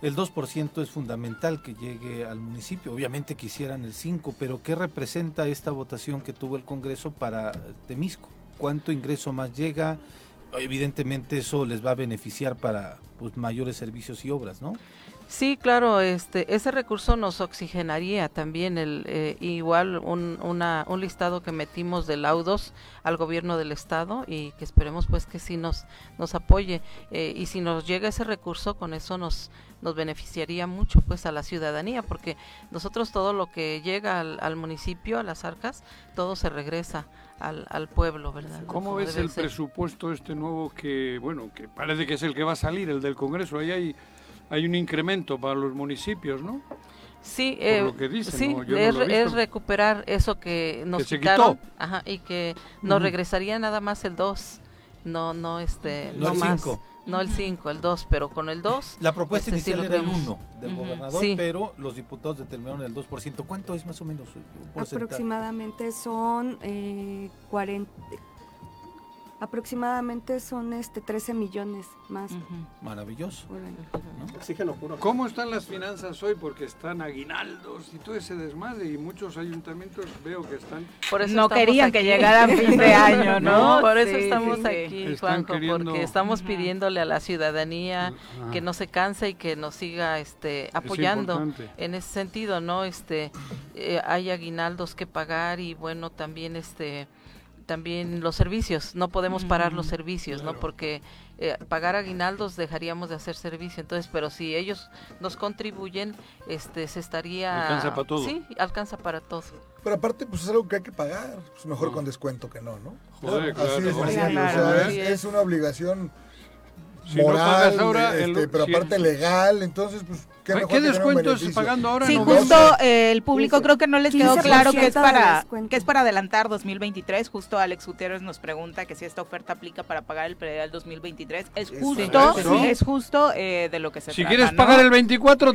Speaker 3: el 2% es fundamental que llegue al municipio. Obviamente quisieran el 5%, pero ¿qué representa esta votación que tuvo el Congreso para Temisco? ¿Cuánto ingreso más llega? Evidentemente eso les va a beneficiar para pues, mayores servicios y obras, ¿no?
Speaker 7: Sí, claro, este, ese recurso nos oxigenaría también el eh, igual un, una, un listado que metimos de laudos al gobierno del estado y que esperemos pues que sí nos nos apoye Eh, y si nos llega ese recurso con eso nos nos beneficiaría mucho pues a la ciudadanía porque nosotros todo lo que llega al, al municipio a las arcas todo se regresa al, al pueblo, ¿verdad?
Speaker 2: ¿Cómo
Speaker 7: Como
Speaker 2: ves
Speaker 7: debe
Speaker 2: el
Speaker 7: ser.
Speaker 2: presupuesto este nuevo que, bueno, que parece que es el que va a salir, el del Congreso? Ahí hay, hay un incremento para los municipios, ¿no?
Speaker 7: Sí,
Speaker 2: Por
Speaker 7: eh,
Speaker 2: lo que dicen,
Speaker 7: sí,
Speaker 2: ¿no? Yo no
Speaker 7: es,
Speaker 2: lo he
Speaker 7: es
Speaker 2: visto.
Speaker 7: recuperar eso que nos
Speaker 2: se
Speaker 7: quitaron
Speaker 2: quitó.
Speaker 7: ajá, y que nos
Speaker 2: Ujú.
Speaker 7: regresaría nada más el 2, no no este
Speaker 3: No
Speaker 7: no,
Speaker 3: el
Speaker 7: más,
Speaker 3: cinco.
Speaker 7: no el 5, el 2, pero con el 2
Speaker 3: La propuesta
Speaker 7: este, sí
Speaker 3: inicial
Speaker 7: lo
Speaker 3: era el 1
Speaker 7: vemos.
Speaker 3: del
Speaker 7: Ujú.
Speaker 3: gobernador,
Speaker 7: Sí.
Speaker 3: pero los diputados determinaron el 2%. ¿Cuánto es más o menos? eh, un porcentaje?
Speaker 10: Aproximadamente son eh, 40 aproximadamente son este 13 millones más.
Speaker 3: Maravilloso.
Speaker 15: Oxígeno puro.
Speaker 2: ¿Cómo están las finanzas hoy? Porque están aguinaldos y todo ese desmadre y muchos ayuntamientos veo que están...
Speaker 7: Por eso
Speaker 1: No
Speaker 7: estamos
Speaker 1: querían que
Speaker 7: aquí.
Speaker 1: llegara fin de año, ¿no?
Speaker 7: Por eso
Speaker 1: Sí,
Speaker 7: estamos
Speaker 1: sí.
Speaker 7: aquí,
Speaker 2: Están
Speaker 7: Juanjo,
Speaker 2: queriendo-
Speaker 7: porque estamos pidiéndole a la ciudadanía
Speaker 2: Ajá.
Speaker 7: que no se canse y que nos siga este apoyando.
Speaker 2: importante.
Speaker 7: en ese sentido, ¿no? Este eh, hay aguinaldos que pagar y bueno, también este también los servicios, no podemos parar los
Speaker 14: Ujú.
Speaker 7: servicios, ¿no? Porque eh, pagar aguinaldos dejaríamos de hacer servicio, entonces, pero si ellos nos contribuyen, este se estaría
Speaker 2: Alcanza para todo.
Speaker 7: Sí, alcanza para todo.
Speaker 5: Pero aparte, pues es algo que hay que pagar. Pues mejor con descuento que no, ¿no? Así
Speaker 2: Joder, claro.
Speaker 5: de sencillo,
Speaker 2: Claro,
Speaker 5: o sea,
Speaker 2: así
Speaker 5: es,
Speaker 2: es.
Speaker 5: es una obligación
Speaker 2: Si no
Speaker 5: moral,
Speaker 2: pagas ahora,
Speaker 5: este,
Speaker 2: el-
Speaker 5: pero
Speaker 2: si-
Speaker 5: aparte legal. Entonces, pues,
Speaker 2: Ay,
Speaker 5: ¿qué, mejor
Speaker 2: ¿qué
Speaker 5: que tener un
Speaker 2: descuentos
Speaker 5: beneficio?
Speaker 2: pagando ahora?
Speaker 1: Sí,
Speaker 5: No,
Speaker 1: justo
Speaker 5: vamos.
Speaker 1: eh, el público creo que no les quedó
Speaker 10: 15%
Speaker 1: claro que es
Speaker 10: de
Speaker 1: para
Speaker 10: descuento.
Speaker 1: que es para adelantar 2023. Justo Alex Gutiérrez nos pregunta que si esta oferta aplica para pagar el predial 2023. Es justo,
Speaker 2: correcto.
Speaker 1: es justo eh, de lo que se
Speaker 2: Si
Speaker 1: trata.
Speaker 2: quieres
Speaker 1: ¿no?
Speaker 2: pagar el 24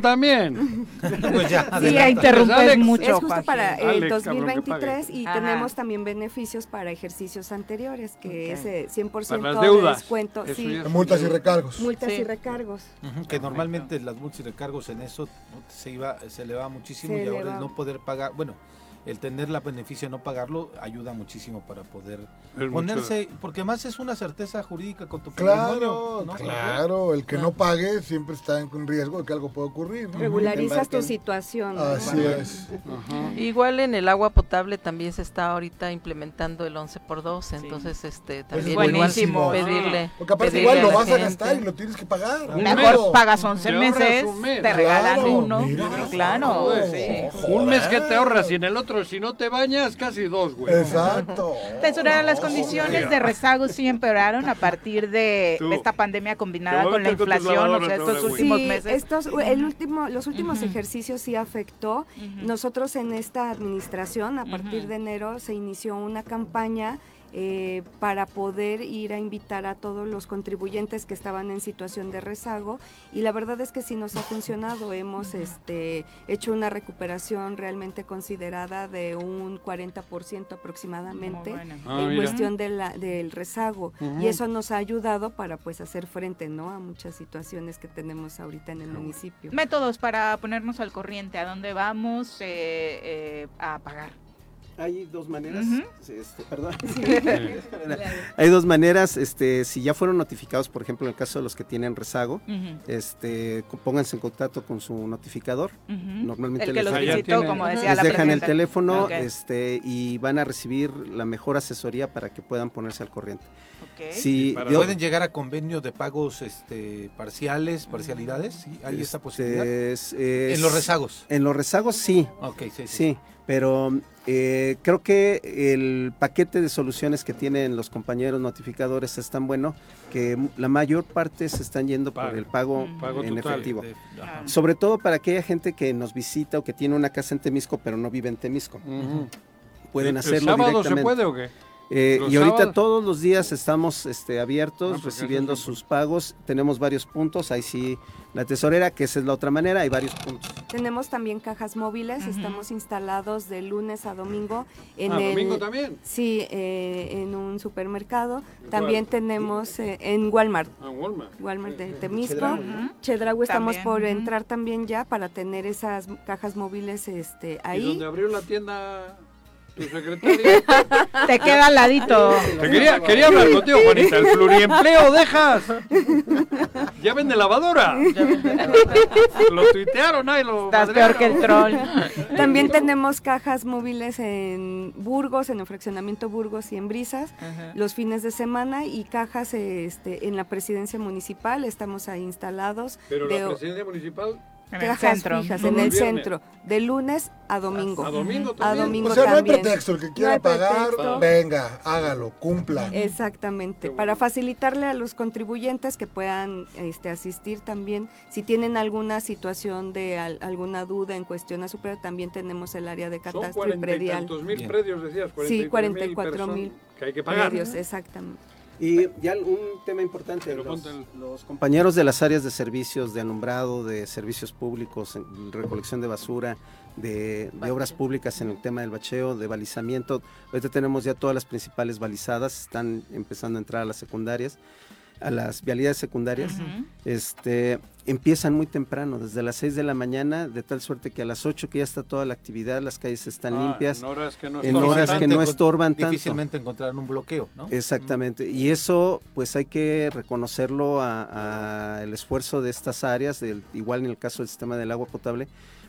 Speaker 2: también.
Speaker 3: pues ya,
Speaker 1: Sí, ya interrumpes
Speaker 2: Alex,
Speaker 1: mucho.
Speaker 10: es justo
Speaker 1: Joaquín.
Speaker 10: para el
Speaker 2: Alex, cabrón, que pague.
Speaker 10: 2023 y
Speaker 1: Ajá.
Speaker 10: tenemos también beneficios para ejercicios anteriores, que es eh, 100%
Speaker 3: Para las
Speaker 10: de
Speaker 3: deudas.
Speaker 10: descuento.
Speaker 3: Eso
Speaker 10: sí.
Speaker 3: ya es un Multas y deuda. recargos.
Speaker 10: Multas
Speaker 3: Sí.
Speaker 10: y recargos.
Speaker 3: Ujú, que normalmente las multas y recargos en eso ¿no? se iba se elevaba muchísimo
Speaker 10: Se
Speaker 3: y ahora el
Speaker 10: elevaba.
Speaker 3: no poder pagar, bueno, el tener la beneficio de no pagarlo ayuda muchísimo para poder
Speaker 5: mucho.
Speaker 3: ponerse, porque más es una certeza jurídica con tu
Speaker 5: Claro,
Speaker 3: patrimonio, ¿no?
Speaker 5: claro. El que no pague siempre está en riesgo de que algo pueda ocurrir. ¿no?
Speaker 10: Regularizas tu situación. ¿no?
Speaker 5: Así es.
Speaker 7: Igual en el agua potable también se está ahorita implementando el 11 por 2 entonces este también igual
Speaker 5: buenísimo.
Speaker 7: pedirle.
Speaker 5: Porque aparte
Speaker 7: pedirle
Speaker 5: igual
Speaker 7: a
Speaker 5: lo
Speaker 7: la
Speaker 5: vas a
Speaker 7: gente.
Speaker 5: gastar y lo tienes que pagar.
Speaker 7: Un
Speaker 1: Mejor
Speaker 5: Claro.
Speaker 1: pagas 11
Speaker 5: Te ahorras
Speaker 1: meses,
Speaker 5: un mes.
Speaker 1: te regalan
Speaker 5: Claro,
Speaker 1: uno.
Speaker 5: mira.
Speaker 1: Claro.
Speaker 2: Joder, Un mes que te ahorras y en el otro, si no te bañas, casi dos, güey.
Speaker 5: Exacto.
Speaker 1: Tesora, las condiciones de rezago sí empeoraron a partir de
Speaker 2: Tú.
Speaker 1: esta pandemia combinada
Speaker 2: Te voy a
Speaker 1: con la
Speaker 2: meter con tus
Speaker 1: inflación, o sea,
Speaker 2: lavadoras ahora,
Speaker 1: estos
Speaker 2: güey.
Speaker 1: últimos
Speaker 10: Sí,
Speaker 1: meses.
Speaker 10: estos- el último, los últimos ejercicios sí afectó. Nosotros en esta administración, a partir de enero, se inició una campaña eh, para poder ir a invitar a todos los contribuyentes que estaban en situación de rezago y la verdad es que sí nos ha funcionado. Hemos este, hecho una recuperación realmente considerada de un 40% aproximadamente
Speaker 13: Muy bueno.
Speaker 10: en
Speaker 13: Ah, mira.
Speaker 10: cuestión de la- del rezago
Speaker 13: Ujú.
Speaker 10: y eso nos ha ayudado para pues hacer frente ¿no? a muchas situaciones que tenemos ahorita en el municipio.
Speaker 1: Métodos para ponernos al corriente, a dónde vamos eh, eh, a pagar.
Speaker 9: Hay dos maneras. Este, perdón.
Speaker 1: Sí.
Speaker 9: Hay dos maneras, este, si ya fueron notificados, por ejemplo, en el caso de los que tienen rezago,
Speaker 1: Ujú.
Speaker 9: este, co- pónganse en contacto con su notificador.
Speaker 1: Ujú.
Speaker 9: Normalmente
Speaker 1: El que
Speaker 9: les
Speaker 1: los
Speaker 9: dejan-
Speaker 1: visitó, Ah, ya tienen. como decía
Speaker 9: les
Speaker 1: la
Speaker 9: dejan el
Speaker 1: presidenta.
Speaker 9: teléfono,
Speaker 1: Ok.
Speaker 9: este, y van a recibir la mejor asesoría para que puedan ponerse al corriente.
Speaker 1: Ok.
Speaker 9: Si
Speaker 11: Para-
Speaker 9: dio-
Speaker 11: ¿Pueden llegar a convenio de pagos este, parciales, parcialidades? ¿Sí? ¿Hay esa
Speaker 9: Este,
Speaker 11: posibilidad?
Speaker 9: es- es-
Speaker 11: en los rezagos.
Speaker 9: En los rezagos sí.
Speaker 11: Ok, sí, sí,
Speaker 9: pero eh, creo que el paquete de soluciones que tienen los compañeros notificadores es tan bueno que m- la mayor parte se están yendo por el pago,
Speaker 2: Pago
Speaker 9: en
Speaker 2: total.
Speaker 9: efectivo.
Speaker 2: De- ajá.
Speaker 9: Sobre todo para aquella gente que nos visita o que tiene una casa en Temisco pero no vive en Temisco.
Speaker 2: Ujú. ¿El-
Speaker 9: Pueden
Speaker 2: el
Speaker 9: hacerlo
Speaker 2: sábado se
Speaker 9: directamente.
Speaker 2: puede o qué?
Speaker 9: Eh,
Speaker 2: ¿Los
Speaker 9: y ahorita
Speaker 2: sábados?
Speaker 9: todos los días estamos este, abiertos,
Speaker 2: Ah, pues eso
Speaker 9: recibiendo
Speaker 2: es
Speaker 9: sus pagos. Tenemos varios puntos. Ahí sí, la tesorera, que esa es la otra manera, hay varios puntos.
Speaker 10: Tenemos también cajas móviles, estamos instalados de lunes a domingo. En
Speaker 9: Ah,
Speaker 10: el,
Speaker 9: ¿domingo también?
Speaker 10: Sí, eh, en un supermercado.
Speaker 2: ¿En
Speaker 10: También
Speaker 2: cuál?
Speaker 10: tenemos eh, en Walmart.
Speaker 2: Ah, Walmart.
Speaker 10: Walmart de
Speaker 2: Sí, sí.
Speaker 10: Temisco.
Speaker 2: Chedraui,
Speaker 10: Chedraui,
Speaker 2: ¿no?
Speaker 10: estamos
Speaker 2: También,
Speaker 10: por
Speaker 2: ujú.
Speaker 10: entrar también ya para tener esas cajas móviles este,
Speaker 2: ¿Y
Speaker 10: ahí.
Speaker 2: donde abrió la tienda tu secretaria?
Speaker 1: Te queda al ladito.
Speaker 2: Te quería, quería hablar contigo, Juanita. El pluriempleo, dejas. Ya vende lavadora. Lo tuitearon, ahí lo.
Speaker 1: Estás peor que el troll.
Speaker 10: También tenemos cajas móviles en Burgos, en el fraccionamiento Burgos y en Brisas,
Speaker 1: Ajá.
Speaker 10: los fines de semana y cajas este, en la presidencia municipal, estamos ahí instalados.
Speaker 2: Pero
Speaker 10: de-
Speaker 2: la presidencia municipal.
Speaker 10: cajas fijas en el centro, de lunes a domingo.
Speaker 2: A domingo
Speaker 10: A
Speaker 2: también.
Speaker 10: domingo
Speaker 5: o sea, no hay
Speaker 10: también.
Speaker 5: pretexto. El que
Speaker 10: No
Speaker 5: quiera
Speaker 10: hay
Speaker 5: pagar,
Speaker 10: pretexto.
Speaker 5: venga, hágalo, cumpla.
Speaker 10: Exactamente, para facilitarle a los contribuyentes que puedan este, asistir también, si tienen alguna situación de al- alguna duda en cuestión a superar, también tenemos el área de
Speaker 2: Son
Speaker 10: catastro y
Speaker 2: cuarenta y
Speaker 10: predial.
Speaker 2: tantos mil predios, decías.
Speaker 10: Sí,
Speaker 2: 44
Speaker 10: 44
Speaker 2: mil.
Speaker 10: mil
Speaker 2: personas Que hay que pagar.
Speaker 10: predios, exactamente.
Speaker 9: Y ya un tema importante, los, los compañeros de las áreas de servicios, de alumbrado, de servicios públicos, en recolección de basura, de, de obras públicas en el tema del bacheo, de balizamiento. Ahorita tenemos ya todas las principales balizadas, están empezando a entrar a las secundarias, a las vialidades secundarias.
Speaker 16: Ujú.
Speaker 9: este, empiezan muy temprano, desde las 6 de la mañana, de tal suerte que a las 8 que ya está toda la actividad, las calles están
Speaker 11: Ah,
Speaker 9: limpias,
Speaker 11: en horas que no
Speaker 9: en
Speaker 11: estorban
Speaker 9: horas que
Speaker 11: tanto,
Speaker 9: no estorban tanto.
Speaker 11: Difícilmente encontrarán un bloqueo, ¿no?
Speaker 9: Exactamente. Y eso, pues hay que reconocerlo a, a el esfuerzo de estas áreas, del- igual en el caso del sistema del agua potable,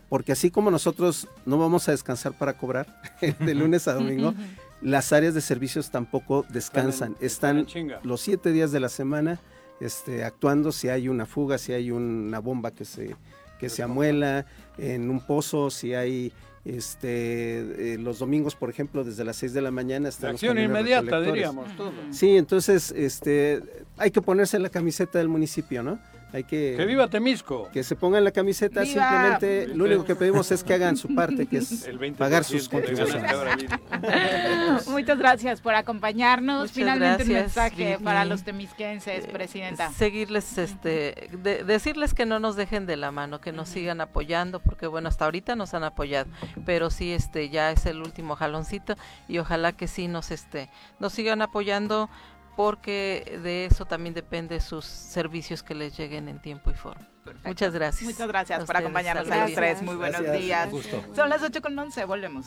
Speaker 9: porque así como nosotros no vamos a descansar para cobrar de lunes a domingo, las áreas de servicios tampoco descansan.
Speaker 2: están en
Speaker 9: Están,
Speaker 2: chinga.
Speaker 9: los siete días de la semana este, actuando si hay una fuga, si hay una bomba que se, que se amuela, en un pozo, si hay... Este, eh, los domingos, por ejemplo, desde las 6 de la mañana hasta
Speaker 2: De acción inmediata, diríamos todo.
Speaker 9: Sí, entonces este, hay que ponerse la camiseta del municipio, ¿no? Hay que,
Speaker 2: Que viva Temisco.
Speaker 9: que se pongan la camiseta,
Speaker 2: ¡Viva!
Speaker 9: simplemente lo único que pedimos es que hagan su parte, que es
Speaker 2: El 20%
Speaker 9: pagar sus
Speaker 2: de ganas de
Speaker 9: contribuciones.
Speaker 2: ahora mismo.
Speaker 1: Muchas gracias por acompañarnos.
Speaker 7: Muchas
Speaker 1: Finalmente un
Speaker 7: gracias,
Speaker 1: mensaje
Speaker 7: Virginia. Eh,
Speaker 1: para los temisquenses, presidenta.
Speaker 7: Seguirles, este, de- decirles que no nos dejen de la mano, que nos sigan apoyando, porque bueno, hasta ahorita nos han apoyado, pero sí, este, ya es el último jaloncito y ojalá que sí nos, este, nos sigan apoyando, porque de eso también depende sus servicios que les lleguen en tiempo y forma. Muchas gracias.
Speaker 1: Muchas gracias
Speaker 7: A
Speaker 1: por
Speaker 7: ustedes,
Speaker 1: acompañarnos
Speaker 7: saludos.
Speaker 1: a los tres. Muy buenos
Speaker 7: Gracias.
Speaker 1: días.
Speaker 7: Un gusto.
Speaker 1: Son las 8 con 11, volvemos.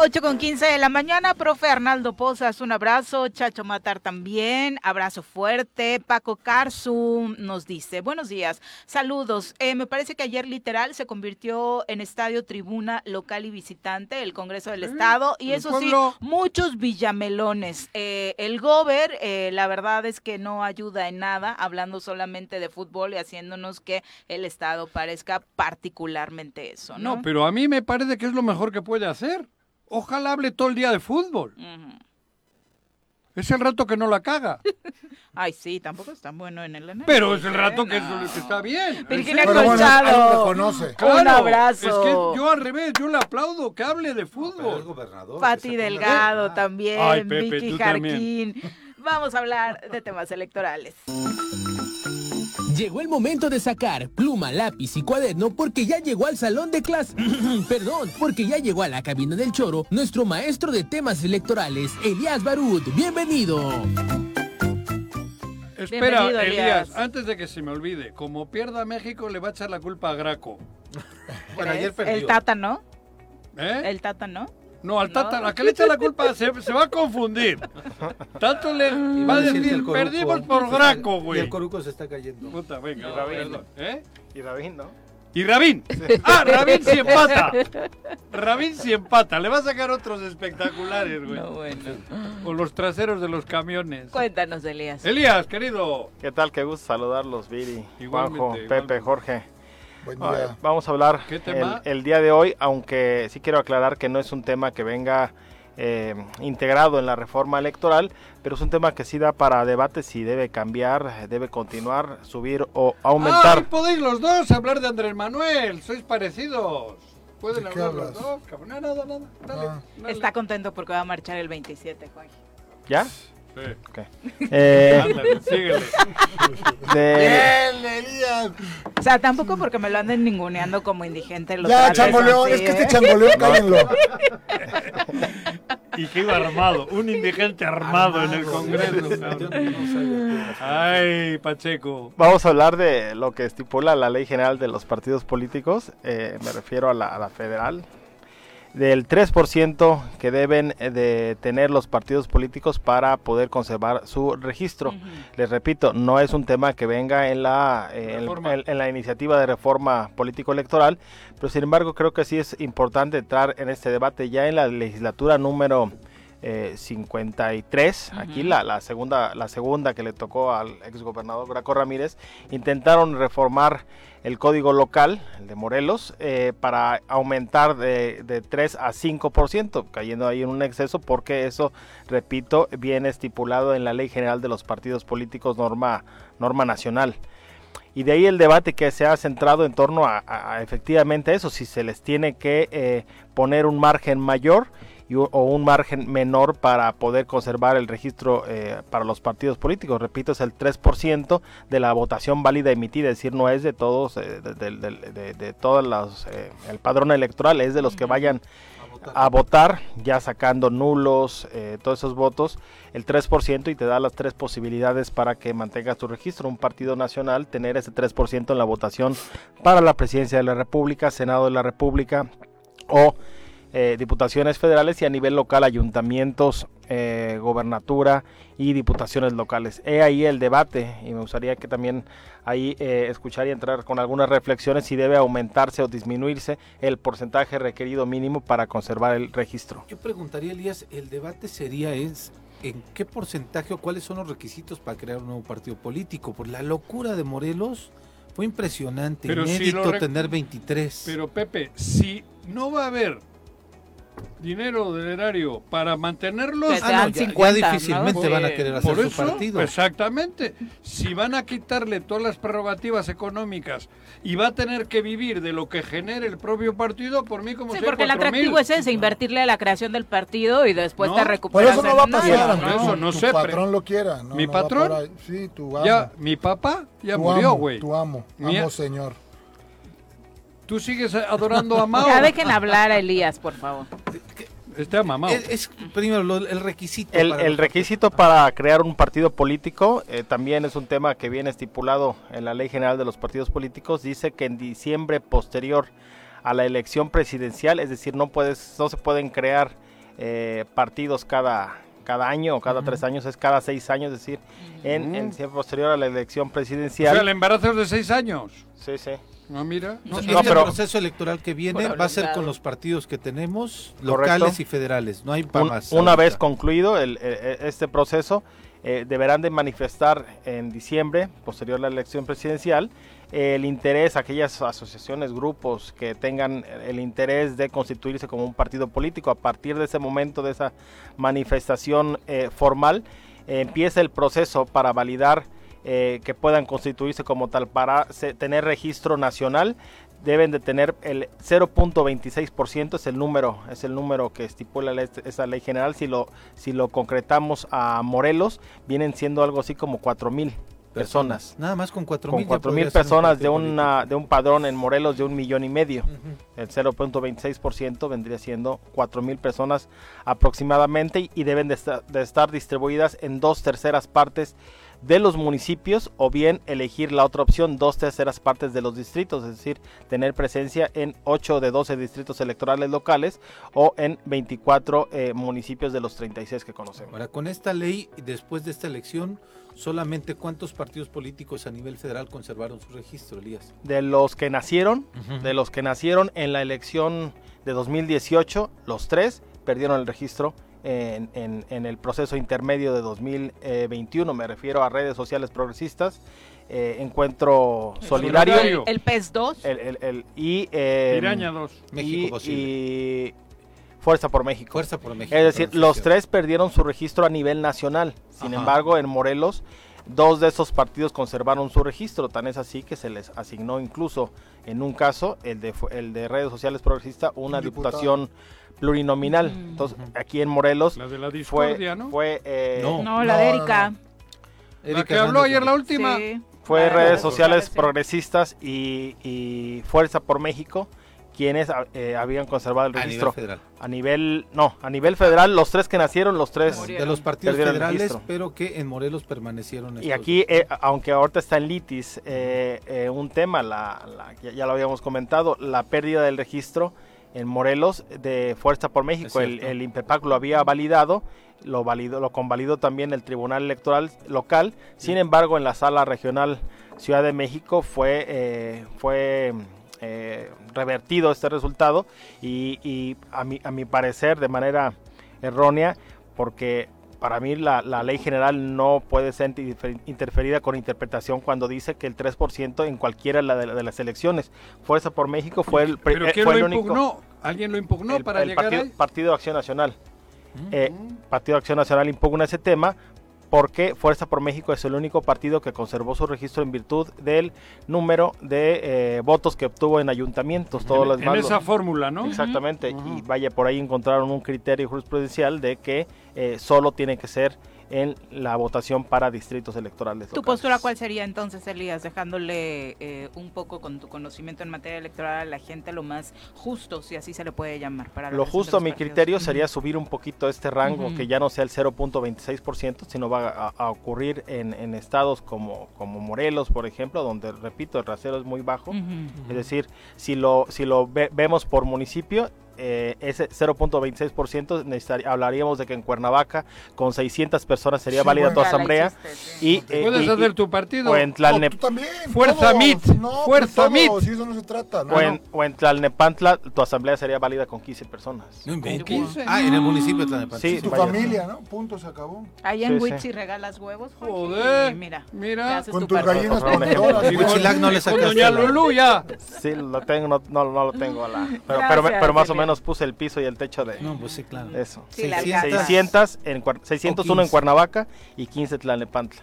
Speaker 1: 8 con 15 de la mañana, profe Arnaldo Pozas, un abrazo, Chacho Matar también, abrazo fuerte, Paco Carzu nos dice, buenos días, saludos, Eh, me parece que ayer literal se convirtió en estadio tribuna local y visitante el Congreso del Estado y
Speaker 13: el
Speaker 1: eso
Speaker 13: pueblo.
Speaker 1: sí, muchos villamelones, Eh, el Gober eh, la verdad es que no ayuda en nada, hablando solamente de fútbol y haciéndonos que el Estado parezca particularmente eso, ¿no?
Speaker 2: No, pero a mí me parece que es lo mejor que puede hacer. Ojalá hable todo el día de fútbol. Es el rato que no la caga.
Speaker 1: Ay, sí, tampoco es tan bueno en el análisis.
Speaker 2: Pero es el rato
Speaker 1: ¿eh?
Speaker 2: que, es- que está bien.
Speaker 1: Virginia
Speaker 2: Pero bueno,
Speaker 1: Colchado.
Speaker 2: ahí lo reconoce.
Speaker 1: Un abrazo.
Speaker 2: Es que yo al revés, yo le aplaudo que hable de fútbol.
Speaker 1: Pati Delgado también,
Speaker 2: Ah. Ay, Pepe,
Speaker 1: Vicky
Speaker 2: tú también.
Speaker 1: Jarquín. Vamos a hablar de temas electorales.
Speaker 13: Llegó el momento de sacar pluma, lápiz y cuaderno porque ya llegó al salón de clase. Perdón, porque ya llegó a la cabina del choro nuestro maestro de temas electorales, Elías Barut. Bienvenido.
Speaker 2: Eh, Espera,
Speaker 13: Bienvenido,
Speaker 2: Elías,
Speaker 13: Elías.
Speaker 2: antes de que se me olvide, como pierda México le va a echar la culpa a Graco.
Speaker 1: ¿Crees? el Tata, ¿no?
Speaker 2: ¿Eh?
Speaker 1: El Tata, ¿no?
Speaker 2: No, al
Speaker 1: No.
Speaker 2: Tata, ¿a qué le echa la culpa? Se, se va a confundir. Tanto le va a
Speaker 11: decir que
Speaker 2: decir,
Speaker 11: el Coruco-
Speaker 2: perdimos por
Speaker 11: se
Speaker 2: Graco,
Speaker 11: está-
Speaker 2: güey.
Speaker 11: y el Coruco se está cayendo.
Speaker 2: Puta, venga,
Speaker 11: Y Rabín.
Speaker 2: perdón. ¿Eh?
Speaker 12: Y Rabín, ¿no?
Speaker 2: Y Rabín.
Speaker 12: Sí.
Speaker 2: Ah, Rabín si empata. Rabín si empata. Le va a sacar otros espectaculares, güey. O los traseros de los camiones.
Speaker 1: Cuéntanos, Elías.
Speaker 2: Elías, querido.
Speaker 12: ¿Qué tal? Qué gusto saludarlos, Viri,
Speaker 2: Igualmente,
Speaker 12: Juanjo, Pepe, Jorge.
Speaker 5: Buen
Speaker 12: Ah,
Speaker 5: día.
Speaker 12: Vamos a hablar
Speaker 5: ¿Qué
Speaker 12: el,
Speaker 5: tema?
Speaker 12: el día de hoy, aunque sí quiero aclarar que no es un tema que venga eh, integrado en la reforma electoral, pero es un tema que sí da para debate si debe cambiar, debe continuar, subir o
Speaker 2: Ay,
Speaker 12: aumentar.
Speaker 2: podéis los dos hablar de Andrés Manuel. Sois parecidos. Pueden
Speaker 12: ¿De qué
Speaker 2: hablar los
Speaker 12: hablas?
Speaker 2: dos, cabrón. No, nada, nada. Dale, dale.
Speaker 1: Está contento porque va a marchar el 27, Juan.
Speaker 12: ¿Ya?
Speaker 2: Sí.
Speaker 12: Ok. Eh,
Speaker 2: Ándale, síguele.
Speaker 12: de-
Speaker 1: Elías! O sea, tampoco porque me lo anden ninguneando como indigente. Lo
Speaker 5: Ya,
Speaker 1: trates
Speaker 5: chamboleo,
Speaker 1: así,
Speaker 5: es que
Speaker 1: ¿eh?
Speaker 5: este chamboleo, cállenlo.
Speaker 2: Y que iba armado, un indigente armado, en el Congreso. Ay, Pacheco.
Speaker 12: Vamos a hablar de lo que estipula la ley general de los partidos políticos, eh, me refiero a la, a la federal, del 3% que deben eh, de tener los partidos políticos para poder conservar su registro. Les repito, no es un tema que venga en la, eh, en- en- en la iniciativa de reforma político-electoral, pero sin embargo creo que sí es importante entrar en este debate ya en la legislatura número... eh, 53, aquí la, la segunda la segunda que le tocó al exgobernador Graco Ramírez, intentaron reformar el código local, el de Morelos, eh, para aumentar de, de 3 a 5%, cayendo ahí en un exceso, porque eso, repito, viene estipulado en la Ley General de los Partidos Políticos, norma, norma nacional. Y de ahí el debate que se ha centrado en torno a, a- a efectivamente eso, si se les tiene que eh, poner un margen mayor y u- o un margen menor para poder conservar el registro eh, para los partidos políticos. Repito, es el 3% de la votación válida emitida, es decir, no es de todos, eh, de, de- de- de- de todas las, eh, el padrón electoral, es de los que vayan a votar, ya sacando nulos, eh, todos esos votos, el 3% y te da las tres posibilidades para que mantengas tu registro. Un partido nacional, tener ese 3% en la votación para la presidencia de la República, Senado de la República o eh, diputaciones federales y a nivel local ayuntamientos, eh, gobernatura y diputaciones locales. He ahí el debate y me gustaría que también ahí eh, escuchar y entrar con algunas reflexiones si debe aumentarse o disminuirse el porcentaje requerido mínimo para conservar el registro.
Speaker 11: Yo preguntaría, Elías, el debate sería es en qué porcentaje o cuáles son los requisitos para crear un nuevo partido político. Por la locura de Morelos fue impresionante,
Speaker 2: Pero si
Speaker 11: inédito
Speaker 2: lo re-
Speaker 11: tener 23.
Speaker 2: Pero Pepe, si no va a haber dinero del erario para mantenerlos,
Speaker 11: Que te Ah, no, dan ya- ya 50, difícilmente ¿no? van a querer hacer
Speaker 2: Por
Speaker 11: su
Speaker 2: eso,
Speaker 11: partido.
Speaker 2: Exactamente. Si van a quitarle todas las prerrogativas económicas y va a tener que vivir de lo que genere el propio partido, por mí como
Speaker 1: Sí,
Speaker 2: sea,
Speaker 1: porque el
Speaker 2: 4.000.
Speaker 1: atractivo es ese, invertirle a la creación del partido y después
Speaker 2: No,
Speaker 1: te
Speaker 2: pero
Speaker 1: recuperas.
Speaker 2: eso no
Speaker 1: en
Speaker 2: va a
Speaker 1: nada.
Speaker 2: pasar,
Speaker 5: Claro,
Speaker 2: Eso no
Speaker 5: tu
Speaker 2: sé,
Speaker 5: patrón
Speaker 2: pre-
Speaker 5: lo quiera. no,
Speaker 2: mi
Speaker 5: no va
Speaker 2: patrón,
Speaker 5: por ahí. Sí, tu amo.
Speaker 2: ya, mi papá ya
Speaker 5: Tu
Speaker 2: murió,
Speaker 5: amo,
Speaker 2: güey.
Speaker 5: Tu amo,
Speaker 2: Mi-
Speaker 5: amo señor.
Speaker 2: Tú sigues adorando a Mao.
Speaker 1: Ya dejen hablar a Elías, por favor.
Speaker 2: Está mamado.
Speaker 11: Es, es primero lo- el requisito.
Speaker 12: El,
Speaker 11: para
Speaker 12: el
Speaker 11: los
Speaker 12: requisito para crear un partido político eh, también es un tema que viene estipulado en la Ley General de los Partidos Políticos. Dice que en diciembre posterior a la elección presidencial, es decir, no puedes, no se pueden crear eh, partidos cada cada año o cada tres años, es cada seis años, es decir, en,
Speaker 11: Mm.
Speaker 12: en diciembre posterior a la elección
Speaker 2: O
Speaker 12: presidencial.
Speaker 2: sea, el embarazo es de seis años.
Speaker 12: Sí, sí.
Speaker 2: No, mira.
Speaker 11: partidos.
Speaker 2: No,
Speaker 11: Este
Speaker 12: no, pero-
Speaker 11: proceso electoral que viene va a ser con los partidos que tenemos,
Speaker 12: Correcto.
Speaker 11: locales y federales. No hay para
Speaker 12: Un-
Speaker 11: más.
Speaker 12: una
Speaker 11: ahorita.
Speaker 12: vez concluido el- eh, este proceso, eh, deberán de manifestar en diciembre, posterior a la elección presidencial, el interés, aquellas asociaciones, grupos que tengan el interés de constituirse como un partido político. A partir de ese momento, de esa manifestación eh, formal, eh, empieza el proceso para validar eh, que puedan constituirse como tal para se- tener registro nacional deben de tener el 0.26% es el número es el número que estipula la- esa ley general si lo si lo concretamos a Morelos vienen siendo algo así como 4000 personas
Speaker 11: Nada más con cuatro
Speaker 12: con
Speaker 11: mil. ya
Speaker 12: 4 mil
Speaker 11: podría ser un
Speaker 12: personas de,
Speaker 11: partido
Speaker 12: una, de un padrón en Morelos de un millón y medio. El 0.26% vendría siendo 4 mil personas aproximadamente y- y deben de esta- de estar distribuidas en dos terceras partes de los municipios o bien elegir la otra opción, dos terceras partes de los distritos, es decir, tener presencia en 8 de 12 distritos electorales locales o en 24 eh, municipios de los 36 que conocemos.
Speaker 11: Ahora, con esta ley, y después de esta elección, solamente cuántos partidos políticos a nivel federal conservaron su registro, Elías.
Speaker 12: de los que nacieron,
Speaker 11: Ujú.
Speaker 12: de los que nacieron en la elección de 2018, los tres perdieron el registro en, en- en el proceso intermedio de 2021. Me refiero a redes sociales progresistas, eh, Encuentro Solidario,
Speaker 1: El, el PES 2.
Speaker 12: el- el- el- y eh,
Speaker 2: Piraña dos.
Speaker 12: y-
Speaker 2: México Posible.
Speaker 12: y Fuerza por México.
Speaker 11: Fuerza por México.
Speaker 12: Es decir,
Speaker 11: Perdón,
Speaker 12: los
Speaker 11: sí,
Speaker 12: tres perdieron su registro a nivel nacional. Sin
Speaker 11: Ajá.
Speaker 12: embargo, en Morelos, dos de esos partidos conservaron su registro. Tan es así que se les asignó incluso, en un caso, el de, fu- el de redes sociales progresista, una
Speaker 2: Un diputado.
Speaker 12: diputación plurinominal.
Speaker 2: Mm.
Speaker 12: Entonces, aquí en Morelos
Speaker 2: de la
Speaker 12: fue,
Speaker 2: discordia, ¿no?
Speaker 12: fue, eh,
Speaker 2: No. No, la de No, no, Erika. no. La que habló ayer la última.
Speaker 12: fue
Speaker 2: La de
Speaker 12: redes
Speaker 2: redes
Speaker 12: sociales
Speaker 2: sociales, sí.
Speaker 12: progresistas y, y Fuerza por México quienes a- eh, habían conservado el
Speaker 11: A nivel
Speaker 12: registro
Speaker 11: federal.
Speaker 12: A nivel- no a nivel federal los tres que nacieron los tres
Speaker 11: De los partidos
Speaker 12: Pues, perdieron el
Speaker 11: federales,
Speaker 12: registro.
Speaker 11: pero que en Morelos permanecieron.
Speaker 12: Y
Speaker 11: estos.
Speaker 12: aquí, eh, aunque ahorita está en litis, eh, eh, un tema, la, la- ya, ya lo habíamos comentado, la pérdida del registro en Morelos de Fuerza por México. El, el INPEPAC lo había validado, lo, validó, lo convalidó también el Tribunal Electoral local. Sin embargo, en la sala regional Ciudad de México fue, eh, fue eh, revertido este resultado y, y a, mi, a mi parecer de manera errónea porque para mí la, la ley general no puede ser interfer- interferida con interpretación cuando dice que el 3% en cualquiera la de, de las elecciones. Fuerza por México fue el, pri-
Speaker 2: Pero
Speaker 12: eh,
Speaker 2: ¿quién
Speaker 12: fue
Speaker 2: lo
Speaker 12: el único
Speaker 2: impugnó? ¿Alguien lo impugnó
Speaker 12: el-
Speaker 2: para
Speaker 12: el
Speaker 2: llegar
Speaker 12: partido,
Speaker 2: ahí?
Speaker 12: Partido Acción Nacional. Eh, partido Acción Nacional impugna ese tema porque Fuerza por México es el único partido que conservó su registro en virtud del número de eh, votos que obtuvo en ayuntamientos, todos
Speaker 2: En- e-
Speaker 12: los
Speaker 2: en
Speaker 12: bandos.
Speaker 2: esa fórmula, ¿no?
Speaker 12: Exactamente, y vaya, por ahí encontraron un criterio jurisprudencial de que eh, solo tiene que ser en la votación para distritos electorales.
Speaker 1: ¿Tu postura cuál sería entonces, Elías? Dejándole eh, un poco con tu conocimiento en materia electoral a la gente lo más justo, si así se le puede llamar. Para la
Speaker 12: Lo
Speaker 1: elección de
Speaker 12: justo a
Speaker 1: los
Speaker 12: mi
Speaker 1: partidos.
Speaker 12: criterio
Speaker 1: Ujú.
Speaker 12: sería subir un poquito este rango,
Speaker 1: Ujú.
Speaker 12: que ya no sea el 0.26%, sino va a, a ocurrir en, en estados como, como Morelos, por ejemplo, donde, repito, el rasero es muy bajo.
Speaker 16: Ujú.
Speaker 12: Es decir, si lo, si lo ve- vemos por municipio, eh, ese 0.26% necesitar- hablaríamos de que en Cuernavaca con 600 personas sería
Speaker 2: Sí,
Speaker 12: válida
Speaker 2: bueno.
Speaker 12: tu
Speaker 2: Ya la
Speaker 12: asamblea. y, eh,
Speaker 2: Puedes
Speaker 12: y-
Speaker 2: hacer
Speaker 12: y-
Speaker 2: tu partido.
Speaker 12: O en Tlalnep-
Speaker 5: También,
Speaker 2: Fuerza
Speaker 5: todos.
Speaker 2: MIT,
Speaker 5: No, pues
Speaker 2: Fuerza
Speaker 5: todos,
Speaker 2: MIT.
Speaker 5: sí, eso no se trata. ¿no?
Speaker 12: o en, o en Tlalnepantla, tu asamblea sería válida con 15 personas.
Speaker 11: No inventes.
Speaker 5: Con 15.
Speaker 11: Ah, en el municipio de Tlalnepantla.
Speaker 12: Sí,
Speaker 5: tu
Speaker 12: vaya.
Speaker 5: familia, ¿no? Punto, se acabó.
Speaker 1: Allá en
Speaker 12: Sí, sí.
Speaker 1: Huitzi regalas huevos. Jorge,
Speaker 2: Joder,
Speaker 1: y mira,
Speaker 2: mira.
Speaker 1: te haces
Speaker 5: Con
Speaker 1: tu
Speaker 5: tus
Speaker 1: partido.
Speaker 5: gallinas
Speaker 12: Por ejemplo.
Speaker 5: Ahora,
Speaker 11: Y con- Huitzilac no le
Speaker 2: Con
Speaker 11: sacaste
Speaker 2: Doña
Speaker 11: la-
Speaker 2: Lulu ya.
Speaker 12: Sí, lo tengo, no, no, no lo tengo. a la- pero, pero, me-
Speaker 2: Gracias,
Speaker 12: pero más o
Speaker 2: Elías.
Speaker 12: menos puse el piso y el techo de.
Speaker 11: No, pues sí, claro.
Speaker 12: Eso.
Speaker 1: Sí, la
Speaker 12: 600,
Speaker 1: alcanzas.
Speaker 12: 600 en, Cuer- 601 en
Speaker 11: 15.
Speaker 12: Cuernavaca y 15 en Tlalnepantla.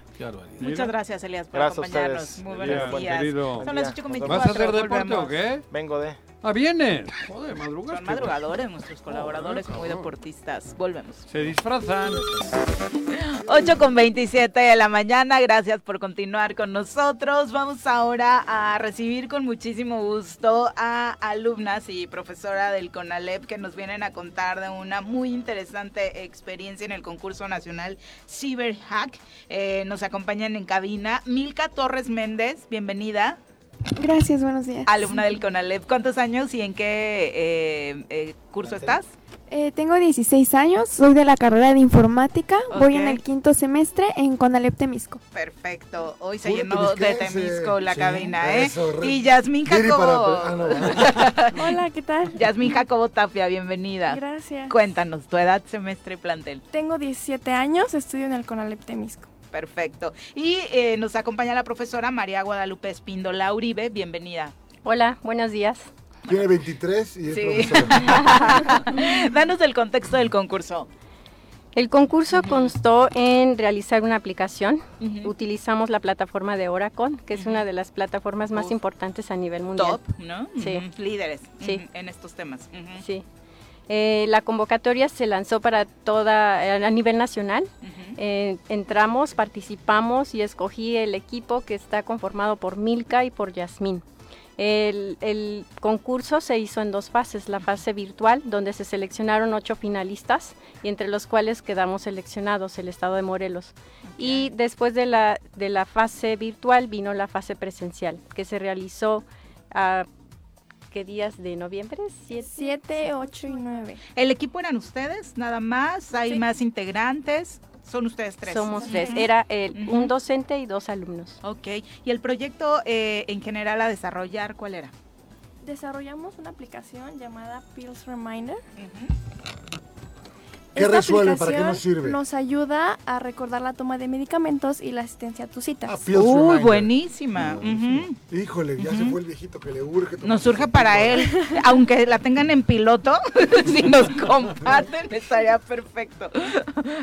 Speaker 1: Muchas gracias, Elías, por
Speaker 12: Gracias a
Speaker 1: acompañarnos.
Speaker 12: ustedes.
Speaker 1: Muy
Speaker 12: Buen
Speaker 1: buenos
Speaker 12: día, buen
Speaker 1: días.
Speaker 12: querido.
Speaker 1: Son las
Speaker 12: Buen
Speaker 1: 8
Speaker 12: día.
Speaker 2: ¿Vas a hacer deporte o qué?
Speaker 12: Vengo de.
Speaker 2: Ah, vienes. Joder, madrugaste.
Speaker 1: Son madrugadores, nuestros
Speaker 2: Ah,
Speaker 1: colaboradores muy deportistas. Volvemos.
Speaker 2: Se disfrazan.
Speaker 1: 8 con 27 de la mañana, gracias por continuar con nosotros. Vamos ahora a recibir con muchísimo gusto a alumnas y profesora del CONALEP que nos vienen a contar de una muy interesante experiencia en el concurso nacional Cyberhack. Eh, nos acompañan en cabina Milka Torres Méndez, bienvenida,
Speaker 17: Gracias, buenos días.
Speaker 1: alumna del CONALEP. ¿Cuántos años y en qué eh, eh, curso estás?
Speaker 17: Eh, tengo 16 años, soy de la carrera de informática, voy en
Speaker 1: Ok.
Speaker 17: el quinto semestre en Conalep Temisco.
Speaker 1: Perfecto, hoy se
Speaker 17: Puro
Speaker 1: llenó de
Speaker 17: temisquense.
Speaker 1: Temisco la
Speaker 17: Sí,
Speaker 1: cabina, ¿eh?
Speaker 17: eso, re-
Speaker 1: Y Yasmín
Speaker 17: Diri para-
Speaker 1: Jacobo.
Speaker 17: ah,
Speaker 1: Hola, ¿qué tal? Yasmín Jacobo Tapia, bienvenida.
Speaker 17: Gracias.
Speaker 1: Cuéntanos tu edad, semestre y plantel.
Speaker 17: Tengo 17 años, estudio en el Conalep Temisco.
Speaker 1: Perfecto. Y eh, nos acompaña la profesora María Guadalupe Espíndola Uribe, bienvenida.
Speaker 18: Hola, buenos días.
Speaker 5: Tiene 23 y es
Speaker 1: Sí.
Speaker 5: profesora.
Speaker 1: Danos el contexto del concurso.
Speaker 16: El concurso constó en realizar una aplicación. Utilizamos la plataforma de Oracon, que es una de las plataformas más importantes a nivel mundial.
Speaker 1: Top, ¿no?
Speaker 16: Sí.
Speaker 1: Ujú, Líderes
Speaker 16: Sí.
Speaker 1: ujú, en estos temas. ujú.
Speaker 16: Sí. Eh, la convocatoria se lanzó para toda eh, a nivel nacional. Eh, entramos, participamos y escogí el equipo que está conformado por Milka y por Yasmín. El, el concurso se hizo en dos fases, la fase virtual, donde se seleccionaron ocho finalistas y entre los cuales quedamos seleccionados el estado de Morelos. Y después de la, de la fase virtual vino la fase presencial, que se realizó a ¿qué días de noviembre? Siete,
Speaker 1: ocho y nueve. ¿El equipo eran ustedes nada más? ¿Hay
Speaker 16: Sí.
Speaker 1: más integrantes? Son ustedes tres.
Speaker 16: Somos tres.
Speaker 1: Ujú.
Speaker 16: Era eh, un
Speaker 1: Ujú.
Speaker 16: docente y dos alumnos.
Speaker 1: Ok. ¿Y el proyecto eh, en general a desarrollar cuál era?
Speaker 18: Desarrollamos una aplicación llamada Pills Reminder.
Speaker 5: ¿Qué
Speaker 18: Esta
Speaker 5: resuelve? ¿Para qué
Speaker 18: aplicación
Speaker 5: nos sirve?
Speaker 18: Nos ayuda a recordar la toma de medicamentos y la asistencia a tus citas.
Speaker 5: Ah, Pills
Speaker 1: Uy,
Speaker 5: Reminder.
Speaker 1: buenísima. Ujú.
Speaker 5: Híjole, ya se fue el viejito que le urge.
Speaker 1: Nos surge para él, aunque la tengan en piloto, si nos comparten estaría perfecto.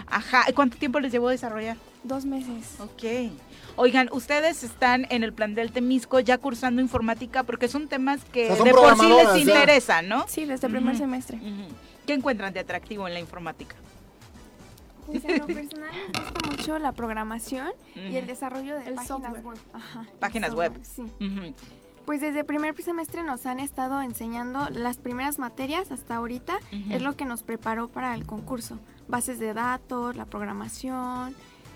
Speaker 1: Ajá, ¿y ¿cuánto tiempo les llevó a desarrollar?
Speaker 18: Dos meses.
Speaker 1: Ok. Oigan, ustedes están en el plantel Temisco ya cursando informática porque son temas que
Speaker 18: O sea, son
Speaker 1: de por sí
Speaker 18: programadoras,
Speaker 1: les
Speaker 18: ya.
Speaker 1: interesan, ¿no?
Speaker 18: Sí, desde el primer
Speaker 1: Ujú.
Speaker 18: semestre.
Speaker 1: ¿Qué encuentran de atractivo en la informática?
Speaker 19: Pues en lo personal me gusta mucho la programación y el
Speaker 1: Ujú.
Speaker 19: desarrollo de
Speaker 18: El
Speaker 19: páginas
Speaker 18: software.
Speaker 19: web. Ajá, el
Speaker 1: Páginas
Speaker 19: software,
Speaker 1: web.
Speaker 19: Sí.
Speaker 1: Ujú.
Speaker 19: Pues desde el primer semestre nos han estado enseñando las primeras materias hasta ahorita,
Speaker 1: Ujú.
Speaker 19: es lo que nos preparó para el concurso. Bases de datos, la programación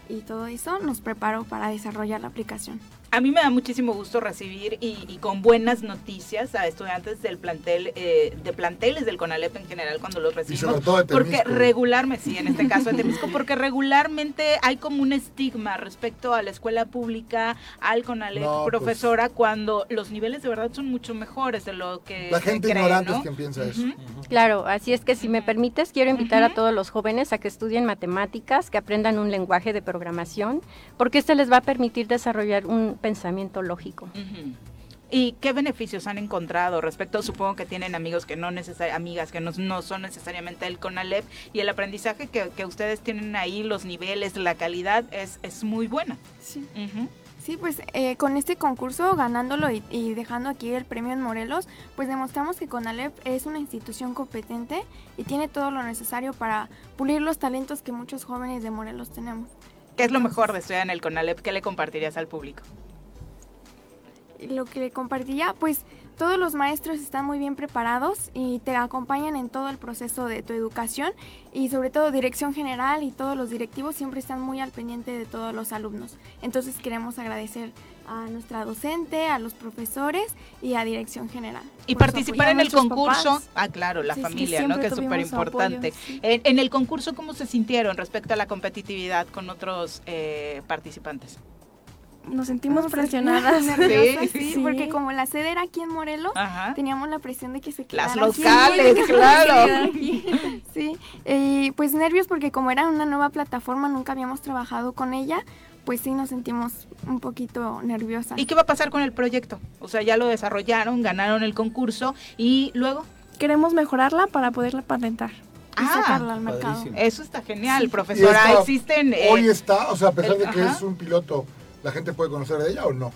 Speaker 19: y todo eso nos preparó para desarrollar la aplicación.
Speaker 1: A mí me da muchísimo gusto recibir y, y con buenas noticias a estudiantes del plantel, eh, de planteles del CONALEP en general cuando los recibimos.
Speaker 5: sobre todo de
Speaker 1: porque
Speaker 5: Temisco.
Speaker 1: regularmente, sí, en este caso de Temisco, porque regularmente hay como un estigma respecto a la escuela pública, al CONALEP,
Speaker 5: No, pues.
Speaker 1: profesora, cuando los niveles de verdad son mucho mejores de lo que
Speaker 5: La
Speaker 1: se
Speaker 5: gente
Speaker 1: cree,
Speaker 5: ignorante
Speaker 1: ¿no?
Speaker 5: es quien piensa eso.
Speaker 16: Claro, así es que si me permites, quiero invitar a todos los jóvenes a que estudien matemáticas, que aprendan un lenguaje de programación, porque este les va a permitir desarrollar un pensamiento lógico.
Speaker 1: ¿Y qué beneficios han encontrado respecto? Supongo que tienen amigos que no necesari- amigas que no, no son necesariamente el CONALEP y el aprendizaje que, que ustedes tienen ahí, los niveles, la calidad es, es muy buena.
Speaker 19: Sí.
Speaker 1: Ujú.
Speaker 19: Sí, pues eh, con este concurso, ganándolo y, y dejando aquí el premio en Morelos, pues demostramos que CONALEP es una institución competente y tiene todo lo necesario para pulir los talentos que muchos jóvenes de Morelos tenemos.
Speaker 1: ¿Qué es lo mejor de estudiar en el CONALEP? ¿Qué le compartirías al público?
Speaker 19: Lo que le compartiría, pues todos los maestros están muy bien preparados y te acompañan en todo el proceso de tu educación y sobre todo dirección general y todos los directivos siempre están muy al pendiente de todos los alumnos. Entonces queremos agradecer a nuestra docente, a los profesores y a dirección general.
Speaker 1: Y
Speaker 19: por su
Speaker 1: participar
Speaker 19: apoyo, Pues a
Speaker 1: en el
Speaker 19: nuestros
Speaker 1: concurso.
Speaker 19: papás.
Speaker 1: Ah, claro, la
Speaker 19: Sí, sí,
Speaker 1: familia, ¿no?
Speaker 19: siempre
Speaker 1: Que es
Speaker 19: tuvimos
Speaker 1: súper importante.
Speaker 19: apoyo, sí.
Speaker 1: En, en el concurso, ¿cómo se sintieron respecto a la competitividad con otros eh, participantes?
Speaker 18: Nos sentimos presionadas.
Speaker 19: presionadas. nerviosas,
Speaker 1: Sí.
Speaker 19: sí,
Speaker 1: Sí.
Speaker 19: porque como la sede era aquí en Morelos,
Speaker 1: Ajá.
Speaker 19: teníamos la presión de que se
Speaker 1: Las
Speaker 19: quedara aquí en
Speaker 1: locales,
Speaker 19: Morelos,
Speaker 1: claro.
Speaker 19: sí, Sí, y pues nervios porque como era una nueva plataforma, nunca habíamos trabajado con ella, pues sí nos sentimos un poquito nerviosas.
Speaker 1: ¿Y qué va a pasar con el proyecto? O sea, ya lo desarrollaron, ganaron el concurso y luego...
Speaker 18: Queremos mejorarla para poderla patentar.
Speaker 1: Ah,
Speaker 18: sacarla al mercado.
Speaker 5: padrísimo.
Speaker 1: Eso está genial,
Speaker 5: Y
Speaker 1: profesora.
Speaker 5: esta-
Speaker 1: Existen... eh,
Speaker 5: Hoy está, o sea, a pesar
Speaker 1: el-
Speaker 5: de que
Speaker 1: ajá.
Speaker 5: es un piloto, ¿la gente puede conocer de ella o no?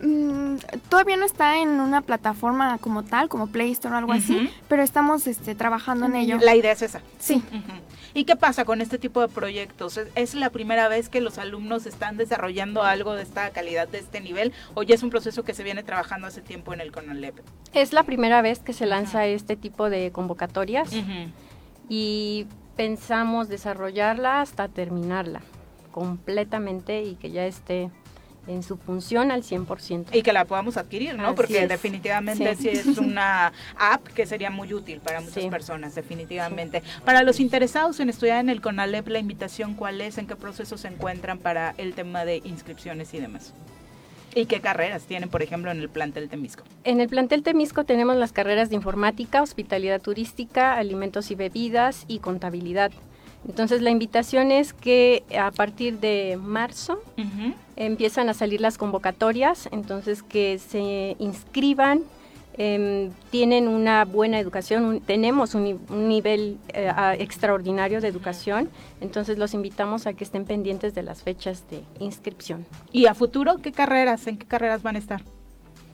Speaker 19: Mm, todavía no está en una plataforma como tal, como Play Store o algo así, pero estamos este, trabajando en ello.
Speaker 1: La idea es esa.
Speaker 19: Sí.
Speaker 1: Ujú. ¿Y qué pasa con este tipo de proyectos? ¿Es, es la primera vez que los alumnos están desarrollando algo de esta calidad, de este nivel? ¿O ya es un proceso que se viene trabajando hace tiempo en el CONALEP?
Speaker 16: Es la primera vez que se lanza este tipo de convocatorias y pensamos desarrollarla hasta terminarla completamente y que ya esté en su función al 100%.
Speaker 1: Y que la podamos adquirir, ¿no?
Speaker 16: Así
Speaker 1: Porque
Speaker 16: es.
Speaker 1: definitivamente sí.
Speaker 16: Sí.
Speaker 1: es una app que sería muy útil para muchas personas, definitivamente. Para los interesados en estudiar en el CONALEP, la invitación cuál es, en qué proceso se encuentran para el tema de inscripciones y demás. ¿Y qué carreras tienen, por ejemplo, en el plantel Temisco?
Speaker 16: En el plantel Temisco tenemos las carreras de informática, hospitalidad turística, alimentos y bebidas y contabilidad. Entonces la invitación es que a partir de marzo empiezan a salir las convocatorias, entonces que se inscriban em, tienen una buena educación, un- tenemos un, ni- un nivel eh, a- extraordinario de educación, entonces los invitamos a que estén pendientes de las fechas de inscripción.
Speaker 1: ¿Y a futuro qué carreras, en qué carreras van a estar?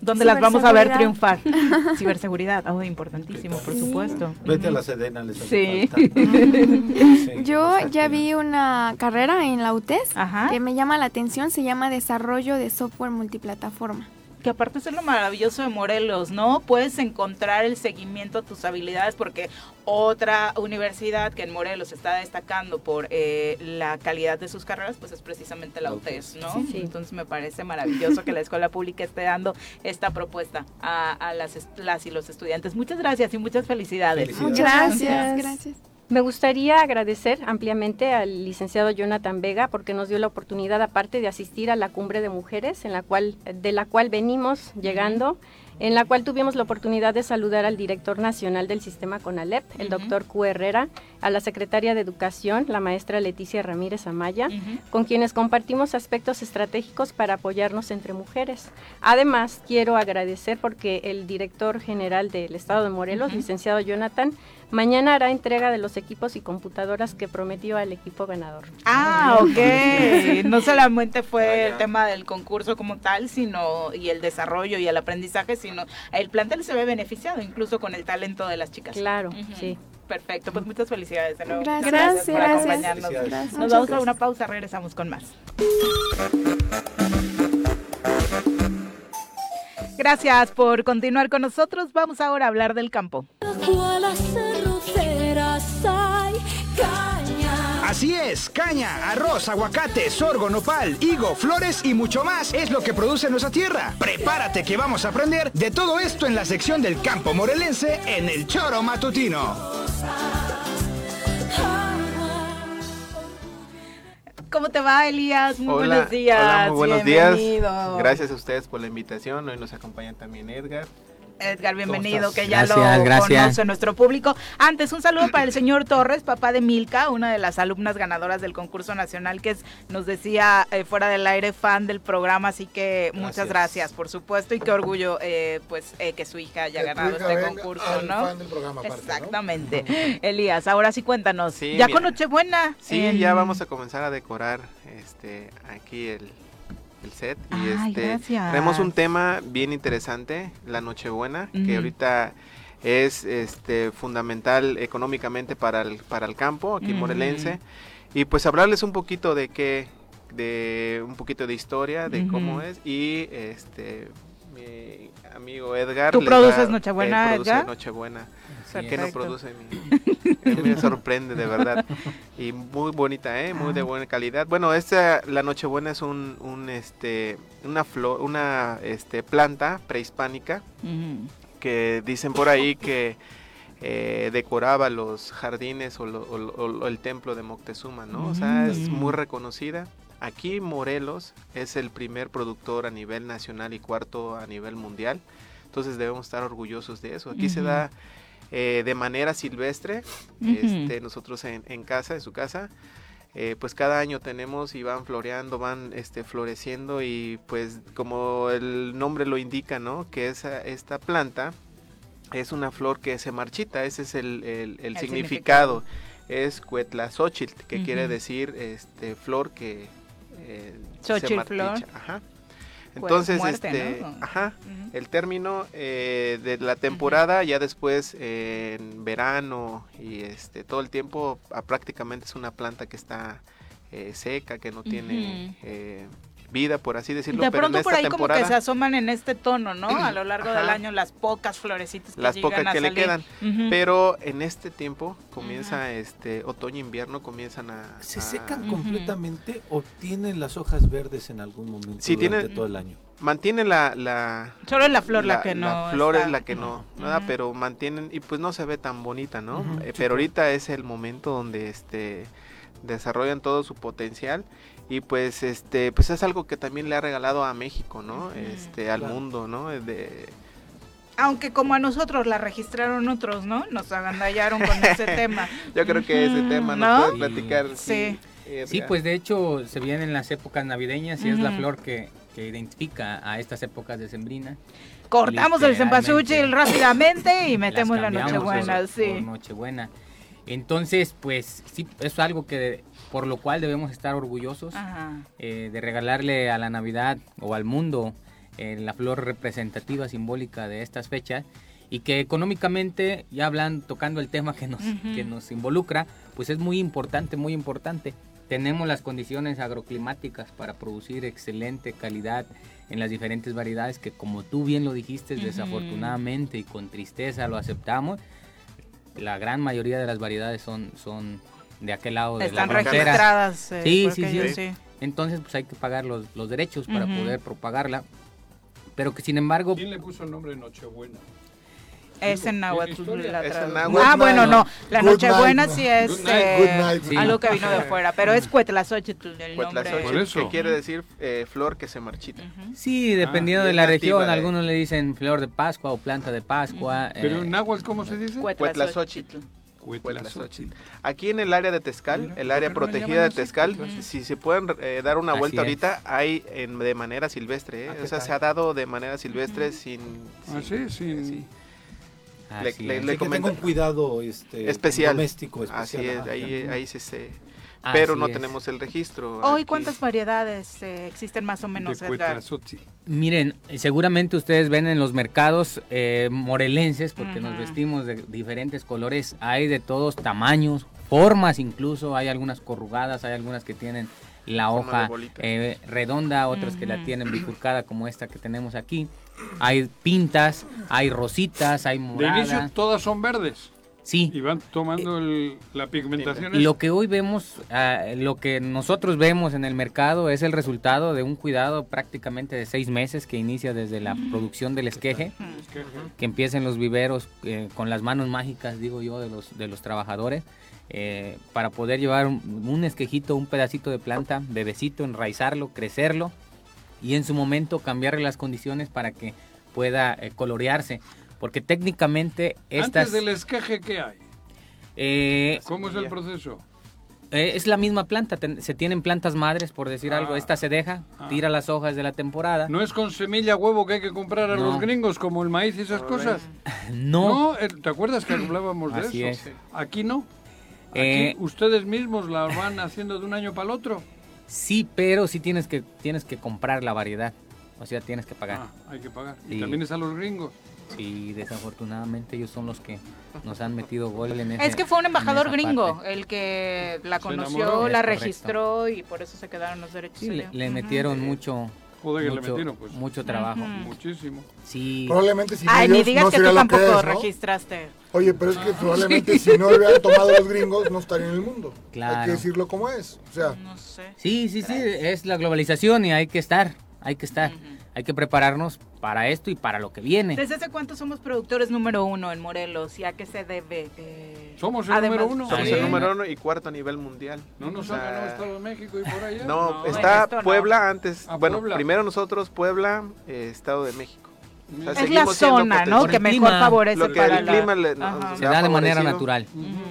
Speaker 1: ¿Dónde
Speaker 16: Sí,
Speaker 1: las vamos a ver triunfar?
Speaker 16: ciberseguridad.
Speaker 1: Ciberseguridad, oh, importantísimo, por
Speaker 16: Sí.
Speaker 1: supuesto.
Speaker 11: Vete a la Sedena, les
Speaker 1: Sí.
Speaker 11: hace falta. Sí.
Speaker 19: Yo ya vi una carrera en la UTES que me llama la atención, se llama Desarrollo de Software Multiplataforma.
Speaker 1: Que aparte eso es lo maravilloso de Morelos, ¿no? Puedes encontrar el seguimiento a tus habilidades porque otra universidad que en Morelos está destacando por eh, la calidad de sus carreras, pues es precisamente la UTES, ¿no?
Speaker 16: Sí, sí.
Speaker 1: Entonces me parece maravilloso que la escuela pública esté dando esta propuesta a, a las, est- las y los estudiantes. Muchas gracias y muchas felicidades.
Speaker 16: Muchas Gracias. gracias. Me gustaría agradecer ampliamente al licenciado Jonathan Vega porque nos dio la oportunidad, aparte de asistir a la cumbre de mujeres, en la cual, de la cual venimos llegando, en la cual tuvimos la oportunidad de saludar al director nacional del sistema CONALEP, el doctor Q. Herrera, a la secretaria de Educación, la maestra Leticia Ramírez Amaya, con quienes compartimos aspectos estratégicos para apoyarnos entre mujeres. Además, quiero agradecer porque el director general del Estado de Morelos,
Speaker 20: Ujú.
Speaker 16: licenciado Jonathan, mañana hará entrega de los equipos y computadoras que prometió al equipo ganador.
Speaker 1: Ah, ok. No solamente fue el tema del concurso como tal, sino y el desarrollo y el aprendizaje, sino el plantel se ve beneficiado incluso con el talento de las chicas.
Speaker 16: Claro,
Speaker 1: sí. Perfecto, pues muchas felicidades de nuevo.
Speaker 16: Gracias.
Speaker 1: Muchas por
Speaker 16: Gracias.
Speaker 1: acompañarnos.
Speaker 16: Felicidades.
Speaker 1: Nos
Speaker 16: Muchas
Speaker 1: vamos a una pausa, regresamos con más. Gracias por continuar con nosotros. Vamos ahora a hablar del campo.
Speaker 21: Cualas cerroceras hay caña.
Speaker 22: Así es, caña, arroz, aguacate, sorgo, nopal, higo, flores y mucho más es lo que produce nuestra tierra. Prepárate que vamos a aprender de todo esto en la sección del campo morelense en el Choro Matutino.
Speaker 1: ¿Cómo te va, Elías? Muy
Speaker 6: Hola,
Speaker 1: buenos días.
Speaker 6: hola, muy buenos
Speaker 1: Bienvenido.
Speaker 6: días. Gracias a ustedes por la invitación. Hoy nos acompaña también Edgar.
Speaker 1: Edgar, bienvenido,
Speaker 6: estás?
Speaker 1: que ya
Speaker 6: Gracias,
Speaker 1: lo
Speaker 6: gracias.
Speaker 1: conoce nuestro público. Antes, un saludo para el señor Torres, papá de Milka, una de las alumnas ganadoras del concurso nacional, que es, nos decía eh, fuera del aire, fan del programa, así que muchas
Speaker 6: Gracias.
Speaker 1: gracias, por supuesto, y qué orgullo eh, pues eh, que su hija haya
Speaker 5: Que tu
Speaker 1: ganado
Speaker 5: hija
Speaker 1: este
Speaker 5: venga
Speaker 1: concurso,
Speaker 5: al
Speaker 1: ¿no?
Speaker 5: fan del programa aparte, ¿no?
Speaker 1: Exactamente. Elías, ahora sí cuéntanos,
Speaker 6: Sí,
Speaker 1: ya
Speaker 6: mira.
Speaker 1: con Nochebuena.
Speaker 6: Sí,
Speaker 1: en-
Speaker 6: ya vamos a comenzar a decorar este aquí el, el set. Y
Speaker 1: Ay,
Speaker 6: este
Speaker 1: gracias.
Speaker 6: traemos un tema bien interesante, la Nochebuena,
Speaker 1: Ujú.
Speaker 6: que ahorita es este fundamental económicamente para el, para el campo, aquí en
Speaker 1: Ujú.
Speaker 6: morelense. Y pues hablarles un poquito de qué, de un poquito de historia, de cómo
Speaker 1: Ujú.
Speaker 6: es. Y este mi amigo Edgar.
Speaker 1: ¿Tú
Speaker 6: les
Speaker 1: produces
Speaker 6: va-
Speaker 1: Nochebuena,
Speaker 6: él produce
Speaker 1: Edgar?
Speaker 6: Nochebuena.
Speaker 1: Así es.
Speaker 6: ¿Qué no
Speaker 1: Perfecto.
Speaker 6: produce mi- él me sorprende de verdad. Y muy bonita, ¿eh? Muy de buena calidad. Bueno, esta, la Nochebuena es un, un, este, una flor, una, este, planta prehispánica que dicen por ahí que eh, decoraba los jardines o, lo- o lo- o lo- el templo de Moctezuma, ¿no? O sea, es
Speaker 23: Mm.
Speaker 6: muy reconocida. Aquí Morelos es el primer productor a nivel nacional y cuarto a nivel mundial. Entonces debemos estar orgullosos de eso. Aquí se
Speaker 23: Ujú.
Speaker 6: da eh, de manera silvestre,
Speaker 23: Ujú.
Speaker 6: este, nosotros en, en casa, en su casa. eh, pues cada año tenemos y van floreando, van este, floreciendo y pues como el nombre lo indica, ¿no? Que esa, esta planta es una flor que se marchita, ese es el, el- el
Speaker 23: El
Speaker 6: significado. Es cuetlazóchitl, que quiere
Speaker 23: Ujú.
Speaker 6: decir este, flor que eh,
Speaker 1: Xochitl, flor.
Speaker 6: marchicha. Ajá.
Speaker 1: Pues,
Speaker 6: Entonces,
Speaker 1: muerte,
Speaker 6: este,
Speaker 1: ¿no?
Speaker 6: ajá, el término eh, de la temporada, ya después eh, en verano y este todo el tiempo, ah, prácticamente es una planta que está eh, seca, que no tiene eh, vida, por así decirlo.
Speaker 1: De
Speaker 6: pero
Speaker 1: pronto
Speaker 6: en
Speaker 1: por
Speaker 6: esta
Speaker 1: ahí
Speaker 6: temporada,
Speaker 1: como que se asoman en este tono, ¿no? A lo largo del
Speaker 6: Ajá.
Speaker 1: año las pocas florecitas que
Speaker 6: las
Speaker 1: llegan
Speaker 6: pocas
Speaker 1: a
Speaker 6: que le
Speaker 1: salir.
Speaker 6: quedan.
Speaker 1: Ujú.
Speaker 6: Pero en este tiempo comienza este otoño invierno comienzan a
Speaker 11: ¿Se
Speaker 6: a-
Speaker 2: Ah,
Speaker 11: secan completamente o tienen las hojas verdes en algún momento
Speaker 6: Sí,
Speaker 11: durante
Speaker 6: tienen-
Speaker 11: todo el año?
Speaker 6: Mantiene la, la
Speaker 1: Solo la flor la que no
Speaker 6: La flor
Speaker 1: está.
Speaker 6: es la que no, nada, pero mantienen y pues no se ve tan bonita, ¿no?
Speaker 1: Ujú.
Speaker 6: Eh,
Speaker 1: Sí,
Speaker 6: pero
Speaker 1: claro.
Speaker 6: ahorita es el momento donde este desarrollan todo su potencial y pues este pues es algo que también le ha regalado a México, ¿no? Este al mundo, ¿no? De
Speaker 1: Aunque como a nosotros la registraron otros, ¿no? Nos agandallaron con ese tema.
Speaker 6: Yo creo que ese tema nos
Speaker 1: ¿No?
Speaker 6: puedes platicar. eh,
Speaker 1: Sí.
Speaker 6: Edgar.
Speaker 24: Sí, pues de hecho se vienen las épocas navideñas y es la
Speaker 1: Ujú.
Speaker 24: flor que, que identifica a estas épocas de sembrina.
Speaker 1: Cortamos el
Speaker 20: Literalmente.
Speaker 1: cempasúchil rápidamente y metemos la
Speaker 20: Las cambiamos
Speaker 1: nochebuena,
Speaker 20: por- por
Speaker 1: sí.
Speaker 20: Nochebuena. Entonces, pues sí, es algo que por lo cual debemos estar orgullosos
Speaker 1: Ajá.
Speaker 20: eh, de regalarle a la Navidad o al mundo eh, la flor representativa simbólica de estas fechas y que económicamente, ya hablan, tocando el tema que nos,
Speaker 23: Ujú.
Speaker 20: que nos involucra, pues es muy importante, muy importante. Tenemos las condiciones agroclimáticas para producir excelente calidad en las diferentes variedades que como tú bien lo dijiste,
Speaker 23: Ujú.
Speaker 20: desafortunadamente y con tristeza lo aceptamos, la gran mayoría de las variedades son, son de aquel lado de
Speaker 1: Están
Speaker 20: la frontera.
Speaker 1: registradas, eh,
Speaker 20: sí,
Speaker 1: por
Speaker 20: sí, sí,
Speaker 1: aquello,
Speaker 20: sí.
Speaker 1: sí.
Speaker 20: Entonces, pues hay que pagar los, los derechos para
Speaker 1: Ujú.
Speaker 20: poder propagarla. Pero que sin embargo,
Speaker 2: ¿Quién le puso el nombre Nochebuena?
Speaker 1: Es en
Speaker 2: ¿Tiene
Speaker 1: náhuatl.
Speaker 2: historia?
Speaker 1: la
Speaker 2: Es en
Speaker 1: traducción.
Speaker 2: náhuatl.
Speaker 1: Ah, bueno, no. La
Speaker 2: Good
Speaker 1: Nochebuena
Speaker 2: night.
Speaker 1: sí es
Speaker 2: Good night,
Speaker 1: eh,
Speaker 2: good night, sí.
Speaker 1: algo que vino de fuera, pero es Cuetlazochitl el
Speaker 6: Cuetlazochitl,
Speaker 1: nombre.
Speaker 6: que quiere decir eh, flor que se marchita.
Speaker 1: Ah,
Speaker 20: sí, dependiendo
Speaker 2: Ah,
Speaker 6: y
Speaker 20: de
Speaker 6: es
Speaker 20: la
Speaker 6: nativa
Speaker 20: región,
Speaker 6: de-
Speaker 20: algunos le dicen flor de Pascua o planta de Pascua.
Speaker 6: Pero
Speaker 20: eh,
Speaker 6: en
Speaker 2: náhuatl, ¿cómo se dice?
Speaker 6: Cuetlazochitl.
Speaker 2: Cuetlazochitl.
Speaker 6: Aquí en el área de Tezcal, el área protegida de Tezcal, si se pueden eh, dar una
Speaker 20: Así
Speaker 6: vuelta
Speaker 20: es.
Speaker 6: ahorita, hay en- de manera silvestre. ¿eh?
Speaker 2: Ah,
Speaker 6: O
Speaker 2: ¿qué
Speaker 6: sea,
Speaker 2: tal?
Speaker 6: se ha dado de manera silvestre sin...
Speaker 2: Ah, sí, sí.
Speaker 6: Le-
Speaker 20: así
Speaker 6: le-
Speaker 20: es.
Speaker 6: le
Speaker 11: Así que tenga un cuidado este,
Speaker 6: especial.
Speaker 11: doméstico.
Speaker 6: Así
Speaker 11: especial,
Speaker 6: es,
Speaker 11: ajá.
Speaker 6: ahí, ahí se... se
Speaker 11: Así
Speaker 6: pero no
Speaker 11: es.
Speaker 6: tenemos el registro.
Speaker 1: Hoy, ¿cuántas variedades eh, existen más o menos, Edgar?
Speaker 20: Miren, seguramente ustedes ven en los mercados eh, morelenses, porque nos
Speaker 1: Ujú.
Speaker 20: vestimos de diferentes colores, hay de todos tamaños, formas incluso, hay algunas corrugadas, hay algunas que tienen la
Speaker 6: Forma de
Speaker 20: hoja
Speaker 6: bolita.
Speaker 20: eh, redonda, otras que la
Speaker 6: Ujú.
Speaker 20: tienen bifurcada como esta que tenemos aquí, hay pintas, hay rositas, hay
Speaker 2: De inicio
Speaker 20: moradas.
Speaker 2: todas son verdes.
Speaker 20: Sí. Eh,
Speaker 2: Y van tomando el- la pigmentación.
Speaker 20: Lo que hoy vemos, ah, lo que nosotros vemos en el mercado es el resultado de un cuidado prácticamente de seis meses que inicia desde la producción del esqueje
Speaker 2: Mm.
Speaker 20: que empiecen los viveros eh, con las manos mágicas, digo yo, de los, de los trabajadores, eh, para poder llevar un, un esquejito, un pedacito de planta, bebecito, enraizarlo, crecerlo y en su momento cambiarle las condiciones para que pueda eh, colorearse. Porque técnicamente estas...
Speaker 2: Antes del esqueje, ¿qué hay?
Speaker 20: eh,
Speaker 2: ¿Cómo es el proceso?
Speaker 20: eh, es la misma planta, ten- se tienen plantas madres, por decir algo. Esta se deja,
Speaker 2: Ah.
Speaker 20: tira las hojas de la temporada.
Speaker 2: ¿No es con semilla huevo que hay que comprar a
Speaker 20: No.
Speaker 2: los gringos como el maíz y esas cosas?
Speaker 20: No.
Speaker 2: Eh, ¿Te acuerdas que hablábamos de
Speaker 20: Así
Speaker 2: eso?
Speaker 20: es.
Speaker 2: Aquí no. Aquí
Speaker 20: Eh,
Speaker 2: ustedes mismos la van haciendo de un año para el otro.
Speaker 20: Sí, pero sí tienes que, tienes que comprar la variedad. O sea, tienes que pagar.
Speaker 2: Ah, hay que pagar. Y
Speaker 20: Sí.
Speaker 2: también es a los gringos.
Speaker 20: Sí, desafortunadamente ellos son los que nos han metido gol en ese-
Speaker 1: Es que fue un
Speaker 20: en
Speaker 1: embajador
Speaker 20: esa
Speaker 1: gringo
Speaker 20: parte.
Speaker 1: el que la
Speaker 20: Se
Speaker 1: conoció,
Speaker 20: enamoró.
Speaker 1: la
Speaker 20: Es correcto.
Speaker 1: registró y por eso se quedaron los derechos.
Speaker 20: Sí, le,
Speaker 1: allá.
Speaker 20: le
Speaker 1: Ujú.
Speaker 20: metieron mucho,
Speaker 2: Joder, que le
Speaker 20: mucho-
Speaker 2: metieron, pues.
Speaker 20: mucho trabajo.
Speaker 2: Muchísimo.
Speaker 20: Sí.
Speaker 5: Probablemente si no
Speaker 1: Ay, ni
Speaker 5: ellos,
Speaker 1: digas
Speaker 5: no
Speaker 1: que
Speaker 5: sería
Speaker 1: tú
Speaker 5: lo que
Speaker 1: tampoco
Speaker 5: es, ¿no?
Speaker 1: registraste.
Speaker 5: Oye, pero es que
Speaker 1: Ah.
Speaker 5: probablemente si no hubieran tomado los gringos, no estarían en el mundo. Hay que
Speaker 20: Claro.
Speaker 5: decirlo como es. O sea,
Speaker 20: Sí, sí, sí, es la globalización y hay que estar, hay que estar. Hay que prepararnos para esto y para lo que viene.
Speaker 1: ¿Desde hace cuánto somos productores número uno en Morelos y a qué se debe? Eh,
Speaker 2: Somos
Speaker 1: además-
Speaker 6: Somos
Speaker 1: Sí.
Speaker 6: el número uno y cuarto a nivel mundial.
Speaker 2: No nos
Speaker 6: O
Speaker 2: han
Speaker 6: sea,
Speaker 2: ganado Estado de México y por allá.
Speaker 6: No,
Speaker 2: No, en
Speaker 6: está
Speaker 2: esto no.
Speaker 6: Puebla antes.
Speaker 2: Ah,
Speaker 6: bueno,
Speaker 2: Puebla.
Speaker 6: primero nosotros, Puebla, eh, Estado de México. O sea,
Speaker 1: Es la
Speaker 6: seguimos siendo
Speaker 1: zona, ¿no?
Speaker 6: potencia.
Speaker 1: que mejor favorece
Speaker 6: Lo que
Speaker 1: para
Speaker 6: el
Speaker 1: la-
Speaker 6: clima le- nos-
Speaker 1: Ajá.
Speaker 6: nos
Speaker 20: Se
Speaker 6: ha
Speaker 20: da de manera
Speaker 6: favorecido.
Speaker 20: natural.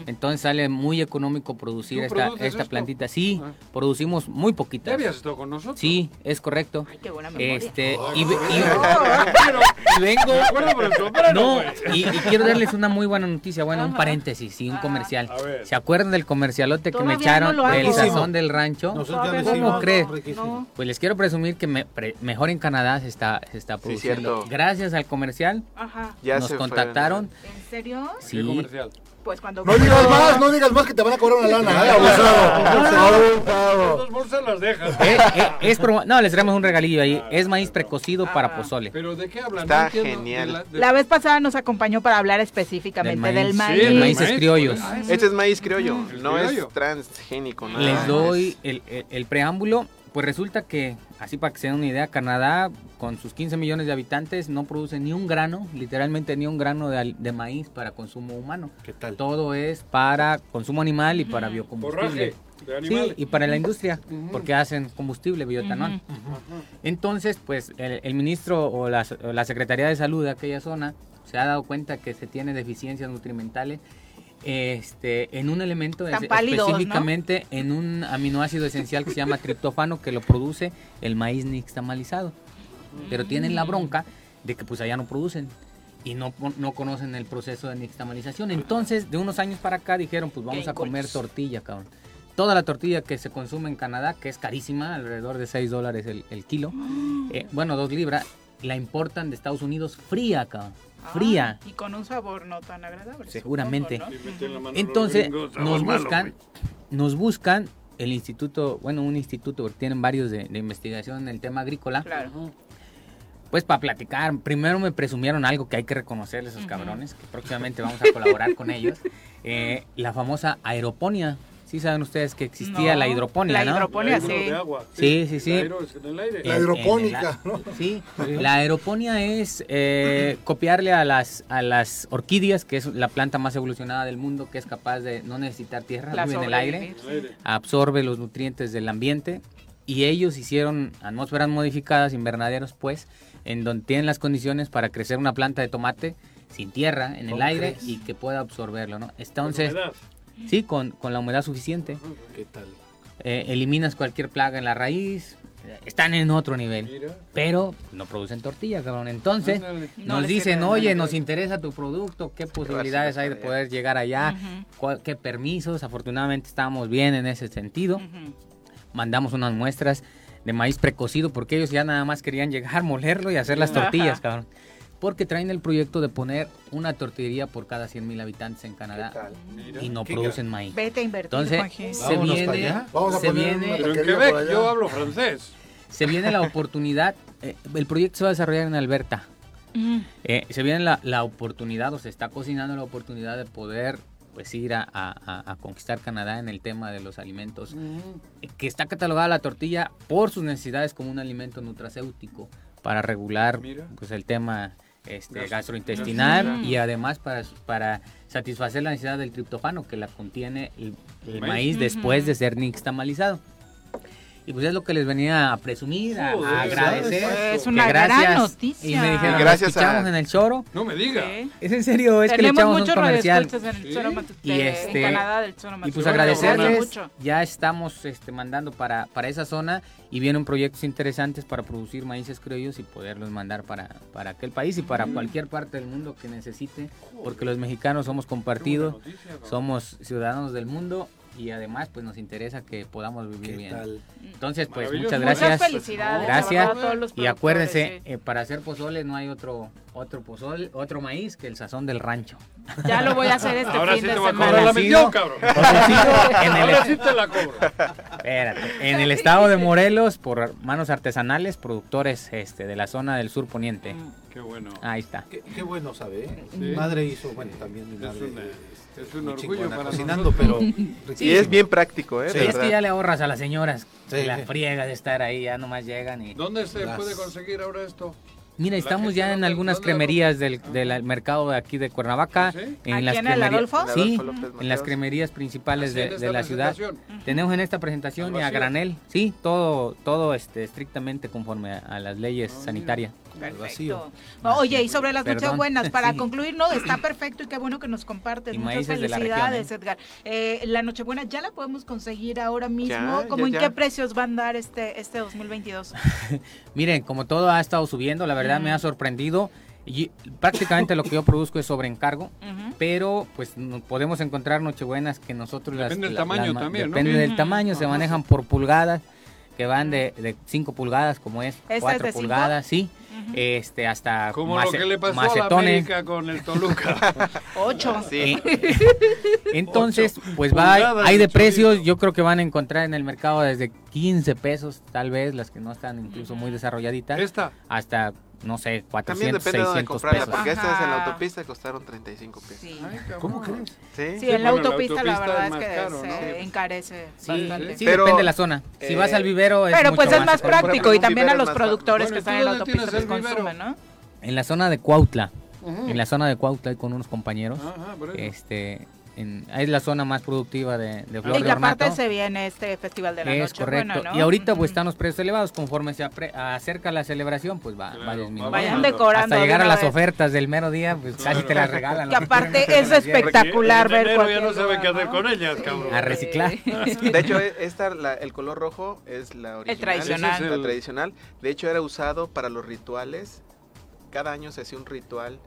Speaker 20: Entonces sale muy económico producir
Speaker 2: ¿Tú
Speaker 20: esta,
Speaker 2: produces
Speaker 20: esta
Speaker 2: esto? Ah.
Speaker 20: plantita. Sí, producimos muy poquitas.
Speaker 2: Ya habías estado con nosotros.
Speaker 20: Sí, es correcto.
Speaker 1: qué buena
Speaker 2: memoria.
Speaker 20: Este,
Speaker 2: Ay,
Speaker 20: y, ve- y-
Speaker 2: no, pero-
Speaker 20: y vengo.
Speaker 2: Me acuerdo, pero el sombrero,
Speaker 20: No,
Speaker 2: güey.
Speaker 20: y, y quiero darles una muy buena noticia, bueno, un
Speaker 2: Ajá.
Speaker 20: paréntesis, sí, un comercial. ¿Se acuerdan del comercialote que me
Speaker 1: Ah. Todavía
Speaker 20: echaron
Speaker 1: no lo
Speaker 20: del
Speaker 1: hago.
Speaker 20: sazón del rancho?
Speaker 1: Nosotros ya Todavía lo
Speaker 20: ¿Cómo
Speaker 1: hicimos.
Speaker 20: crees?
Speaker 1: No.
Speaker 20: Pues les quiero presumir que me- pre- mejor en Canadá se está, se está produciendo.
Speaker 6: cierto.
Speaker 20: Gracias al comercial.
Speaker 1: Ajá.
Speaker 6: Ya
Speaker 20: nos
Speaker 6: se fue.
Speaker 20: contactaron.
Speaker 1: ¿En serio?
Speaker 20: Sí. ¿Qué comercial?
Speaker 1: Pues cuando...
Speaker 5: no digas más, no digas más que te van a cobrar una lana, ¿eh? Abusado. Abusado.
Speaker 2: Dos bolsas las dejas.
Speaker 20: Eh, eh, es promo- no, les traemos un regalillo ahí. Es maíz precocido para pozole.
Speaker 2: Ah, ¿Pero de qué hablan?
Speaker 20: Está
Speaker 2: No entiendo. De
Speaker 20: genial.
Speaker 2: la- de-
Speaker 1: La vez pasada nos acompañó para hablar específicamente del maíz.
Speaker 20: Sí, maíces criollos.
Speaker 6: Este es maíz criollo, no
Speaker 20: criollo.
Speaker 6: es transgénico. nada
Speaker 20: Les
Speaker 2: Ah,
Speaker 6: más.
Speaker 20: doy el, el- el preámbulo. Pues resulta que, así para que se den una idea, Canadá, con sus 15 millones de habitantes, no produce ni un grano, literalmente ni un grano de, al- de maíz para consumo humano.
Speaker 11: ¿Qué tal?
Speaker 20: Todo es para consumo animal y para
Speaker 2: Forraje
Speaker 20: biocombustible.
Speaker 2: de
Speaker 20: Sí,
Speaker 2: animales.
Speaker 20: y para la industria,
Speaker 2: Ujú.
Speaker 20: porque hacen combustible, bioetanol. Entonces, pues el, el ministro o la, o la Secretaría de Salud de aquella zona se ha dado cuenta que se tiene deficiencias nutrimentales este, en un elemento
Speaker 1: Están
Speaker 20: es-
Speaker 1: pálidos, ¿no?
Speaker 20: específicamente en un aminoácido esencial que se llama triptófano que lo produce el maíz nixtamalizado. Pero tienen la bronca de que pues allá no producen y no, pon- no conocen el proceso de nixtamalización. Entonces, de unos años para acá dijeron, pues vamos a comer tortilla, cabrón. Toda la tortilla que se consume en Canadá, que es carísima, alrededor de 6 dólares el, el kilo, eh, bueno, 2 libras, la importan de Estados Unidos fría, cabrón. Fría.
Speaker 1: Ah, y con un sabor no tan agradable.
Speaker 20: Seguramente.
Speaker 1: supongo, ¿no?
Speaker 20: Entonces,
Speaker 1: Ujú.
Speaker 20: nos buscan, nos buscan el instituto, bueno, un instituto, porque tienen varios de, de investigación en el tema agrícola. Pues para platicar, primero me presumieron algo que hay que reconocerles a esos cabrones, que próximamente vamos a colaborar con ellos. Eh, la famosa aeroponía. Sí saben ustedes que existía
Speaker 2: No,
Speaker 20: la hidroponía,
Speaker 2: la
Speaker 20: ¿no?
Speaker 2: hidroponía, sí. De agua.
Speaker 20: Sí, sí, sí.
Speaker 2: El aero es en el aire. La
Speaker 20: En- en el
Speaker 2: hidropónica,
Speaker 20: a-
Speaker 2: ¿no?
Speaker 20: Sí, la aeroponía es eh, copiarle a las, a las orquídeas, que es la planta más evolucionada del mundo, que es capaz de no necesitar tierra,
Speaker 1: La
Speaker 20: vive en el aire,
Speaker 1: sobrevivir, sí.
Speaker 20: absorbe los nutrientes del ambiente. Y ellos hicieron atmósferas modificadas, invernaderos, pues, en donde tienen las condiciones para crecer una planta de tomate sin tierra, en el
Speaker 12: ¿Cómo
Speaker 20: aire
Speaker 12: crees?
Speaker 20: y que pueda absorberlo, ¿no? Entonces,
Speaker 12: humedad?
Speaker 20: sí, con, con la humedad suficiente,
Speaker 11: ¿Qué tal?
Speaker 20: eh, eliminas cualquier plaga en la raíz, eh, están en otro nivel.
Speaker 11: Mira.
Speaker 20: Pero no producen tortilla, cabrón. Entonces
Speaker 11: Ándale.
Speaker 1: No
Speaker 20: nos
Speaker 1: les
Speaker 20: dicen,
Speaker 1: sirve,
Speaker 20: oye,
Speaker 1: ándale.
Speaker 20: nos interesa tu producto, qué posibilidades hay de
Speaker 6: Eh,
Speaker 20: poder llegar allá, cuál- qué permisos. Afortunadamente estábamos bien en ese sentido. Mandamos unas muestras de maíz precocido porque ellos ya nada más querían llegar, molerlo y hacer las
Speaker 1: Ajá.
Speaker 20: tortillas, cabrón. Porque traen el proyecto de poner una tortillería por cada 100 mil habitantes en Canadá y no
Speaker 1: Qué
Speaker 20: producen maíz.
Speaker 1: Vete a invertir, Joaquín.
Speaker 20: Entonces, se
Speaker 1: Vámonos
Speaker 20: viene,
Speaker 1: para allá. Vamos a
Speaker 20: se
Speaker 1: poner
Speaker 20: viene-
Speaker 1: una
Speaker 2: Pero en Quebec yo hablo francés.
Speaker 20: se viene la oportunidad. eh, el proyecto se va a desarrollar en Alberta. Eh, se viene la, la oportunidad, o se está cocinando la oportunidad de poder pues ir a, a- a- a conquistar Canadá en el tema de los alimentos.
Speaker 12: Mm.
Speaker 20: Eh, Que está catalogada la tortilla por sus necesidades como un alimento nutracéutico para regular
Speaker 12: Mira.
Speaker 20: pues el tema este,
Speaker 12: Gastro-
Speaker 20: gastrointestinal
Speaker 12: gastrointestinal.
Speaker 20: y además para, para satisfacer la necesidad del triptofano que la contiene el, el
Speaker 12: El
Speaker 20: maíz,
Speaker 12: maíz.
Speaker 20: después
Speaker 12: Ujú.
Speaker 20: de ser nixtamalizado. Y pues es lo que les venía a presumir, a, a
Speaker 12: Joder,
Speaker 20: agradecer.
Speaker 12: ¿sabes? Es
Speaker 20: que
Speaker 12: una gran
Speaker 1: noticia.
Speaker 20: Y me dijeron,
Speaker 12: Y gracias
Speaker 20: gracias escuchamos
Speaker 12: a-
Speaker 20: en el choro.
Speaker 2: No me diga.
Speaker 20: Es en serio, es que le
Speaker 1: Tenemos
Speaker 20: echamos un
Speaker 1: muchos
Speaker 20: comercial.
Speaker 1: radioescuchas en el Choro Matutino,
Speaker 20: Y
Speaker 1: en
Speaker 20: este,
Speaker 1: Canadá del Choro
Speaker 20: y pues
Speaker 1: Matutino.
Speaker 20: agradecerles.
Speaker 1: Mucho.
Speaker 20: Ya estamos este, mandando para, para esa zona y vienen proyectos interesantes para producir maíces criollos y poderlos mandar para, para aquel país y para
Speaker 12: Ujú.
Speaker 20: cualquier parte del mundo que necesite, porque los mexicanos somos compartidos, somos ciudadanos del mundo y además pues nos interesa que podamos vivir bien. Entonces pues
Speaker 1: Maravilloso.
Speaker 20: muchas gracias.
Speaker 1: Muchas felicidades, la
Speaker 20: Gracias.
Speaker 1: verdad, a todos los
Speaker 20: y acuérdense,
Speaker 1: productores,
Speaker 20: eh, para hacer pozole no hay otro otro pozole, otro maíz que el sazón del rancho.
Speaker 1: Ya lo voy a hacer este
Speaker 2: Ahora
Speaker 1: fin
Speaker 2: sí
Speaker 1: de
Speaker 2: te voy a
Speaker 1: semana.
Speaker 2: cobrar la
Speaker 20: Conocido-
Speaker 2: mención, cabrón.
Speaker 20: conocido en el-
Speaker 2: Ahora sí te la cobro.
Speaker 20: Espérate, en el estado de Morelos por manos artesanales, productores este de la zona del sur poniente.
Speaker 1: Mm.
Speaker 2: Qué bueno.
Speaker 20: Ahí está.
Speaker 11: Qué, qué bueno sabe. ¿eh?
Speaker 2: Sí.
Speaker 11: Mi madre hizo, bueno, también mi madre.
Speaker 2: una-
Speaker 11: este,
Speaker 2: es un
Speaker 11: muy
Speaker 2: orgullo
Speaker 11: chingona
Speaker 2: para
Speaker 11: cocinando, pero
Speaker 2: nosotros.
Speaker 11: riquísimo.
Speaker 6: Y es bien práctico, ¿eh?
Speaker 20: Sí,
Speaker 6: De
Speaker 20: es que
Speaker 6: verdad.
Speaker 20: ya le ahorras a las señoras
Speaker 6: Sí.
Speaker 20: la friega de estar ahí, ya nomás llegan y...
Speaker 2: ¿Dónde se
Speaker 20: Las-
Speaker 2: puede conseguir ahora esto?
Speaker 20: Mira, estamos
Speaker 2: gente
Speaker 20: ya en algunas cremerías del, del mercado de aquí de Cuernavaca.
Speaker 1: ¿Aquí
Speaker 20: En las
Speaker 1: en el
Speaker 20: cremerías-
Speaker 1: Adolfo?
Speaker 20: Sí,
Speaker 1: Adolfo López
Speaker 20: en las cremerías principales
Speaker 1: Así en
Speaker 20: de, de
Speaker 1: esta
Speaker 20: la ciudad.
Speaker 1: presentación. Ujú.
Speaker 20: Tenemos en esta presentación
Speaker 1: Al
Speaker 20: y a
Speaker 1: vacío.
Speaker 20: granel, sí, todo todo este estrictamente conforme a, a las leyes
Speaker 1: Ah,
Speaker 20: sanitarias.
Speaker 1: Mm, Perfecto. No, oye, y sobre las
Speaker 20: Perdón.
Speaker 1: muchas buenas, para
Speaker 20: Sí.
Speaker 1: concluir, no, está perfecto y qué bueno que nos compartes.
Speaker 20: Y
Speaker 1: Muchas
Speaker 20: maíces de la
Speaker 1: felicidades,
Speaker 20: región,
Speaker 1: Edgar. Eh, la Nochebuena ya la podemos conseguir ahora mismo.
Speaker 20: Ya,
Speaker 1: ¿Cómo
Speaker 20: ya,
Speaker 1: en
Speaker 20: ya.
Speaker 1: qué precios van a dar este, este 2022?
Speaker 20: Miren, como todo ha estado subiendo, la verdad me ha sorprendido. Y prácticamente lo que yo produzco es sobre encargo,
Speaker 1: Ujú.
Speaker 20: pero pues no- podemos encontrar nochebuenas que nosotros las-
Speaker 2: Depende del
Speaker 20: la-
Speaker 2: tamaño
Speaker 20: ma-
Speaker 2: también, ¿no?
Speaker 20: Depende
Speaker 2: Sí.
Speaker 20: del tamaño, se
Speaker 2: Ajá.
Speaker 20: manejan por pulgadas, que van de, de 5 pulgadas como es,
Speaker 2: ¿Esta es
Speaker 20: 4
Speaker 2: de cinco?
Speaker 20: pulgadas, sí, este, hasta
Speaker 2: Como lo
Speaker 20: mace-
Speaker 2: que le pasó a la
Speaker 20: macetones.
Speaker 2: América con el Toluca.
Speaker 1: Ocho.
Speaker 20: Sí. Entonces, pues va, hay de precios, yo creo que van a encontrar en el mercado desde 15 pesos, tal vez, las que no están incluso muy desarrolladitas. Hasta, no sé,
Speaker 6: También
Speaker 20: 400,
Speaker 6: depende de dónde
Speaker 20: 600
Speaker 6: comprarla,
Speaker 20: pesos.
Speaker 6: porque estas en la autopista costaron 35 pesos.
Speaker 1: ¿Cómo
Speaker 6: crees? Sí,
Speaker 1: Sí, en la autopista, la verdad es que se encarece
Speaker 20: Sí,
Speaker 1: bastante.
Speaker 20: sí, depende de la zona. Si vas al vivero es
Speaker 1: Pero
Speaker 20: mucho
Speaker 1: pues es más
Speaker 20: más económico.
Speaker 1: práctico y también a
Speaker 20: Vivero
Speaker 1: los
Speaker 20: es más barato.
Speaker 1: productores
Speaker 20: eh, Bueno,
Speaker 1: que
Speaker 20: ¿y
Speaker 1: están
Speaker 20: tú
Speaker 1: en la
Speaker 20: dónde
Speaker 1: autopista
Speaker 20: tienes
Speaker 1: pues
Speaker 20: el vivero?
Speaker 1: consumen, ¿no?
Speaker 20: En la zona de Cuautla.
Speaker 1: Ujú.
Speaker 20: En la zona de Cuautla y con unos compañeros.
Speaker 1: Ajá, por eso.
Speaker 20: este, en- es la zona más productiva de, de Flor
Speaker 1: Y
Speaker 20: de
Speaker 1: que aparte
Speaker 20: Ornato.
Speaker 1: se viene este festival de la
Speaker 20: Es
Speaker 1: noche.
Speaker 20: correcto.
Speaker 1: Bueno, ¿no?
Speaker 20: Y ahorita pues están los precios elevados. Conforme se apre- acerca la celebración, pues va, va disminuyendo.
Speaker 1: Vayan decorando
Speaker 20: Hasta llegar
Speaker 1: de
Speaker 20: a
Speaker 1: una
Speaker 20: las
Speaker 1: vez.
Speaker 20: ofertas del mero día, pues casi te las regalan.
Speaker 1: Que
Speaker 20: ¿no?
Speaker 1: aparte es espectacular
Speaker 2: Porque en
Speaker 1: ver
Speaker 2: enero ya
Speaker 1: cualquier
Speaker 2: no sabe
Speaker 1: lugar,
Speaker 2: qué hacer
Speaker 1: ¿no?
Speaker 2: con ellas, cabrón.
Speaker 20: A reciclar.
Speaker 6: De hecho, e- esta, la- el color rojo es la original.
Speaker 1: tradicional.
Speaker 6: Esa es
Speaker 1: Ese es
Speaker 6: la
Speaker 1: el-
Speaker 6: tradicional. De hecho, era usado para los rituales cada año se hacía un ritual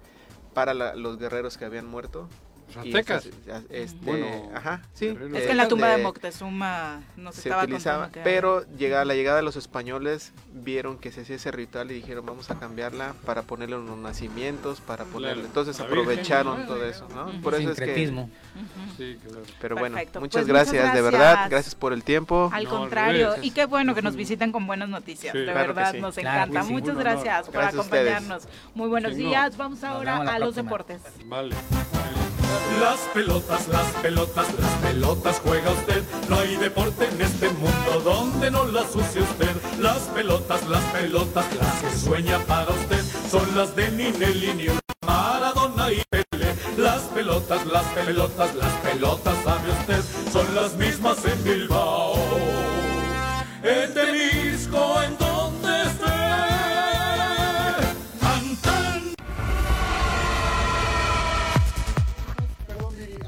Speaker 6: para la- los guerreros que habían muerto.
Speaker 2: Los
Speaker 6: Y
Speaker 2: aztecas.
Speaker 6: esas- este,
Speaker 2: Bueno,
Speaker 6: ajá, sí.
Speaker 1: Es que en la tumba de
Speaker 6: Eh, Donde-
Speaker 1: Moctezuma no se,
Speaker 6: se
Speaker 1: estaba
Speaker 6: utilizaba,
Speaker 1: contando que-
Speaker 6: pero llega la llegada de los españoles vieron que se hacía ese ritual y dijeron vamos a cambiarla para ponerle en los nacimientos, para ponerle,
Speaker 2: Claro.
Speaker 6: entonces
Speaker 2: La Virgen,
Speaker 6: aprovecharon
Speaker 2: ¿no?
Speaker 6: todo eso, ¿no?
Speaker 2: Ujú.
Speaker 6: Por eso es que
Speaker 2: Sincretismo. Sí, claro.
Speaker 6: pero bueno,
Speaker 1: Perfecto.
Speaker 6: muchas,
Speaker 1: Pues
Speaker 6: gracias, de verdad,
Speaker 1: gracias.
Speaker 6: gracias por el tiempo.
Speaker 1: Al contrario, y
Speaker 6: Gracias.
Speaker 1: qué bueno que nos visitan con buenas noticias,
Speaker 6: Sí.
Speaker 1: de
Speaker 6: Claro que
Speaker 1: verdad,
Speaker 6: sí.
Speaker 1: nos
Speaker 6: Claro que
Speaker 1: encanta.
Speaker 6: sí. Un
Speaker 1: Muchas
Speaker 6: honor.
Speaker 1: gracias por
Speaker 6: Gracias a ustedes.
Speaker 1: acompañarnos. Muy buenos
Speaker 6: Chingón.
Speaker 1: días, vamos ahora
Speaker 6: vemos la
Speaker 1: a los
Speaker 6: próxima.
Speaker 1: deportes.
Speaker 2: Vale.
Speaker 23: Las pelotas, las pelotas, las pelotas juega usted. No hay deporte en este mundo donde no las use usted. Las pelotas, las pelotas, las que sueña para usted. Son las de Ninelini, Maradona y Pelé. Las pelotas, las pelotas, las pelotas, sabe usted. Son las mismas en Bilbao. En Temisco, en donde esté. Tan, tan.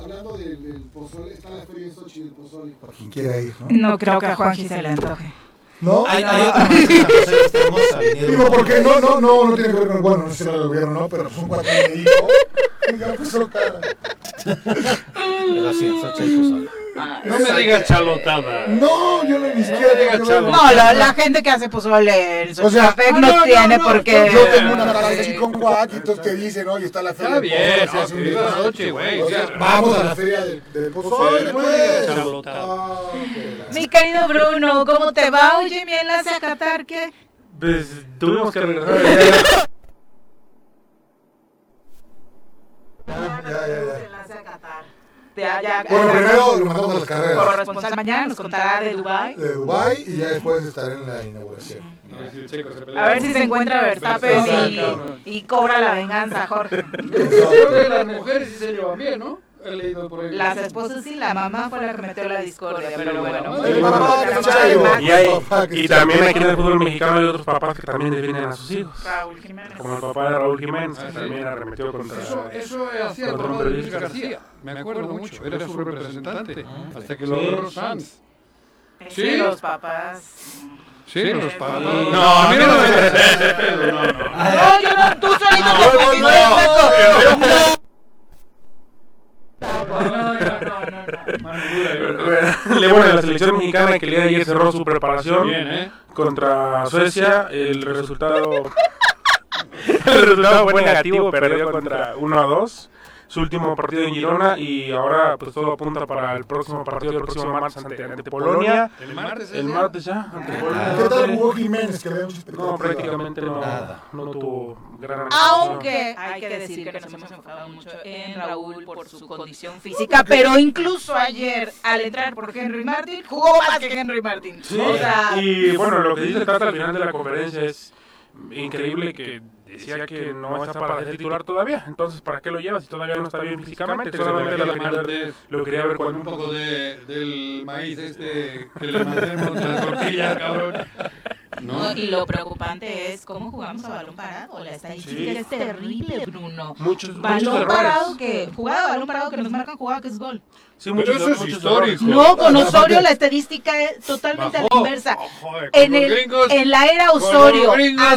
Speaker 5: Hablando del, pozole, está la feria en Sochi del pozole. pues, Para quien quiera ir,
Speaker 1: No creo que a Juanji se le antoje.
Speaker 5: ¿No?
Speaker 11: Hay- hay otra manera de hacer esta hermosa avenida.
Speaker 5: Digo, porque no, no, no, no tiene que ver con, bueno, no sé si era el gobierno, ¿no? Pero fue un cuate que me dijo, oiga, pues solo cara.
Speaker 11: Pero sí, en Sochi hay pozole.
Speaker 2: No me digas chalotada.
Speaker 5: No, yo no ni
Speaker 2: siquiera
Speaker 5: tengo que ver.
Speaker 1: No, la, la gente que hace pozole en
Speaker 5: O sea,
Speaker 1: Xochitepec no, tiene por qué.
Speaker 5: Yo tengo una cara así con cuate, entonces te dicen, oye, está la feria
Speaker 2: Está
Speaker 5: del pozole,
Speaker 2: bien,
Speaker 5: hace un
Speaker 2: no, pero es
Speaker 5: día,
Speaker 2: la Sochi, güey,
Speaker 5: o sea,
Speaker 2: sí.
Speaker 5: vamos a la feria del, del
Speaker 2: Pues,
Speaker 5: pozole,
Speaker 2: Pozole, güey,
Speaker 5: pues.
Speaker 2: charlotada.
Speaker 1: Mi querido Bruno, ¿cómo te va? Oye, mi enlace a Qatar, ¿qué?
Speaker 23: Pues tuvimos que regresar.
Speaker 5: Ah,
Speaker 1: Ya, ya,
Speaker 5: Bueno, primero lo mandamos a las carreras.
Speaker 1: Corresponsal mañana nos contará de Dubai.
Speaker 5: De Dubái Eh, y ya después estaré en la inauguración.
Speaker 1: A ver si se encuentra Verstappen y, y cobra la venganza, Jorge.
Speaker 2: Yo creo que las mujeres sí se llevan bien, ¿no? He leído por ahí.
Speaker 1: Las esposas sí, la mamá fue la que metió la discordia, pero bueno.
Speaker 2: El papá de
Speaker 1: Chayo.
Speaker 23: Y, hay- y también aquí en el fútbol mexicano hay otros papás que también defienden a sus hijos.
Speaker 2: Raúl Jiménez.
Speaker 23: Como el papá de Raúl Jiménez, que
Speaker 2: Ah, sí.
Speaker 23: también arremetió contra.
Speaker 2: Eso, eso hacía el
Speaker 23: contra
Speaker 2: papá de
Speaker 23: Andrés
Speaker 2: Luis García. Me acuerdo mucho. Era su representante. Hasta que
Speaker 23: Ah, Sí.
Speaker 2: lo logró Sanz.
Speaker 1: Sí, los papás.
Speaker 2: Sí, los papás.
Speaker 23: No, a mí no me interesa ese
Speaker 2: pedo, no, no.
Speaker 1: No, yo no, tú solito te
Speaker 2: No, no,
Speaker 1: metiste
Speaker 2: no,
Speaker 1: el saco.
Speaker 2: no, no.
Speaker 5: ¿eh?
Speaker 23: Le bueno, la selección mexicana que el día de ayer cerró su preparación
Speaker 2: Bien, ¿eh?
Speaker 23: contra Suecia, el resultado el resultado fue negativo, perdió contra 1 a 2, su último partido en Girona y ahora pues todo apunta para el próximo partido el próximo martes ante, ante Polonia.
Speaker 5: ¿El martes
Speaker 23: El
Speaker 5: ese?
Speaker 23: martes ya, ante Polonia.
Speaker 5: ¿Qué tal jugó Jiménez? Que había mucha expectativa.
Speaker 23: No, prácticamente no, no tuvo gran
Speaker 1: Aunque hay que decir que nos hemos enfocado mucho en Raúl por su condición física, pero incluso ayer, al entrar por Henry Martin, jugó más que Henry Martin.
Speaker 23: Sí,
Speaker 1: O sea,
Speaker 23: y bueno, lo que dice el Tata al final de la conferencia es increíble que decía que no está para ser titular todavía. Entonces, ¿para qué lo llevas si todavía no está bien físicamente? Solamente lo quería ver, lo quería ver
Speaker 2: con
Speaker 23: cuando
Speaker 2: un poco de, del maíz este que le mandemos las tortillas, cabrón.
Speaker 1: No, y lo preocupante es cómo jugamos a balón parado. La estadística
Speaker 23: Sí.
Speaker 1: es terrible, Bruno.
Speaker 23: Muchos, muchos
Speaker 1: Balón
Speaker 23: errores.
Speaker 1: parado que, jugada de balón parado que nos marcan jugada que es gol.
Speaker 23: Sí,
Speaker 2: Pero eso es histórico.
Speaker 1: No, con Osorio la estadística es totalmente a
Speaker 2: Bajó.
Speaker 1: la inversa.
Speaker 2: Joder, con
Speaker 1: en,
Speaker 2: los
Speaker 1: el,
Speaker 2: gringos-
Speaker 1: en la era
Speaker 2: con los
Speaker 1: Osorio,
Speaker 2: gringos, eh, cada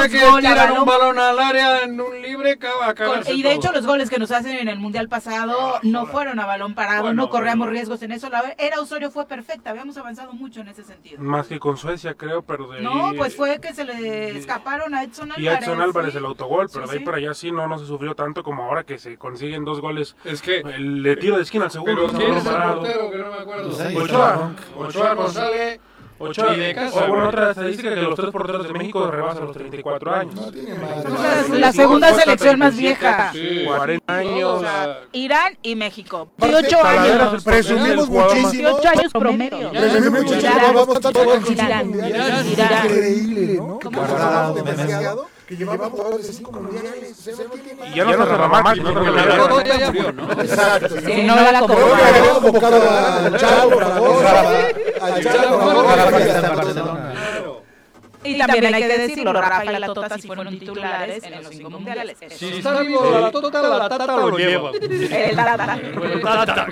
Speaker 1: hacernos
Speaker 2: que
Speaker 1: gol a
Speaker 2: tiran
Speaker 1: balón
Speaker 2: un balón al área en un libre, acaba Ah, a
Speaker 1: Con-
Speaker 2: cagarse
Speaker 1: y de
Speaker 2: todo.
Speaker 1: hecho los goles que nos hacen en el mundial pasado no fueron a balón parado,
Speaker 23: Bueno,
Speaker 1: no corríamos
Speaker 23: pero-
Speaker 1: riesgos en eso. La era Osorio fue perfecta, habíamos avanzado mucho en ese sentido.
Speaker 23: más que con Suecia, creo, pero de
Speaker 1: No,
Speaker 23: ahí-
Speaker 1: pues fue que se le escaparon a Edson
Speaker 23: Y
Speaker 1: Álvarez.
Speaker 23: a Edson Álvarez
Speaker 1: sí.
Speaker 23: el autogol, pero
Speaker 1: Sí,
Speaker 23: de ahí
Speaker 1: sí.
Speaker 23: para allá sí no, no se sufrió tanto como ahora que se consiguen dos goles.
Speaker 2: Es que-
Speaker 23: El- Le tiro de esquina al segundo.
Speaker 2: Pero
Speaker 23: no
Speaker 2: ¿quién es el
Speaker 23: parado.
Speaker 2: portero que no me acuerdo?
Speaker 23: Pues ahí está,
Speaker 2: Ochoa.
Speaker 23: Ronk.
Speaker 2: Ochoa González.
Speaker 23: Ochoa,
Speaker 2: Y de casa.
Speaker 23: o bueno, otra estadística que los tres porteros de México rebasan los 34 años.
Speaker 1: Es la- la segunda selección más vieja.
Speaker 23: 40
Speaker 1: O
Speaker 23: años.
Speaker 1: sea, Irán y México.
Speaker 23: Aparte,
Speaker 1: 18
Speaker 23: Talavera
Speaker 1: años.
Speaker 23: es Este el presumimos muchísimo.
Speaker 1: 18 años promedio.
Speaker 5: Presumimos muchísimo,
Speaker 1: Irán,
Speaker 5: vamos a estar
Speaker 1: Irán,
Speaker 5: con
Speaker 1: Irán,
Speaker 5: cinco mundiales.
Speaker 1: Irán.
Speaker 5: Increíble, ¿no? Que
Speaker 23: Comparado,
Speaker 5: pasamos
Speaker 23: Memo.
Speaker 5: demasiado, que llevamos jugadores de cinco mundiales. o sea, no tiene
Speaker 23: Y ya no se Ramamaki, no creo que la
Speaker 2: Pero
Speaker 23: hagan,
Speaker 2: Bota ya
Speaker 23: ¿eh?
Speaker 2: murió, ¿no?
Speaker 5: Exacto.
Speaker 1: Sí, no la
Speaker 5: Pero
Speaker 1: convocaron.
Speaker 5: le habíamos convocado a Chavo, por favor. A Chavo, por favor.
Speaker 1: Y también, hay que decirlo, Rafa y la Tota sí fueron titulares en los cinco mundiales.
Speaker 2: Si
Speaker 1: Eso
Speaker 2: está
Speaker 1: sí.
Speaker 2: vivo la Tota, la Tata lo lleva.
Speaker 1: El Tata.
Speaker 2: El Tata.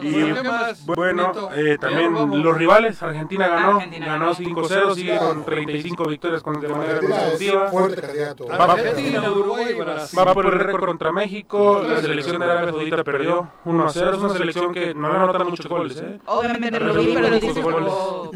Speaker 23: Y
Speaker 2: ¿Qué más?
Speaker 23: bueno,
Speaker 2: Bonito.
Speaker 23: eh, también los rivales, Argentina ganó, ganó 5-0, sigue
Speaker 5: Claro.
Speaker 23: con 35 victorias con, de manera
Speaker 5: Argentina es
Speaker 23: consecutiva.
Speaker 5: fuerte candidato.
Speaker 23: Va,
Speaker 5: Argentina, Uruguay, Brasil.
Speaker 23: va por el récord contra México, la
Speaker 5: Sí.
Speaker 23: selección de Arabia Saudita perdió 1-0, es una selección que no le anotan muchos goles, ¿eh?
Speaker 1: Obviamente no lo
Speaker 23: Pero
Speaker 1: vi, pero
Speaker 23: muchos
Speaker 1: dices
Speaker 23: goles.
Speaker 1: como-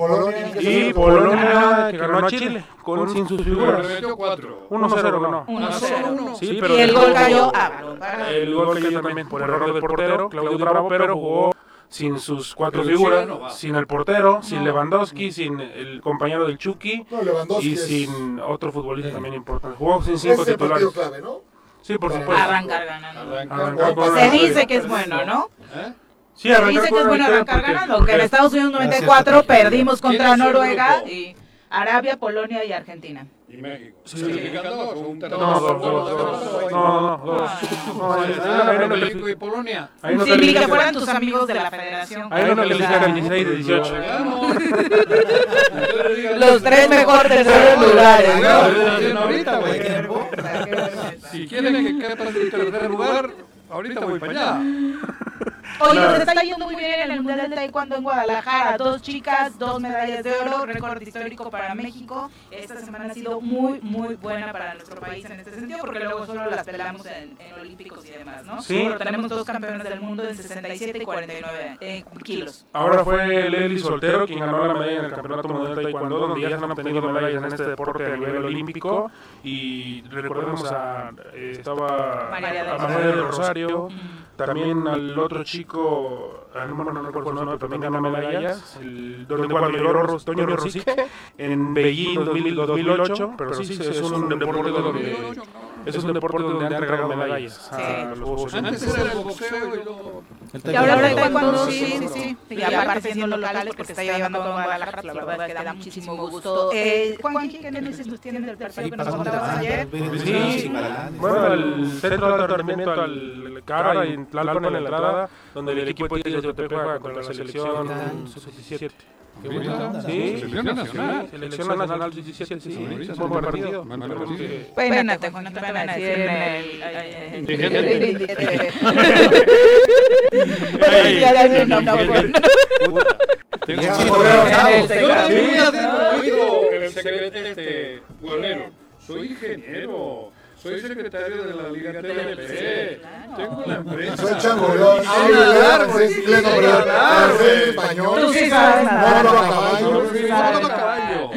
Speaker 23: Y Polonia, que ganó a Chile, con sin sus figuras.
Speaker 2: Le metió cuatro.
Speaker 23: 1-0 ganó.
Speaker 1: 1-0.
Speaker 23: Sí, pero
Speaker 1: Y el gol cayó a
Speaker 23: Ah, El gol cayó también por error del portero, Claudio Bravo, pero jugó sin sus cuatro
Speaker 5: Pero el
Speaker 23: figuras,
Speaker 5: chileno va.
Speaker 23: sin el portero, sin
Speaker 5: No.
Speaker 23: Lewandowski, sin el compañero del Chucky
Speaker 5: No, Lewandowski
Speaker 23: y
Speaker 5: es-
Speaker 23: sin otro futbolista también importante. Jugó sin
Speaker 5: Ese
Speaker 23: cinco
Speaker 5: es el
Speaker 23: titulares.
Speaker 5: partido clave, ¿no?
Speaker 23: Sí, por
Speaker 5: Para
Speaker 23: supuesto.
Speaker 1: Arrancar ganando.
Speaker 23: Arrancar con
Speaker 1: Se
Speaker 23: la-
Speaker 1: dice que es bueno, ¿no?
Speaker 23: ¿Eh? Sí,
Speaker 1: Se
Speaker 23: arrancar
Speaker 1: dice que
Speaker 23: con
Speaker 1: es
Speaker 23: la
Speaker 1: bueno
Speaker 23: victoria
Speaker 1: arrancar
Speaker 23: porque-
Speaker 1: ganando, que en
Speaker 23: porque-
Speaker 1: Estados Unidos
Speaker 23: Gracias,
Speaker 1: 94
Speaker 23: Tatiana.
Speaker 1: perdimos contra
Speaker 2: ¿Quién es el
Speaker 1: Noruega
Speaker 2: grupo?
Speaker 1: y Arabia, Polonia y Argentina.
Speaker 2: Y México.
Speaker 23: Sí.
Speaker 2: ¿Calificando o un
Speaker 23: No, dos, dos, dos. No, no, dos. No, ahí- ahí no califica-
Speaker 2: México y Polonia.
Speaker 23: ahí no
Speaker 1: Sí, ni que
Speaker 23: califica-
Speaker 1: fueran tus amigos de la federación.
Speaker 23: Ahí no califican el 16 de 18.
Speaker 1: Los tres mejores terceros lugares.
Speaker 2: Si quieren que quede en tercer lugar, ahorita voy para allá.
Speaker 1: Oye,
Speaker 2: Claro.
Speaker 1: nos está yendo muy bien en el Mundial de Taekwondo en Guadalajara. Dos chicas, dos medallas de oro, récord histórico para México. Esta semana ha sido muy, muy buena para nuestro país en este sentido, porque luego solo las pelamos en, en Olímpicos y demás, ¿no?
Speaker 23: Sí.
Speaker 1: Pero tenemos dos campeones del mundo en 67 y 49 eh, kilos.
Speaker 23: Ahora fue Lely Soltero quien ganó la medalla en el Campeonato Mundial de Taekwondo, donde ya se han obtenido medallas en este deporte a nivel olímpico. Y recordemos a. eh, estaba.
Speaker 2: María del
Speaker 23: a Manuel del
Speaker 2: Rosario.
Speaker 23: Rosario. También al otro chico, al número Ah, no recuerdo su nombre, pero también ganó medallas. El Don Juan Ros, Toño Rosique, en Beijing 2000 2008. Pero sí, es un deporte donde. Es un deporte donde han regalado medallas a los Juegos
Speaker 2: Pues Antes
Speaker 23: Olímpicos.
Speaker 2: era el boxeo y luego.
Speaker 1: Y ahora el
Speaker 23: Taekwondo,
Speaker 1: Taekwondo, sí, sí, sí. Y aparte siendo locales, porque está llevando a Guadalajara, la verdad es que da muchísimo gusto. Eh, Juan, ¿qué nos sostiene del partido que nos contabas ayer?
Speaker 23: Sí, bueno, el centro de alojamiento al Cara y en Tlalpan en la entrada, donde el equipo de Tigres de Tepe juega contra la selección sub-17.
Speaker 2: Qué buena onda.
Speaker 23: Sí,
Speaker 2: Selección nacional.
Speaker 23: sí, Selección Nacional sub-17, sí, es un buen partido.
Speaker 2: Buen
Speaker 23: Esperemos
Speaker 2: partido.
Speaker 23: que-
Speaker 1: Peínate, Juan, no te van a decir en el-
Speaker 23: Ay,
Speaker 1: en el-
Speaker 23: ay,
Speaker 1: en el-
Speaker 23: ay.
Speaker 1: Ya le hace un no, no,
Speaker 23: Ay,
Speaker 1: Juan.
Speaker 23: puta. Tengo
Speaker 1: Ya,
Speaker 23: un
Speaker 1: por
Speaker 23: problema.
Speaker 1: favor,
Speaker 23: Ah,
Speaker 1: el
Speaker 25: este,
Speaker 23: sí.
Speaker 1: secretario.
Speaker 23: Sí.
Speaker 1: Yo
Speaker 2: Mira, tengo
Speaker 1: No.
Speaker 2: oído, el secretario, este, Guanero. Soy ingeniero. Soy secretario de la Liga TLP. Tengo la empresa.
Speaker 5: Soy changolón, sé
Speaker 2: Habla
Speaker 5: hablar,
Speaker 2: árbol,
Speaker 5: sé
Speaker 2: sí,
Speaker 5: Pues inglés, no,
Speaker 2: sé
Speaker 5: pero
Speaker 2: hablar,
Speaker 5: francés,
Speaker 2: güey.
Speaker 5: español.
Speaker 2: Tú sí
Speaker 5: No
Speaker 2: sabes
Speaker 5: hablo
Speaker 2: nadar.
Speaker 5: a caballo.
Speaker 2: No, sí, no hablo a caballo.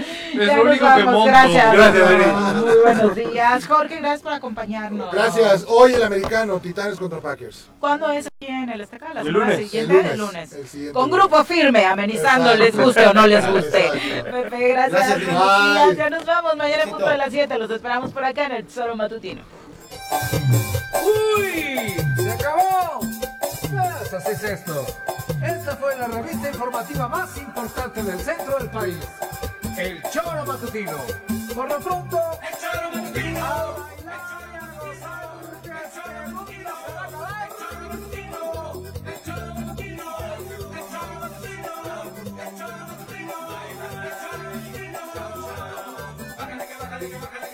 Speaker 1: Ya
Speaker 2: Es lo
Speaker 1: nos
Speaker 2: único que
Speaker 1: vamos,
Speaker 2: monto.
Speaker 1: Gracias.
Speaker 2: Gracias, Denis.
Speaker 1: Muy buenos días. Jorge, gracias por acompañarnos.
Speaker 5: Gracias. Hoy el americano, Titanes contra Packers.
Speaker 1: ¿Cuándo es aquí en el Azteca? La
Speaker 5: El
Speaker 1: semana
Speaker 5: lunes.
Speaker 1: siguiente,
Speaker 5: El lunes.
Speaker 1: el lunes.
Speaker 5: El siguiente
Speaker 1: Con
Speaker 5: lunes.
Speaker 1: grupo firme, amenizando,
Speaker 5: Exacto.
Speaker 1: les guste o no les guste.
Speaker 5: Exacto.
Speaker 1: Pepe, gracias.
Speaker 5: Gracias,
Speaker 1: buenos
Speaker 5: Bye.
Speaker 1: días. Ya nos vamos. Mañana en punto de las 7. Los esperamos por acá en el Tesoro Matutino.
Speaker 25: ¡Uy! ¡Se acabó! Pues así es esto. Esta fue la revista informativa más importante del centro del país. El Choro Matutino. Por lo pronto... ¡El Choro Matutino!
Speaker 21: Bájale, que bájale, que bájale.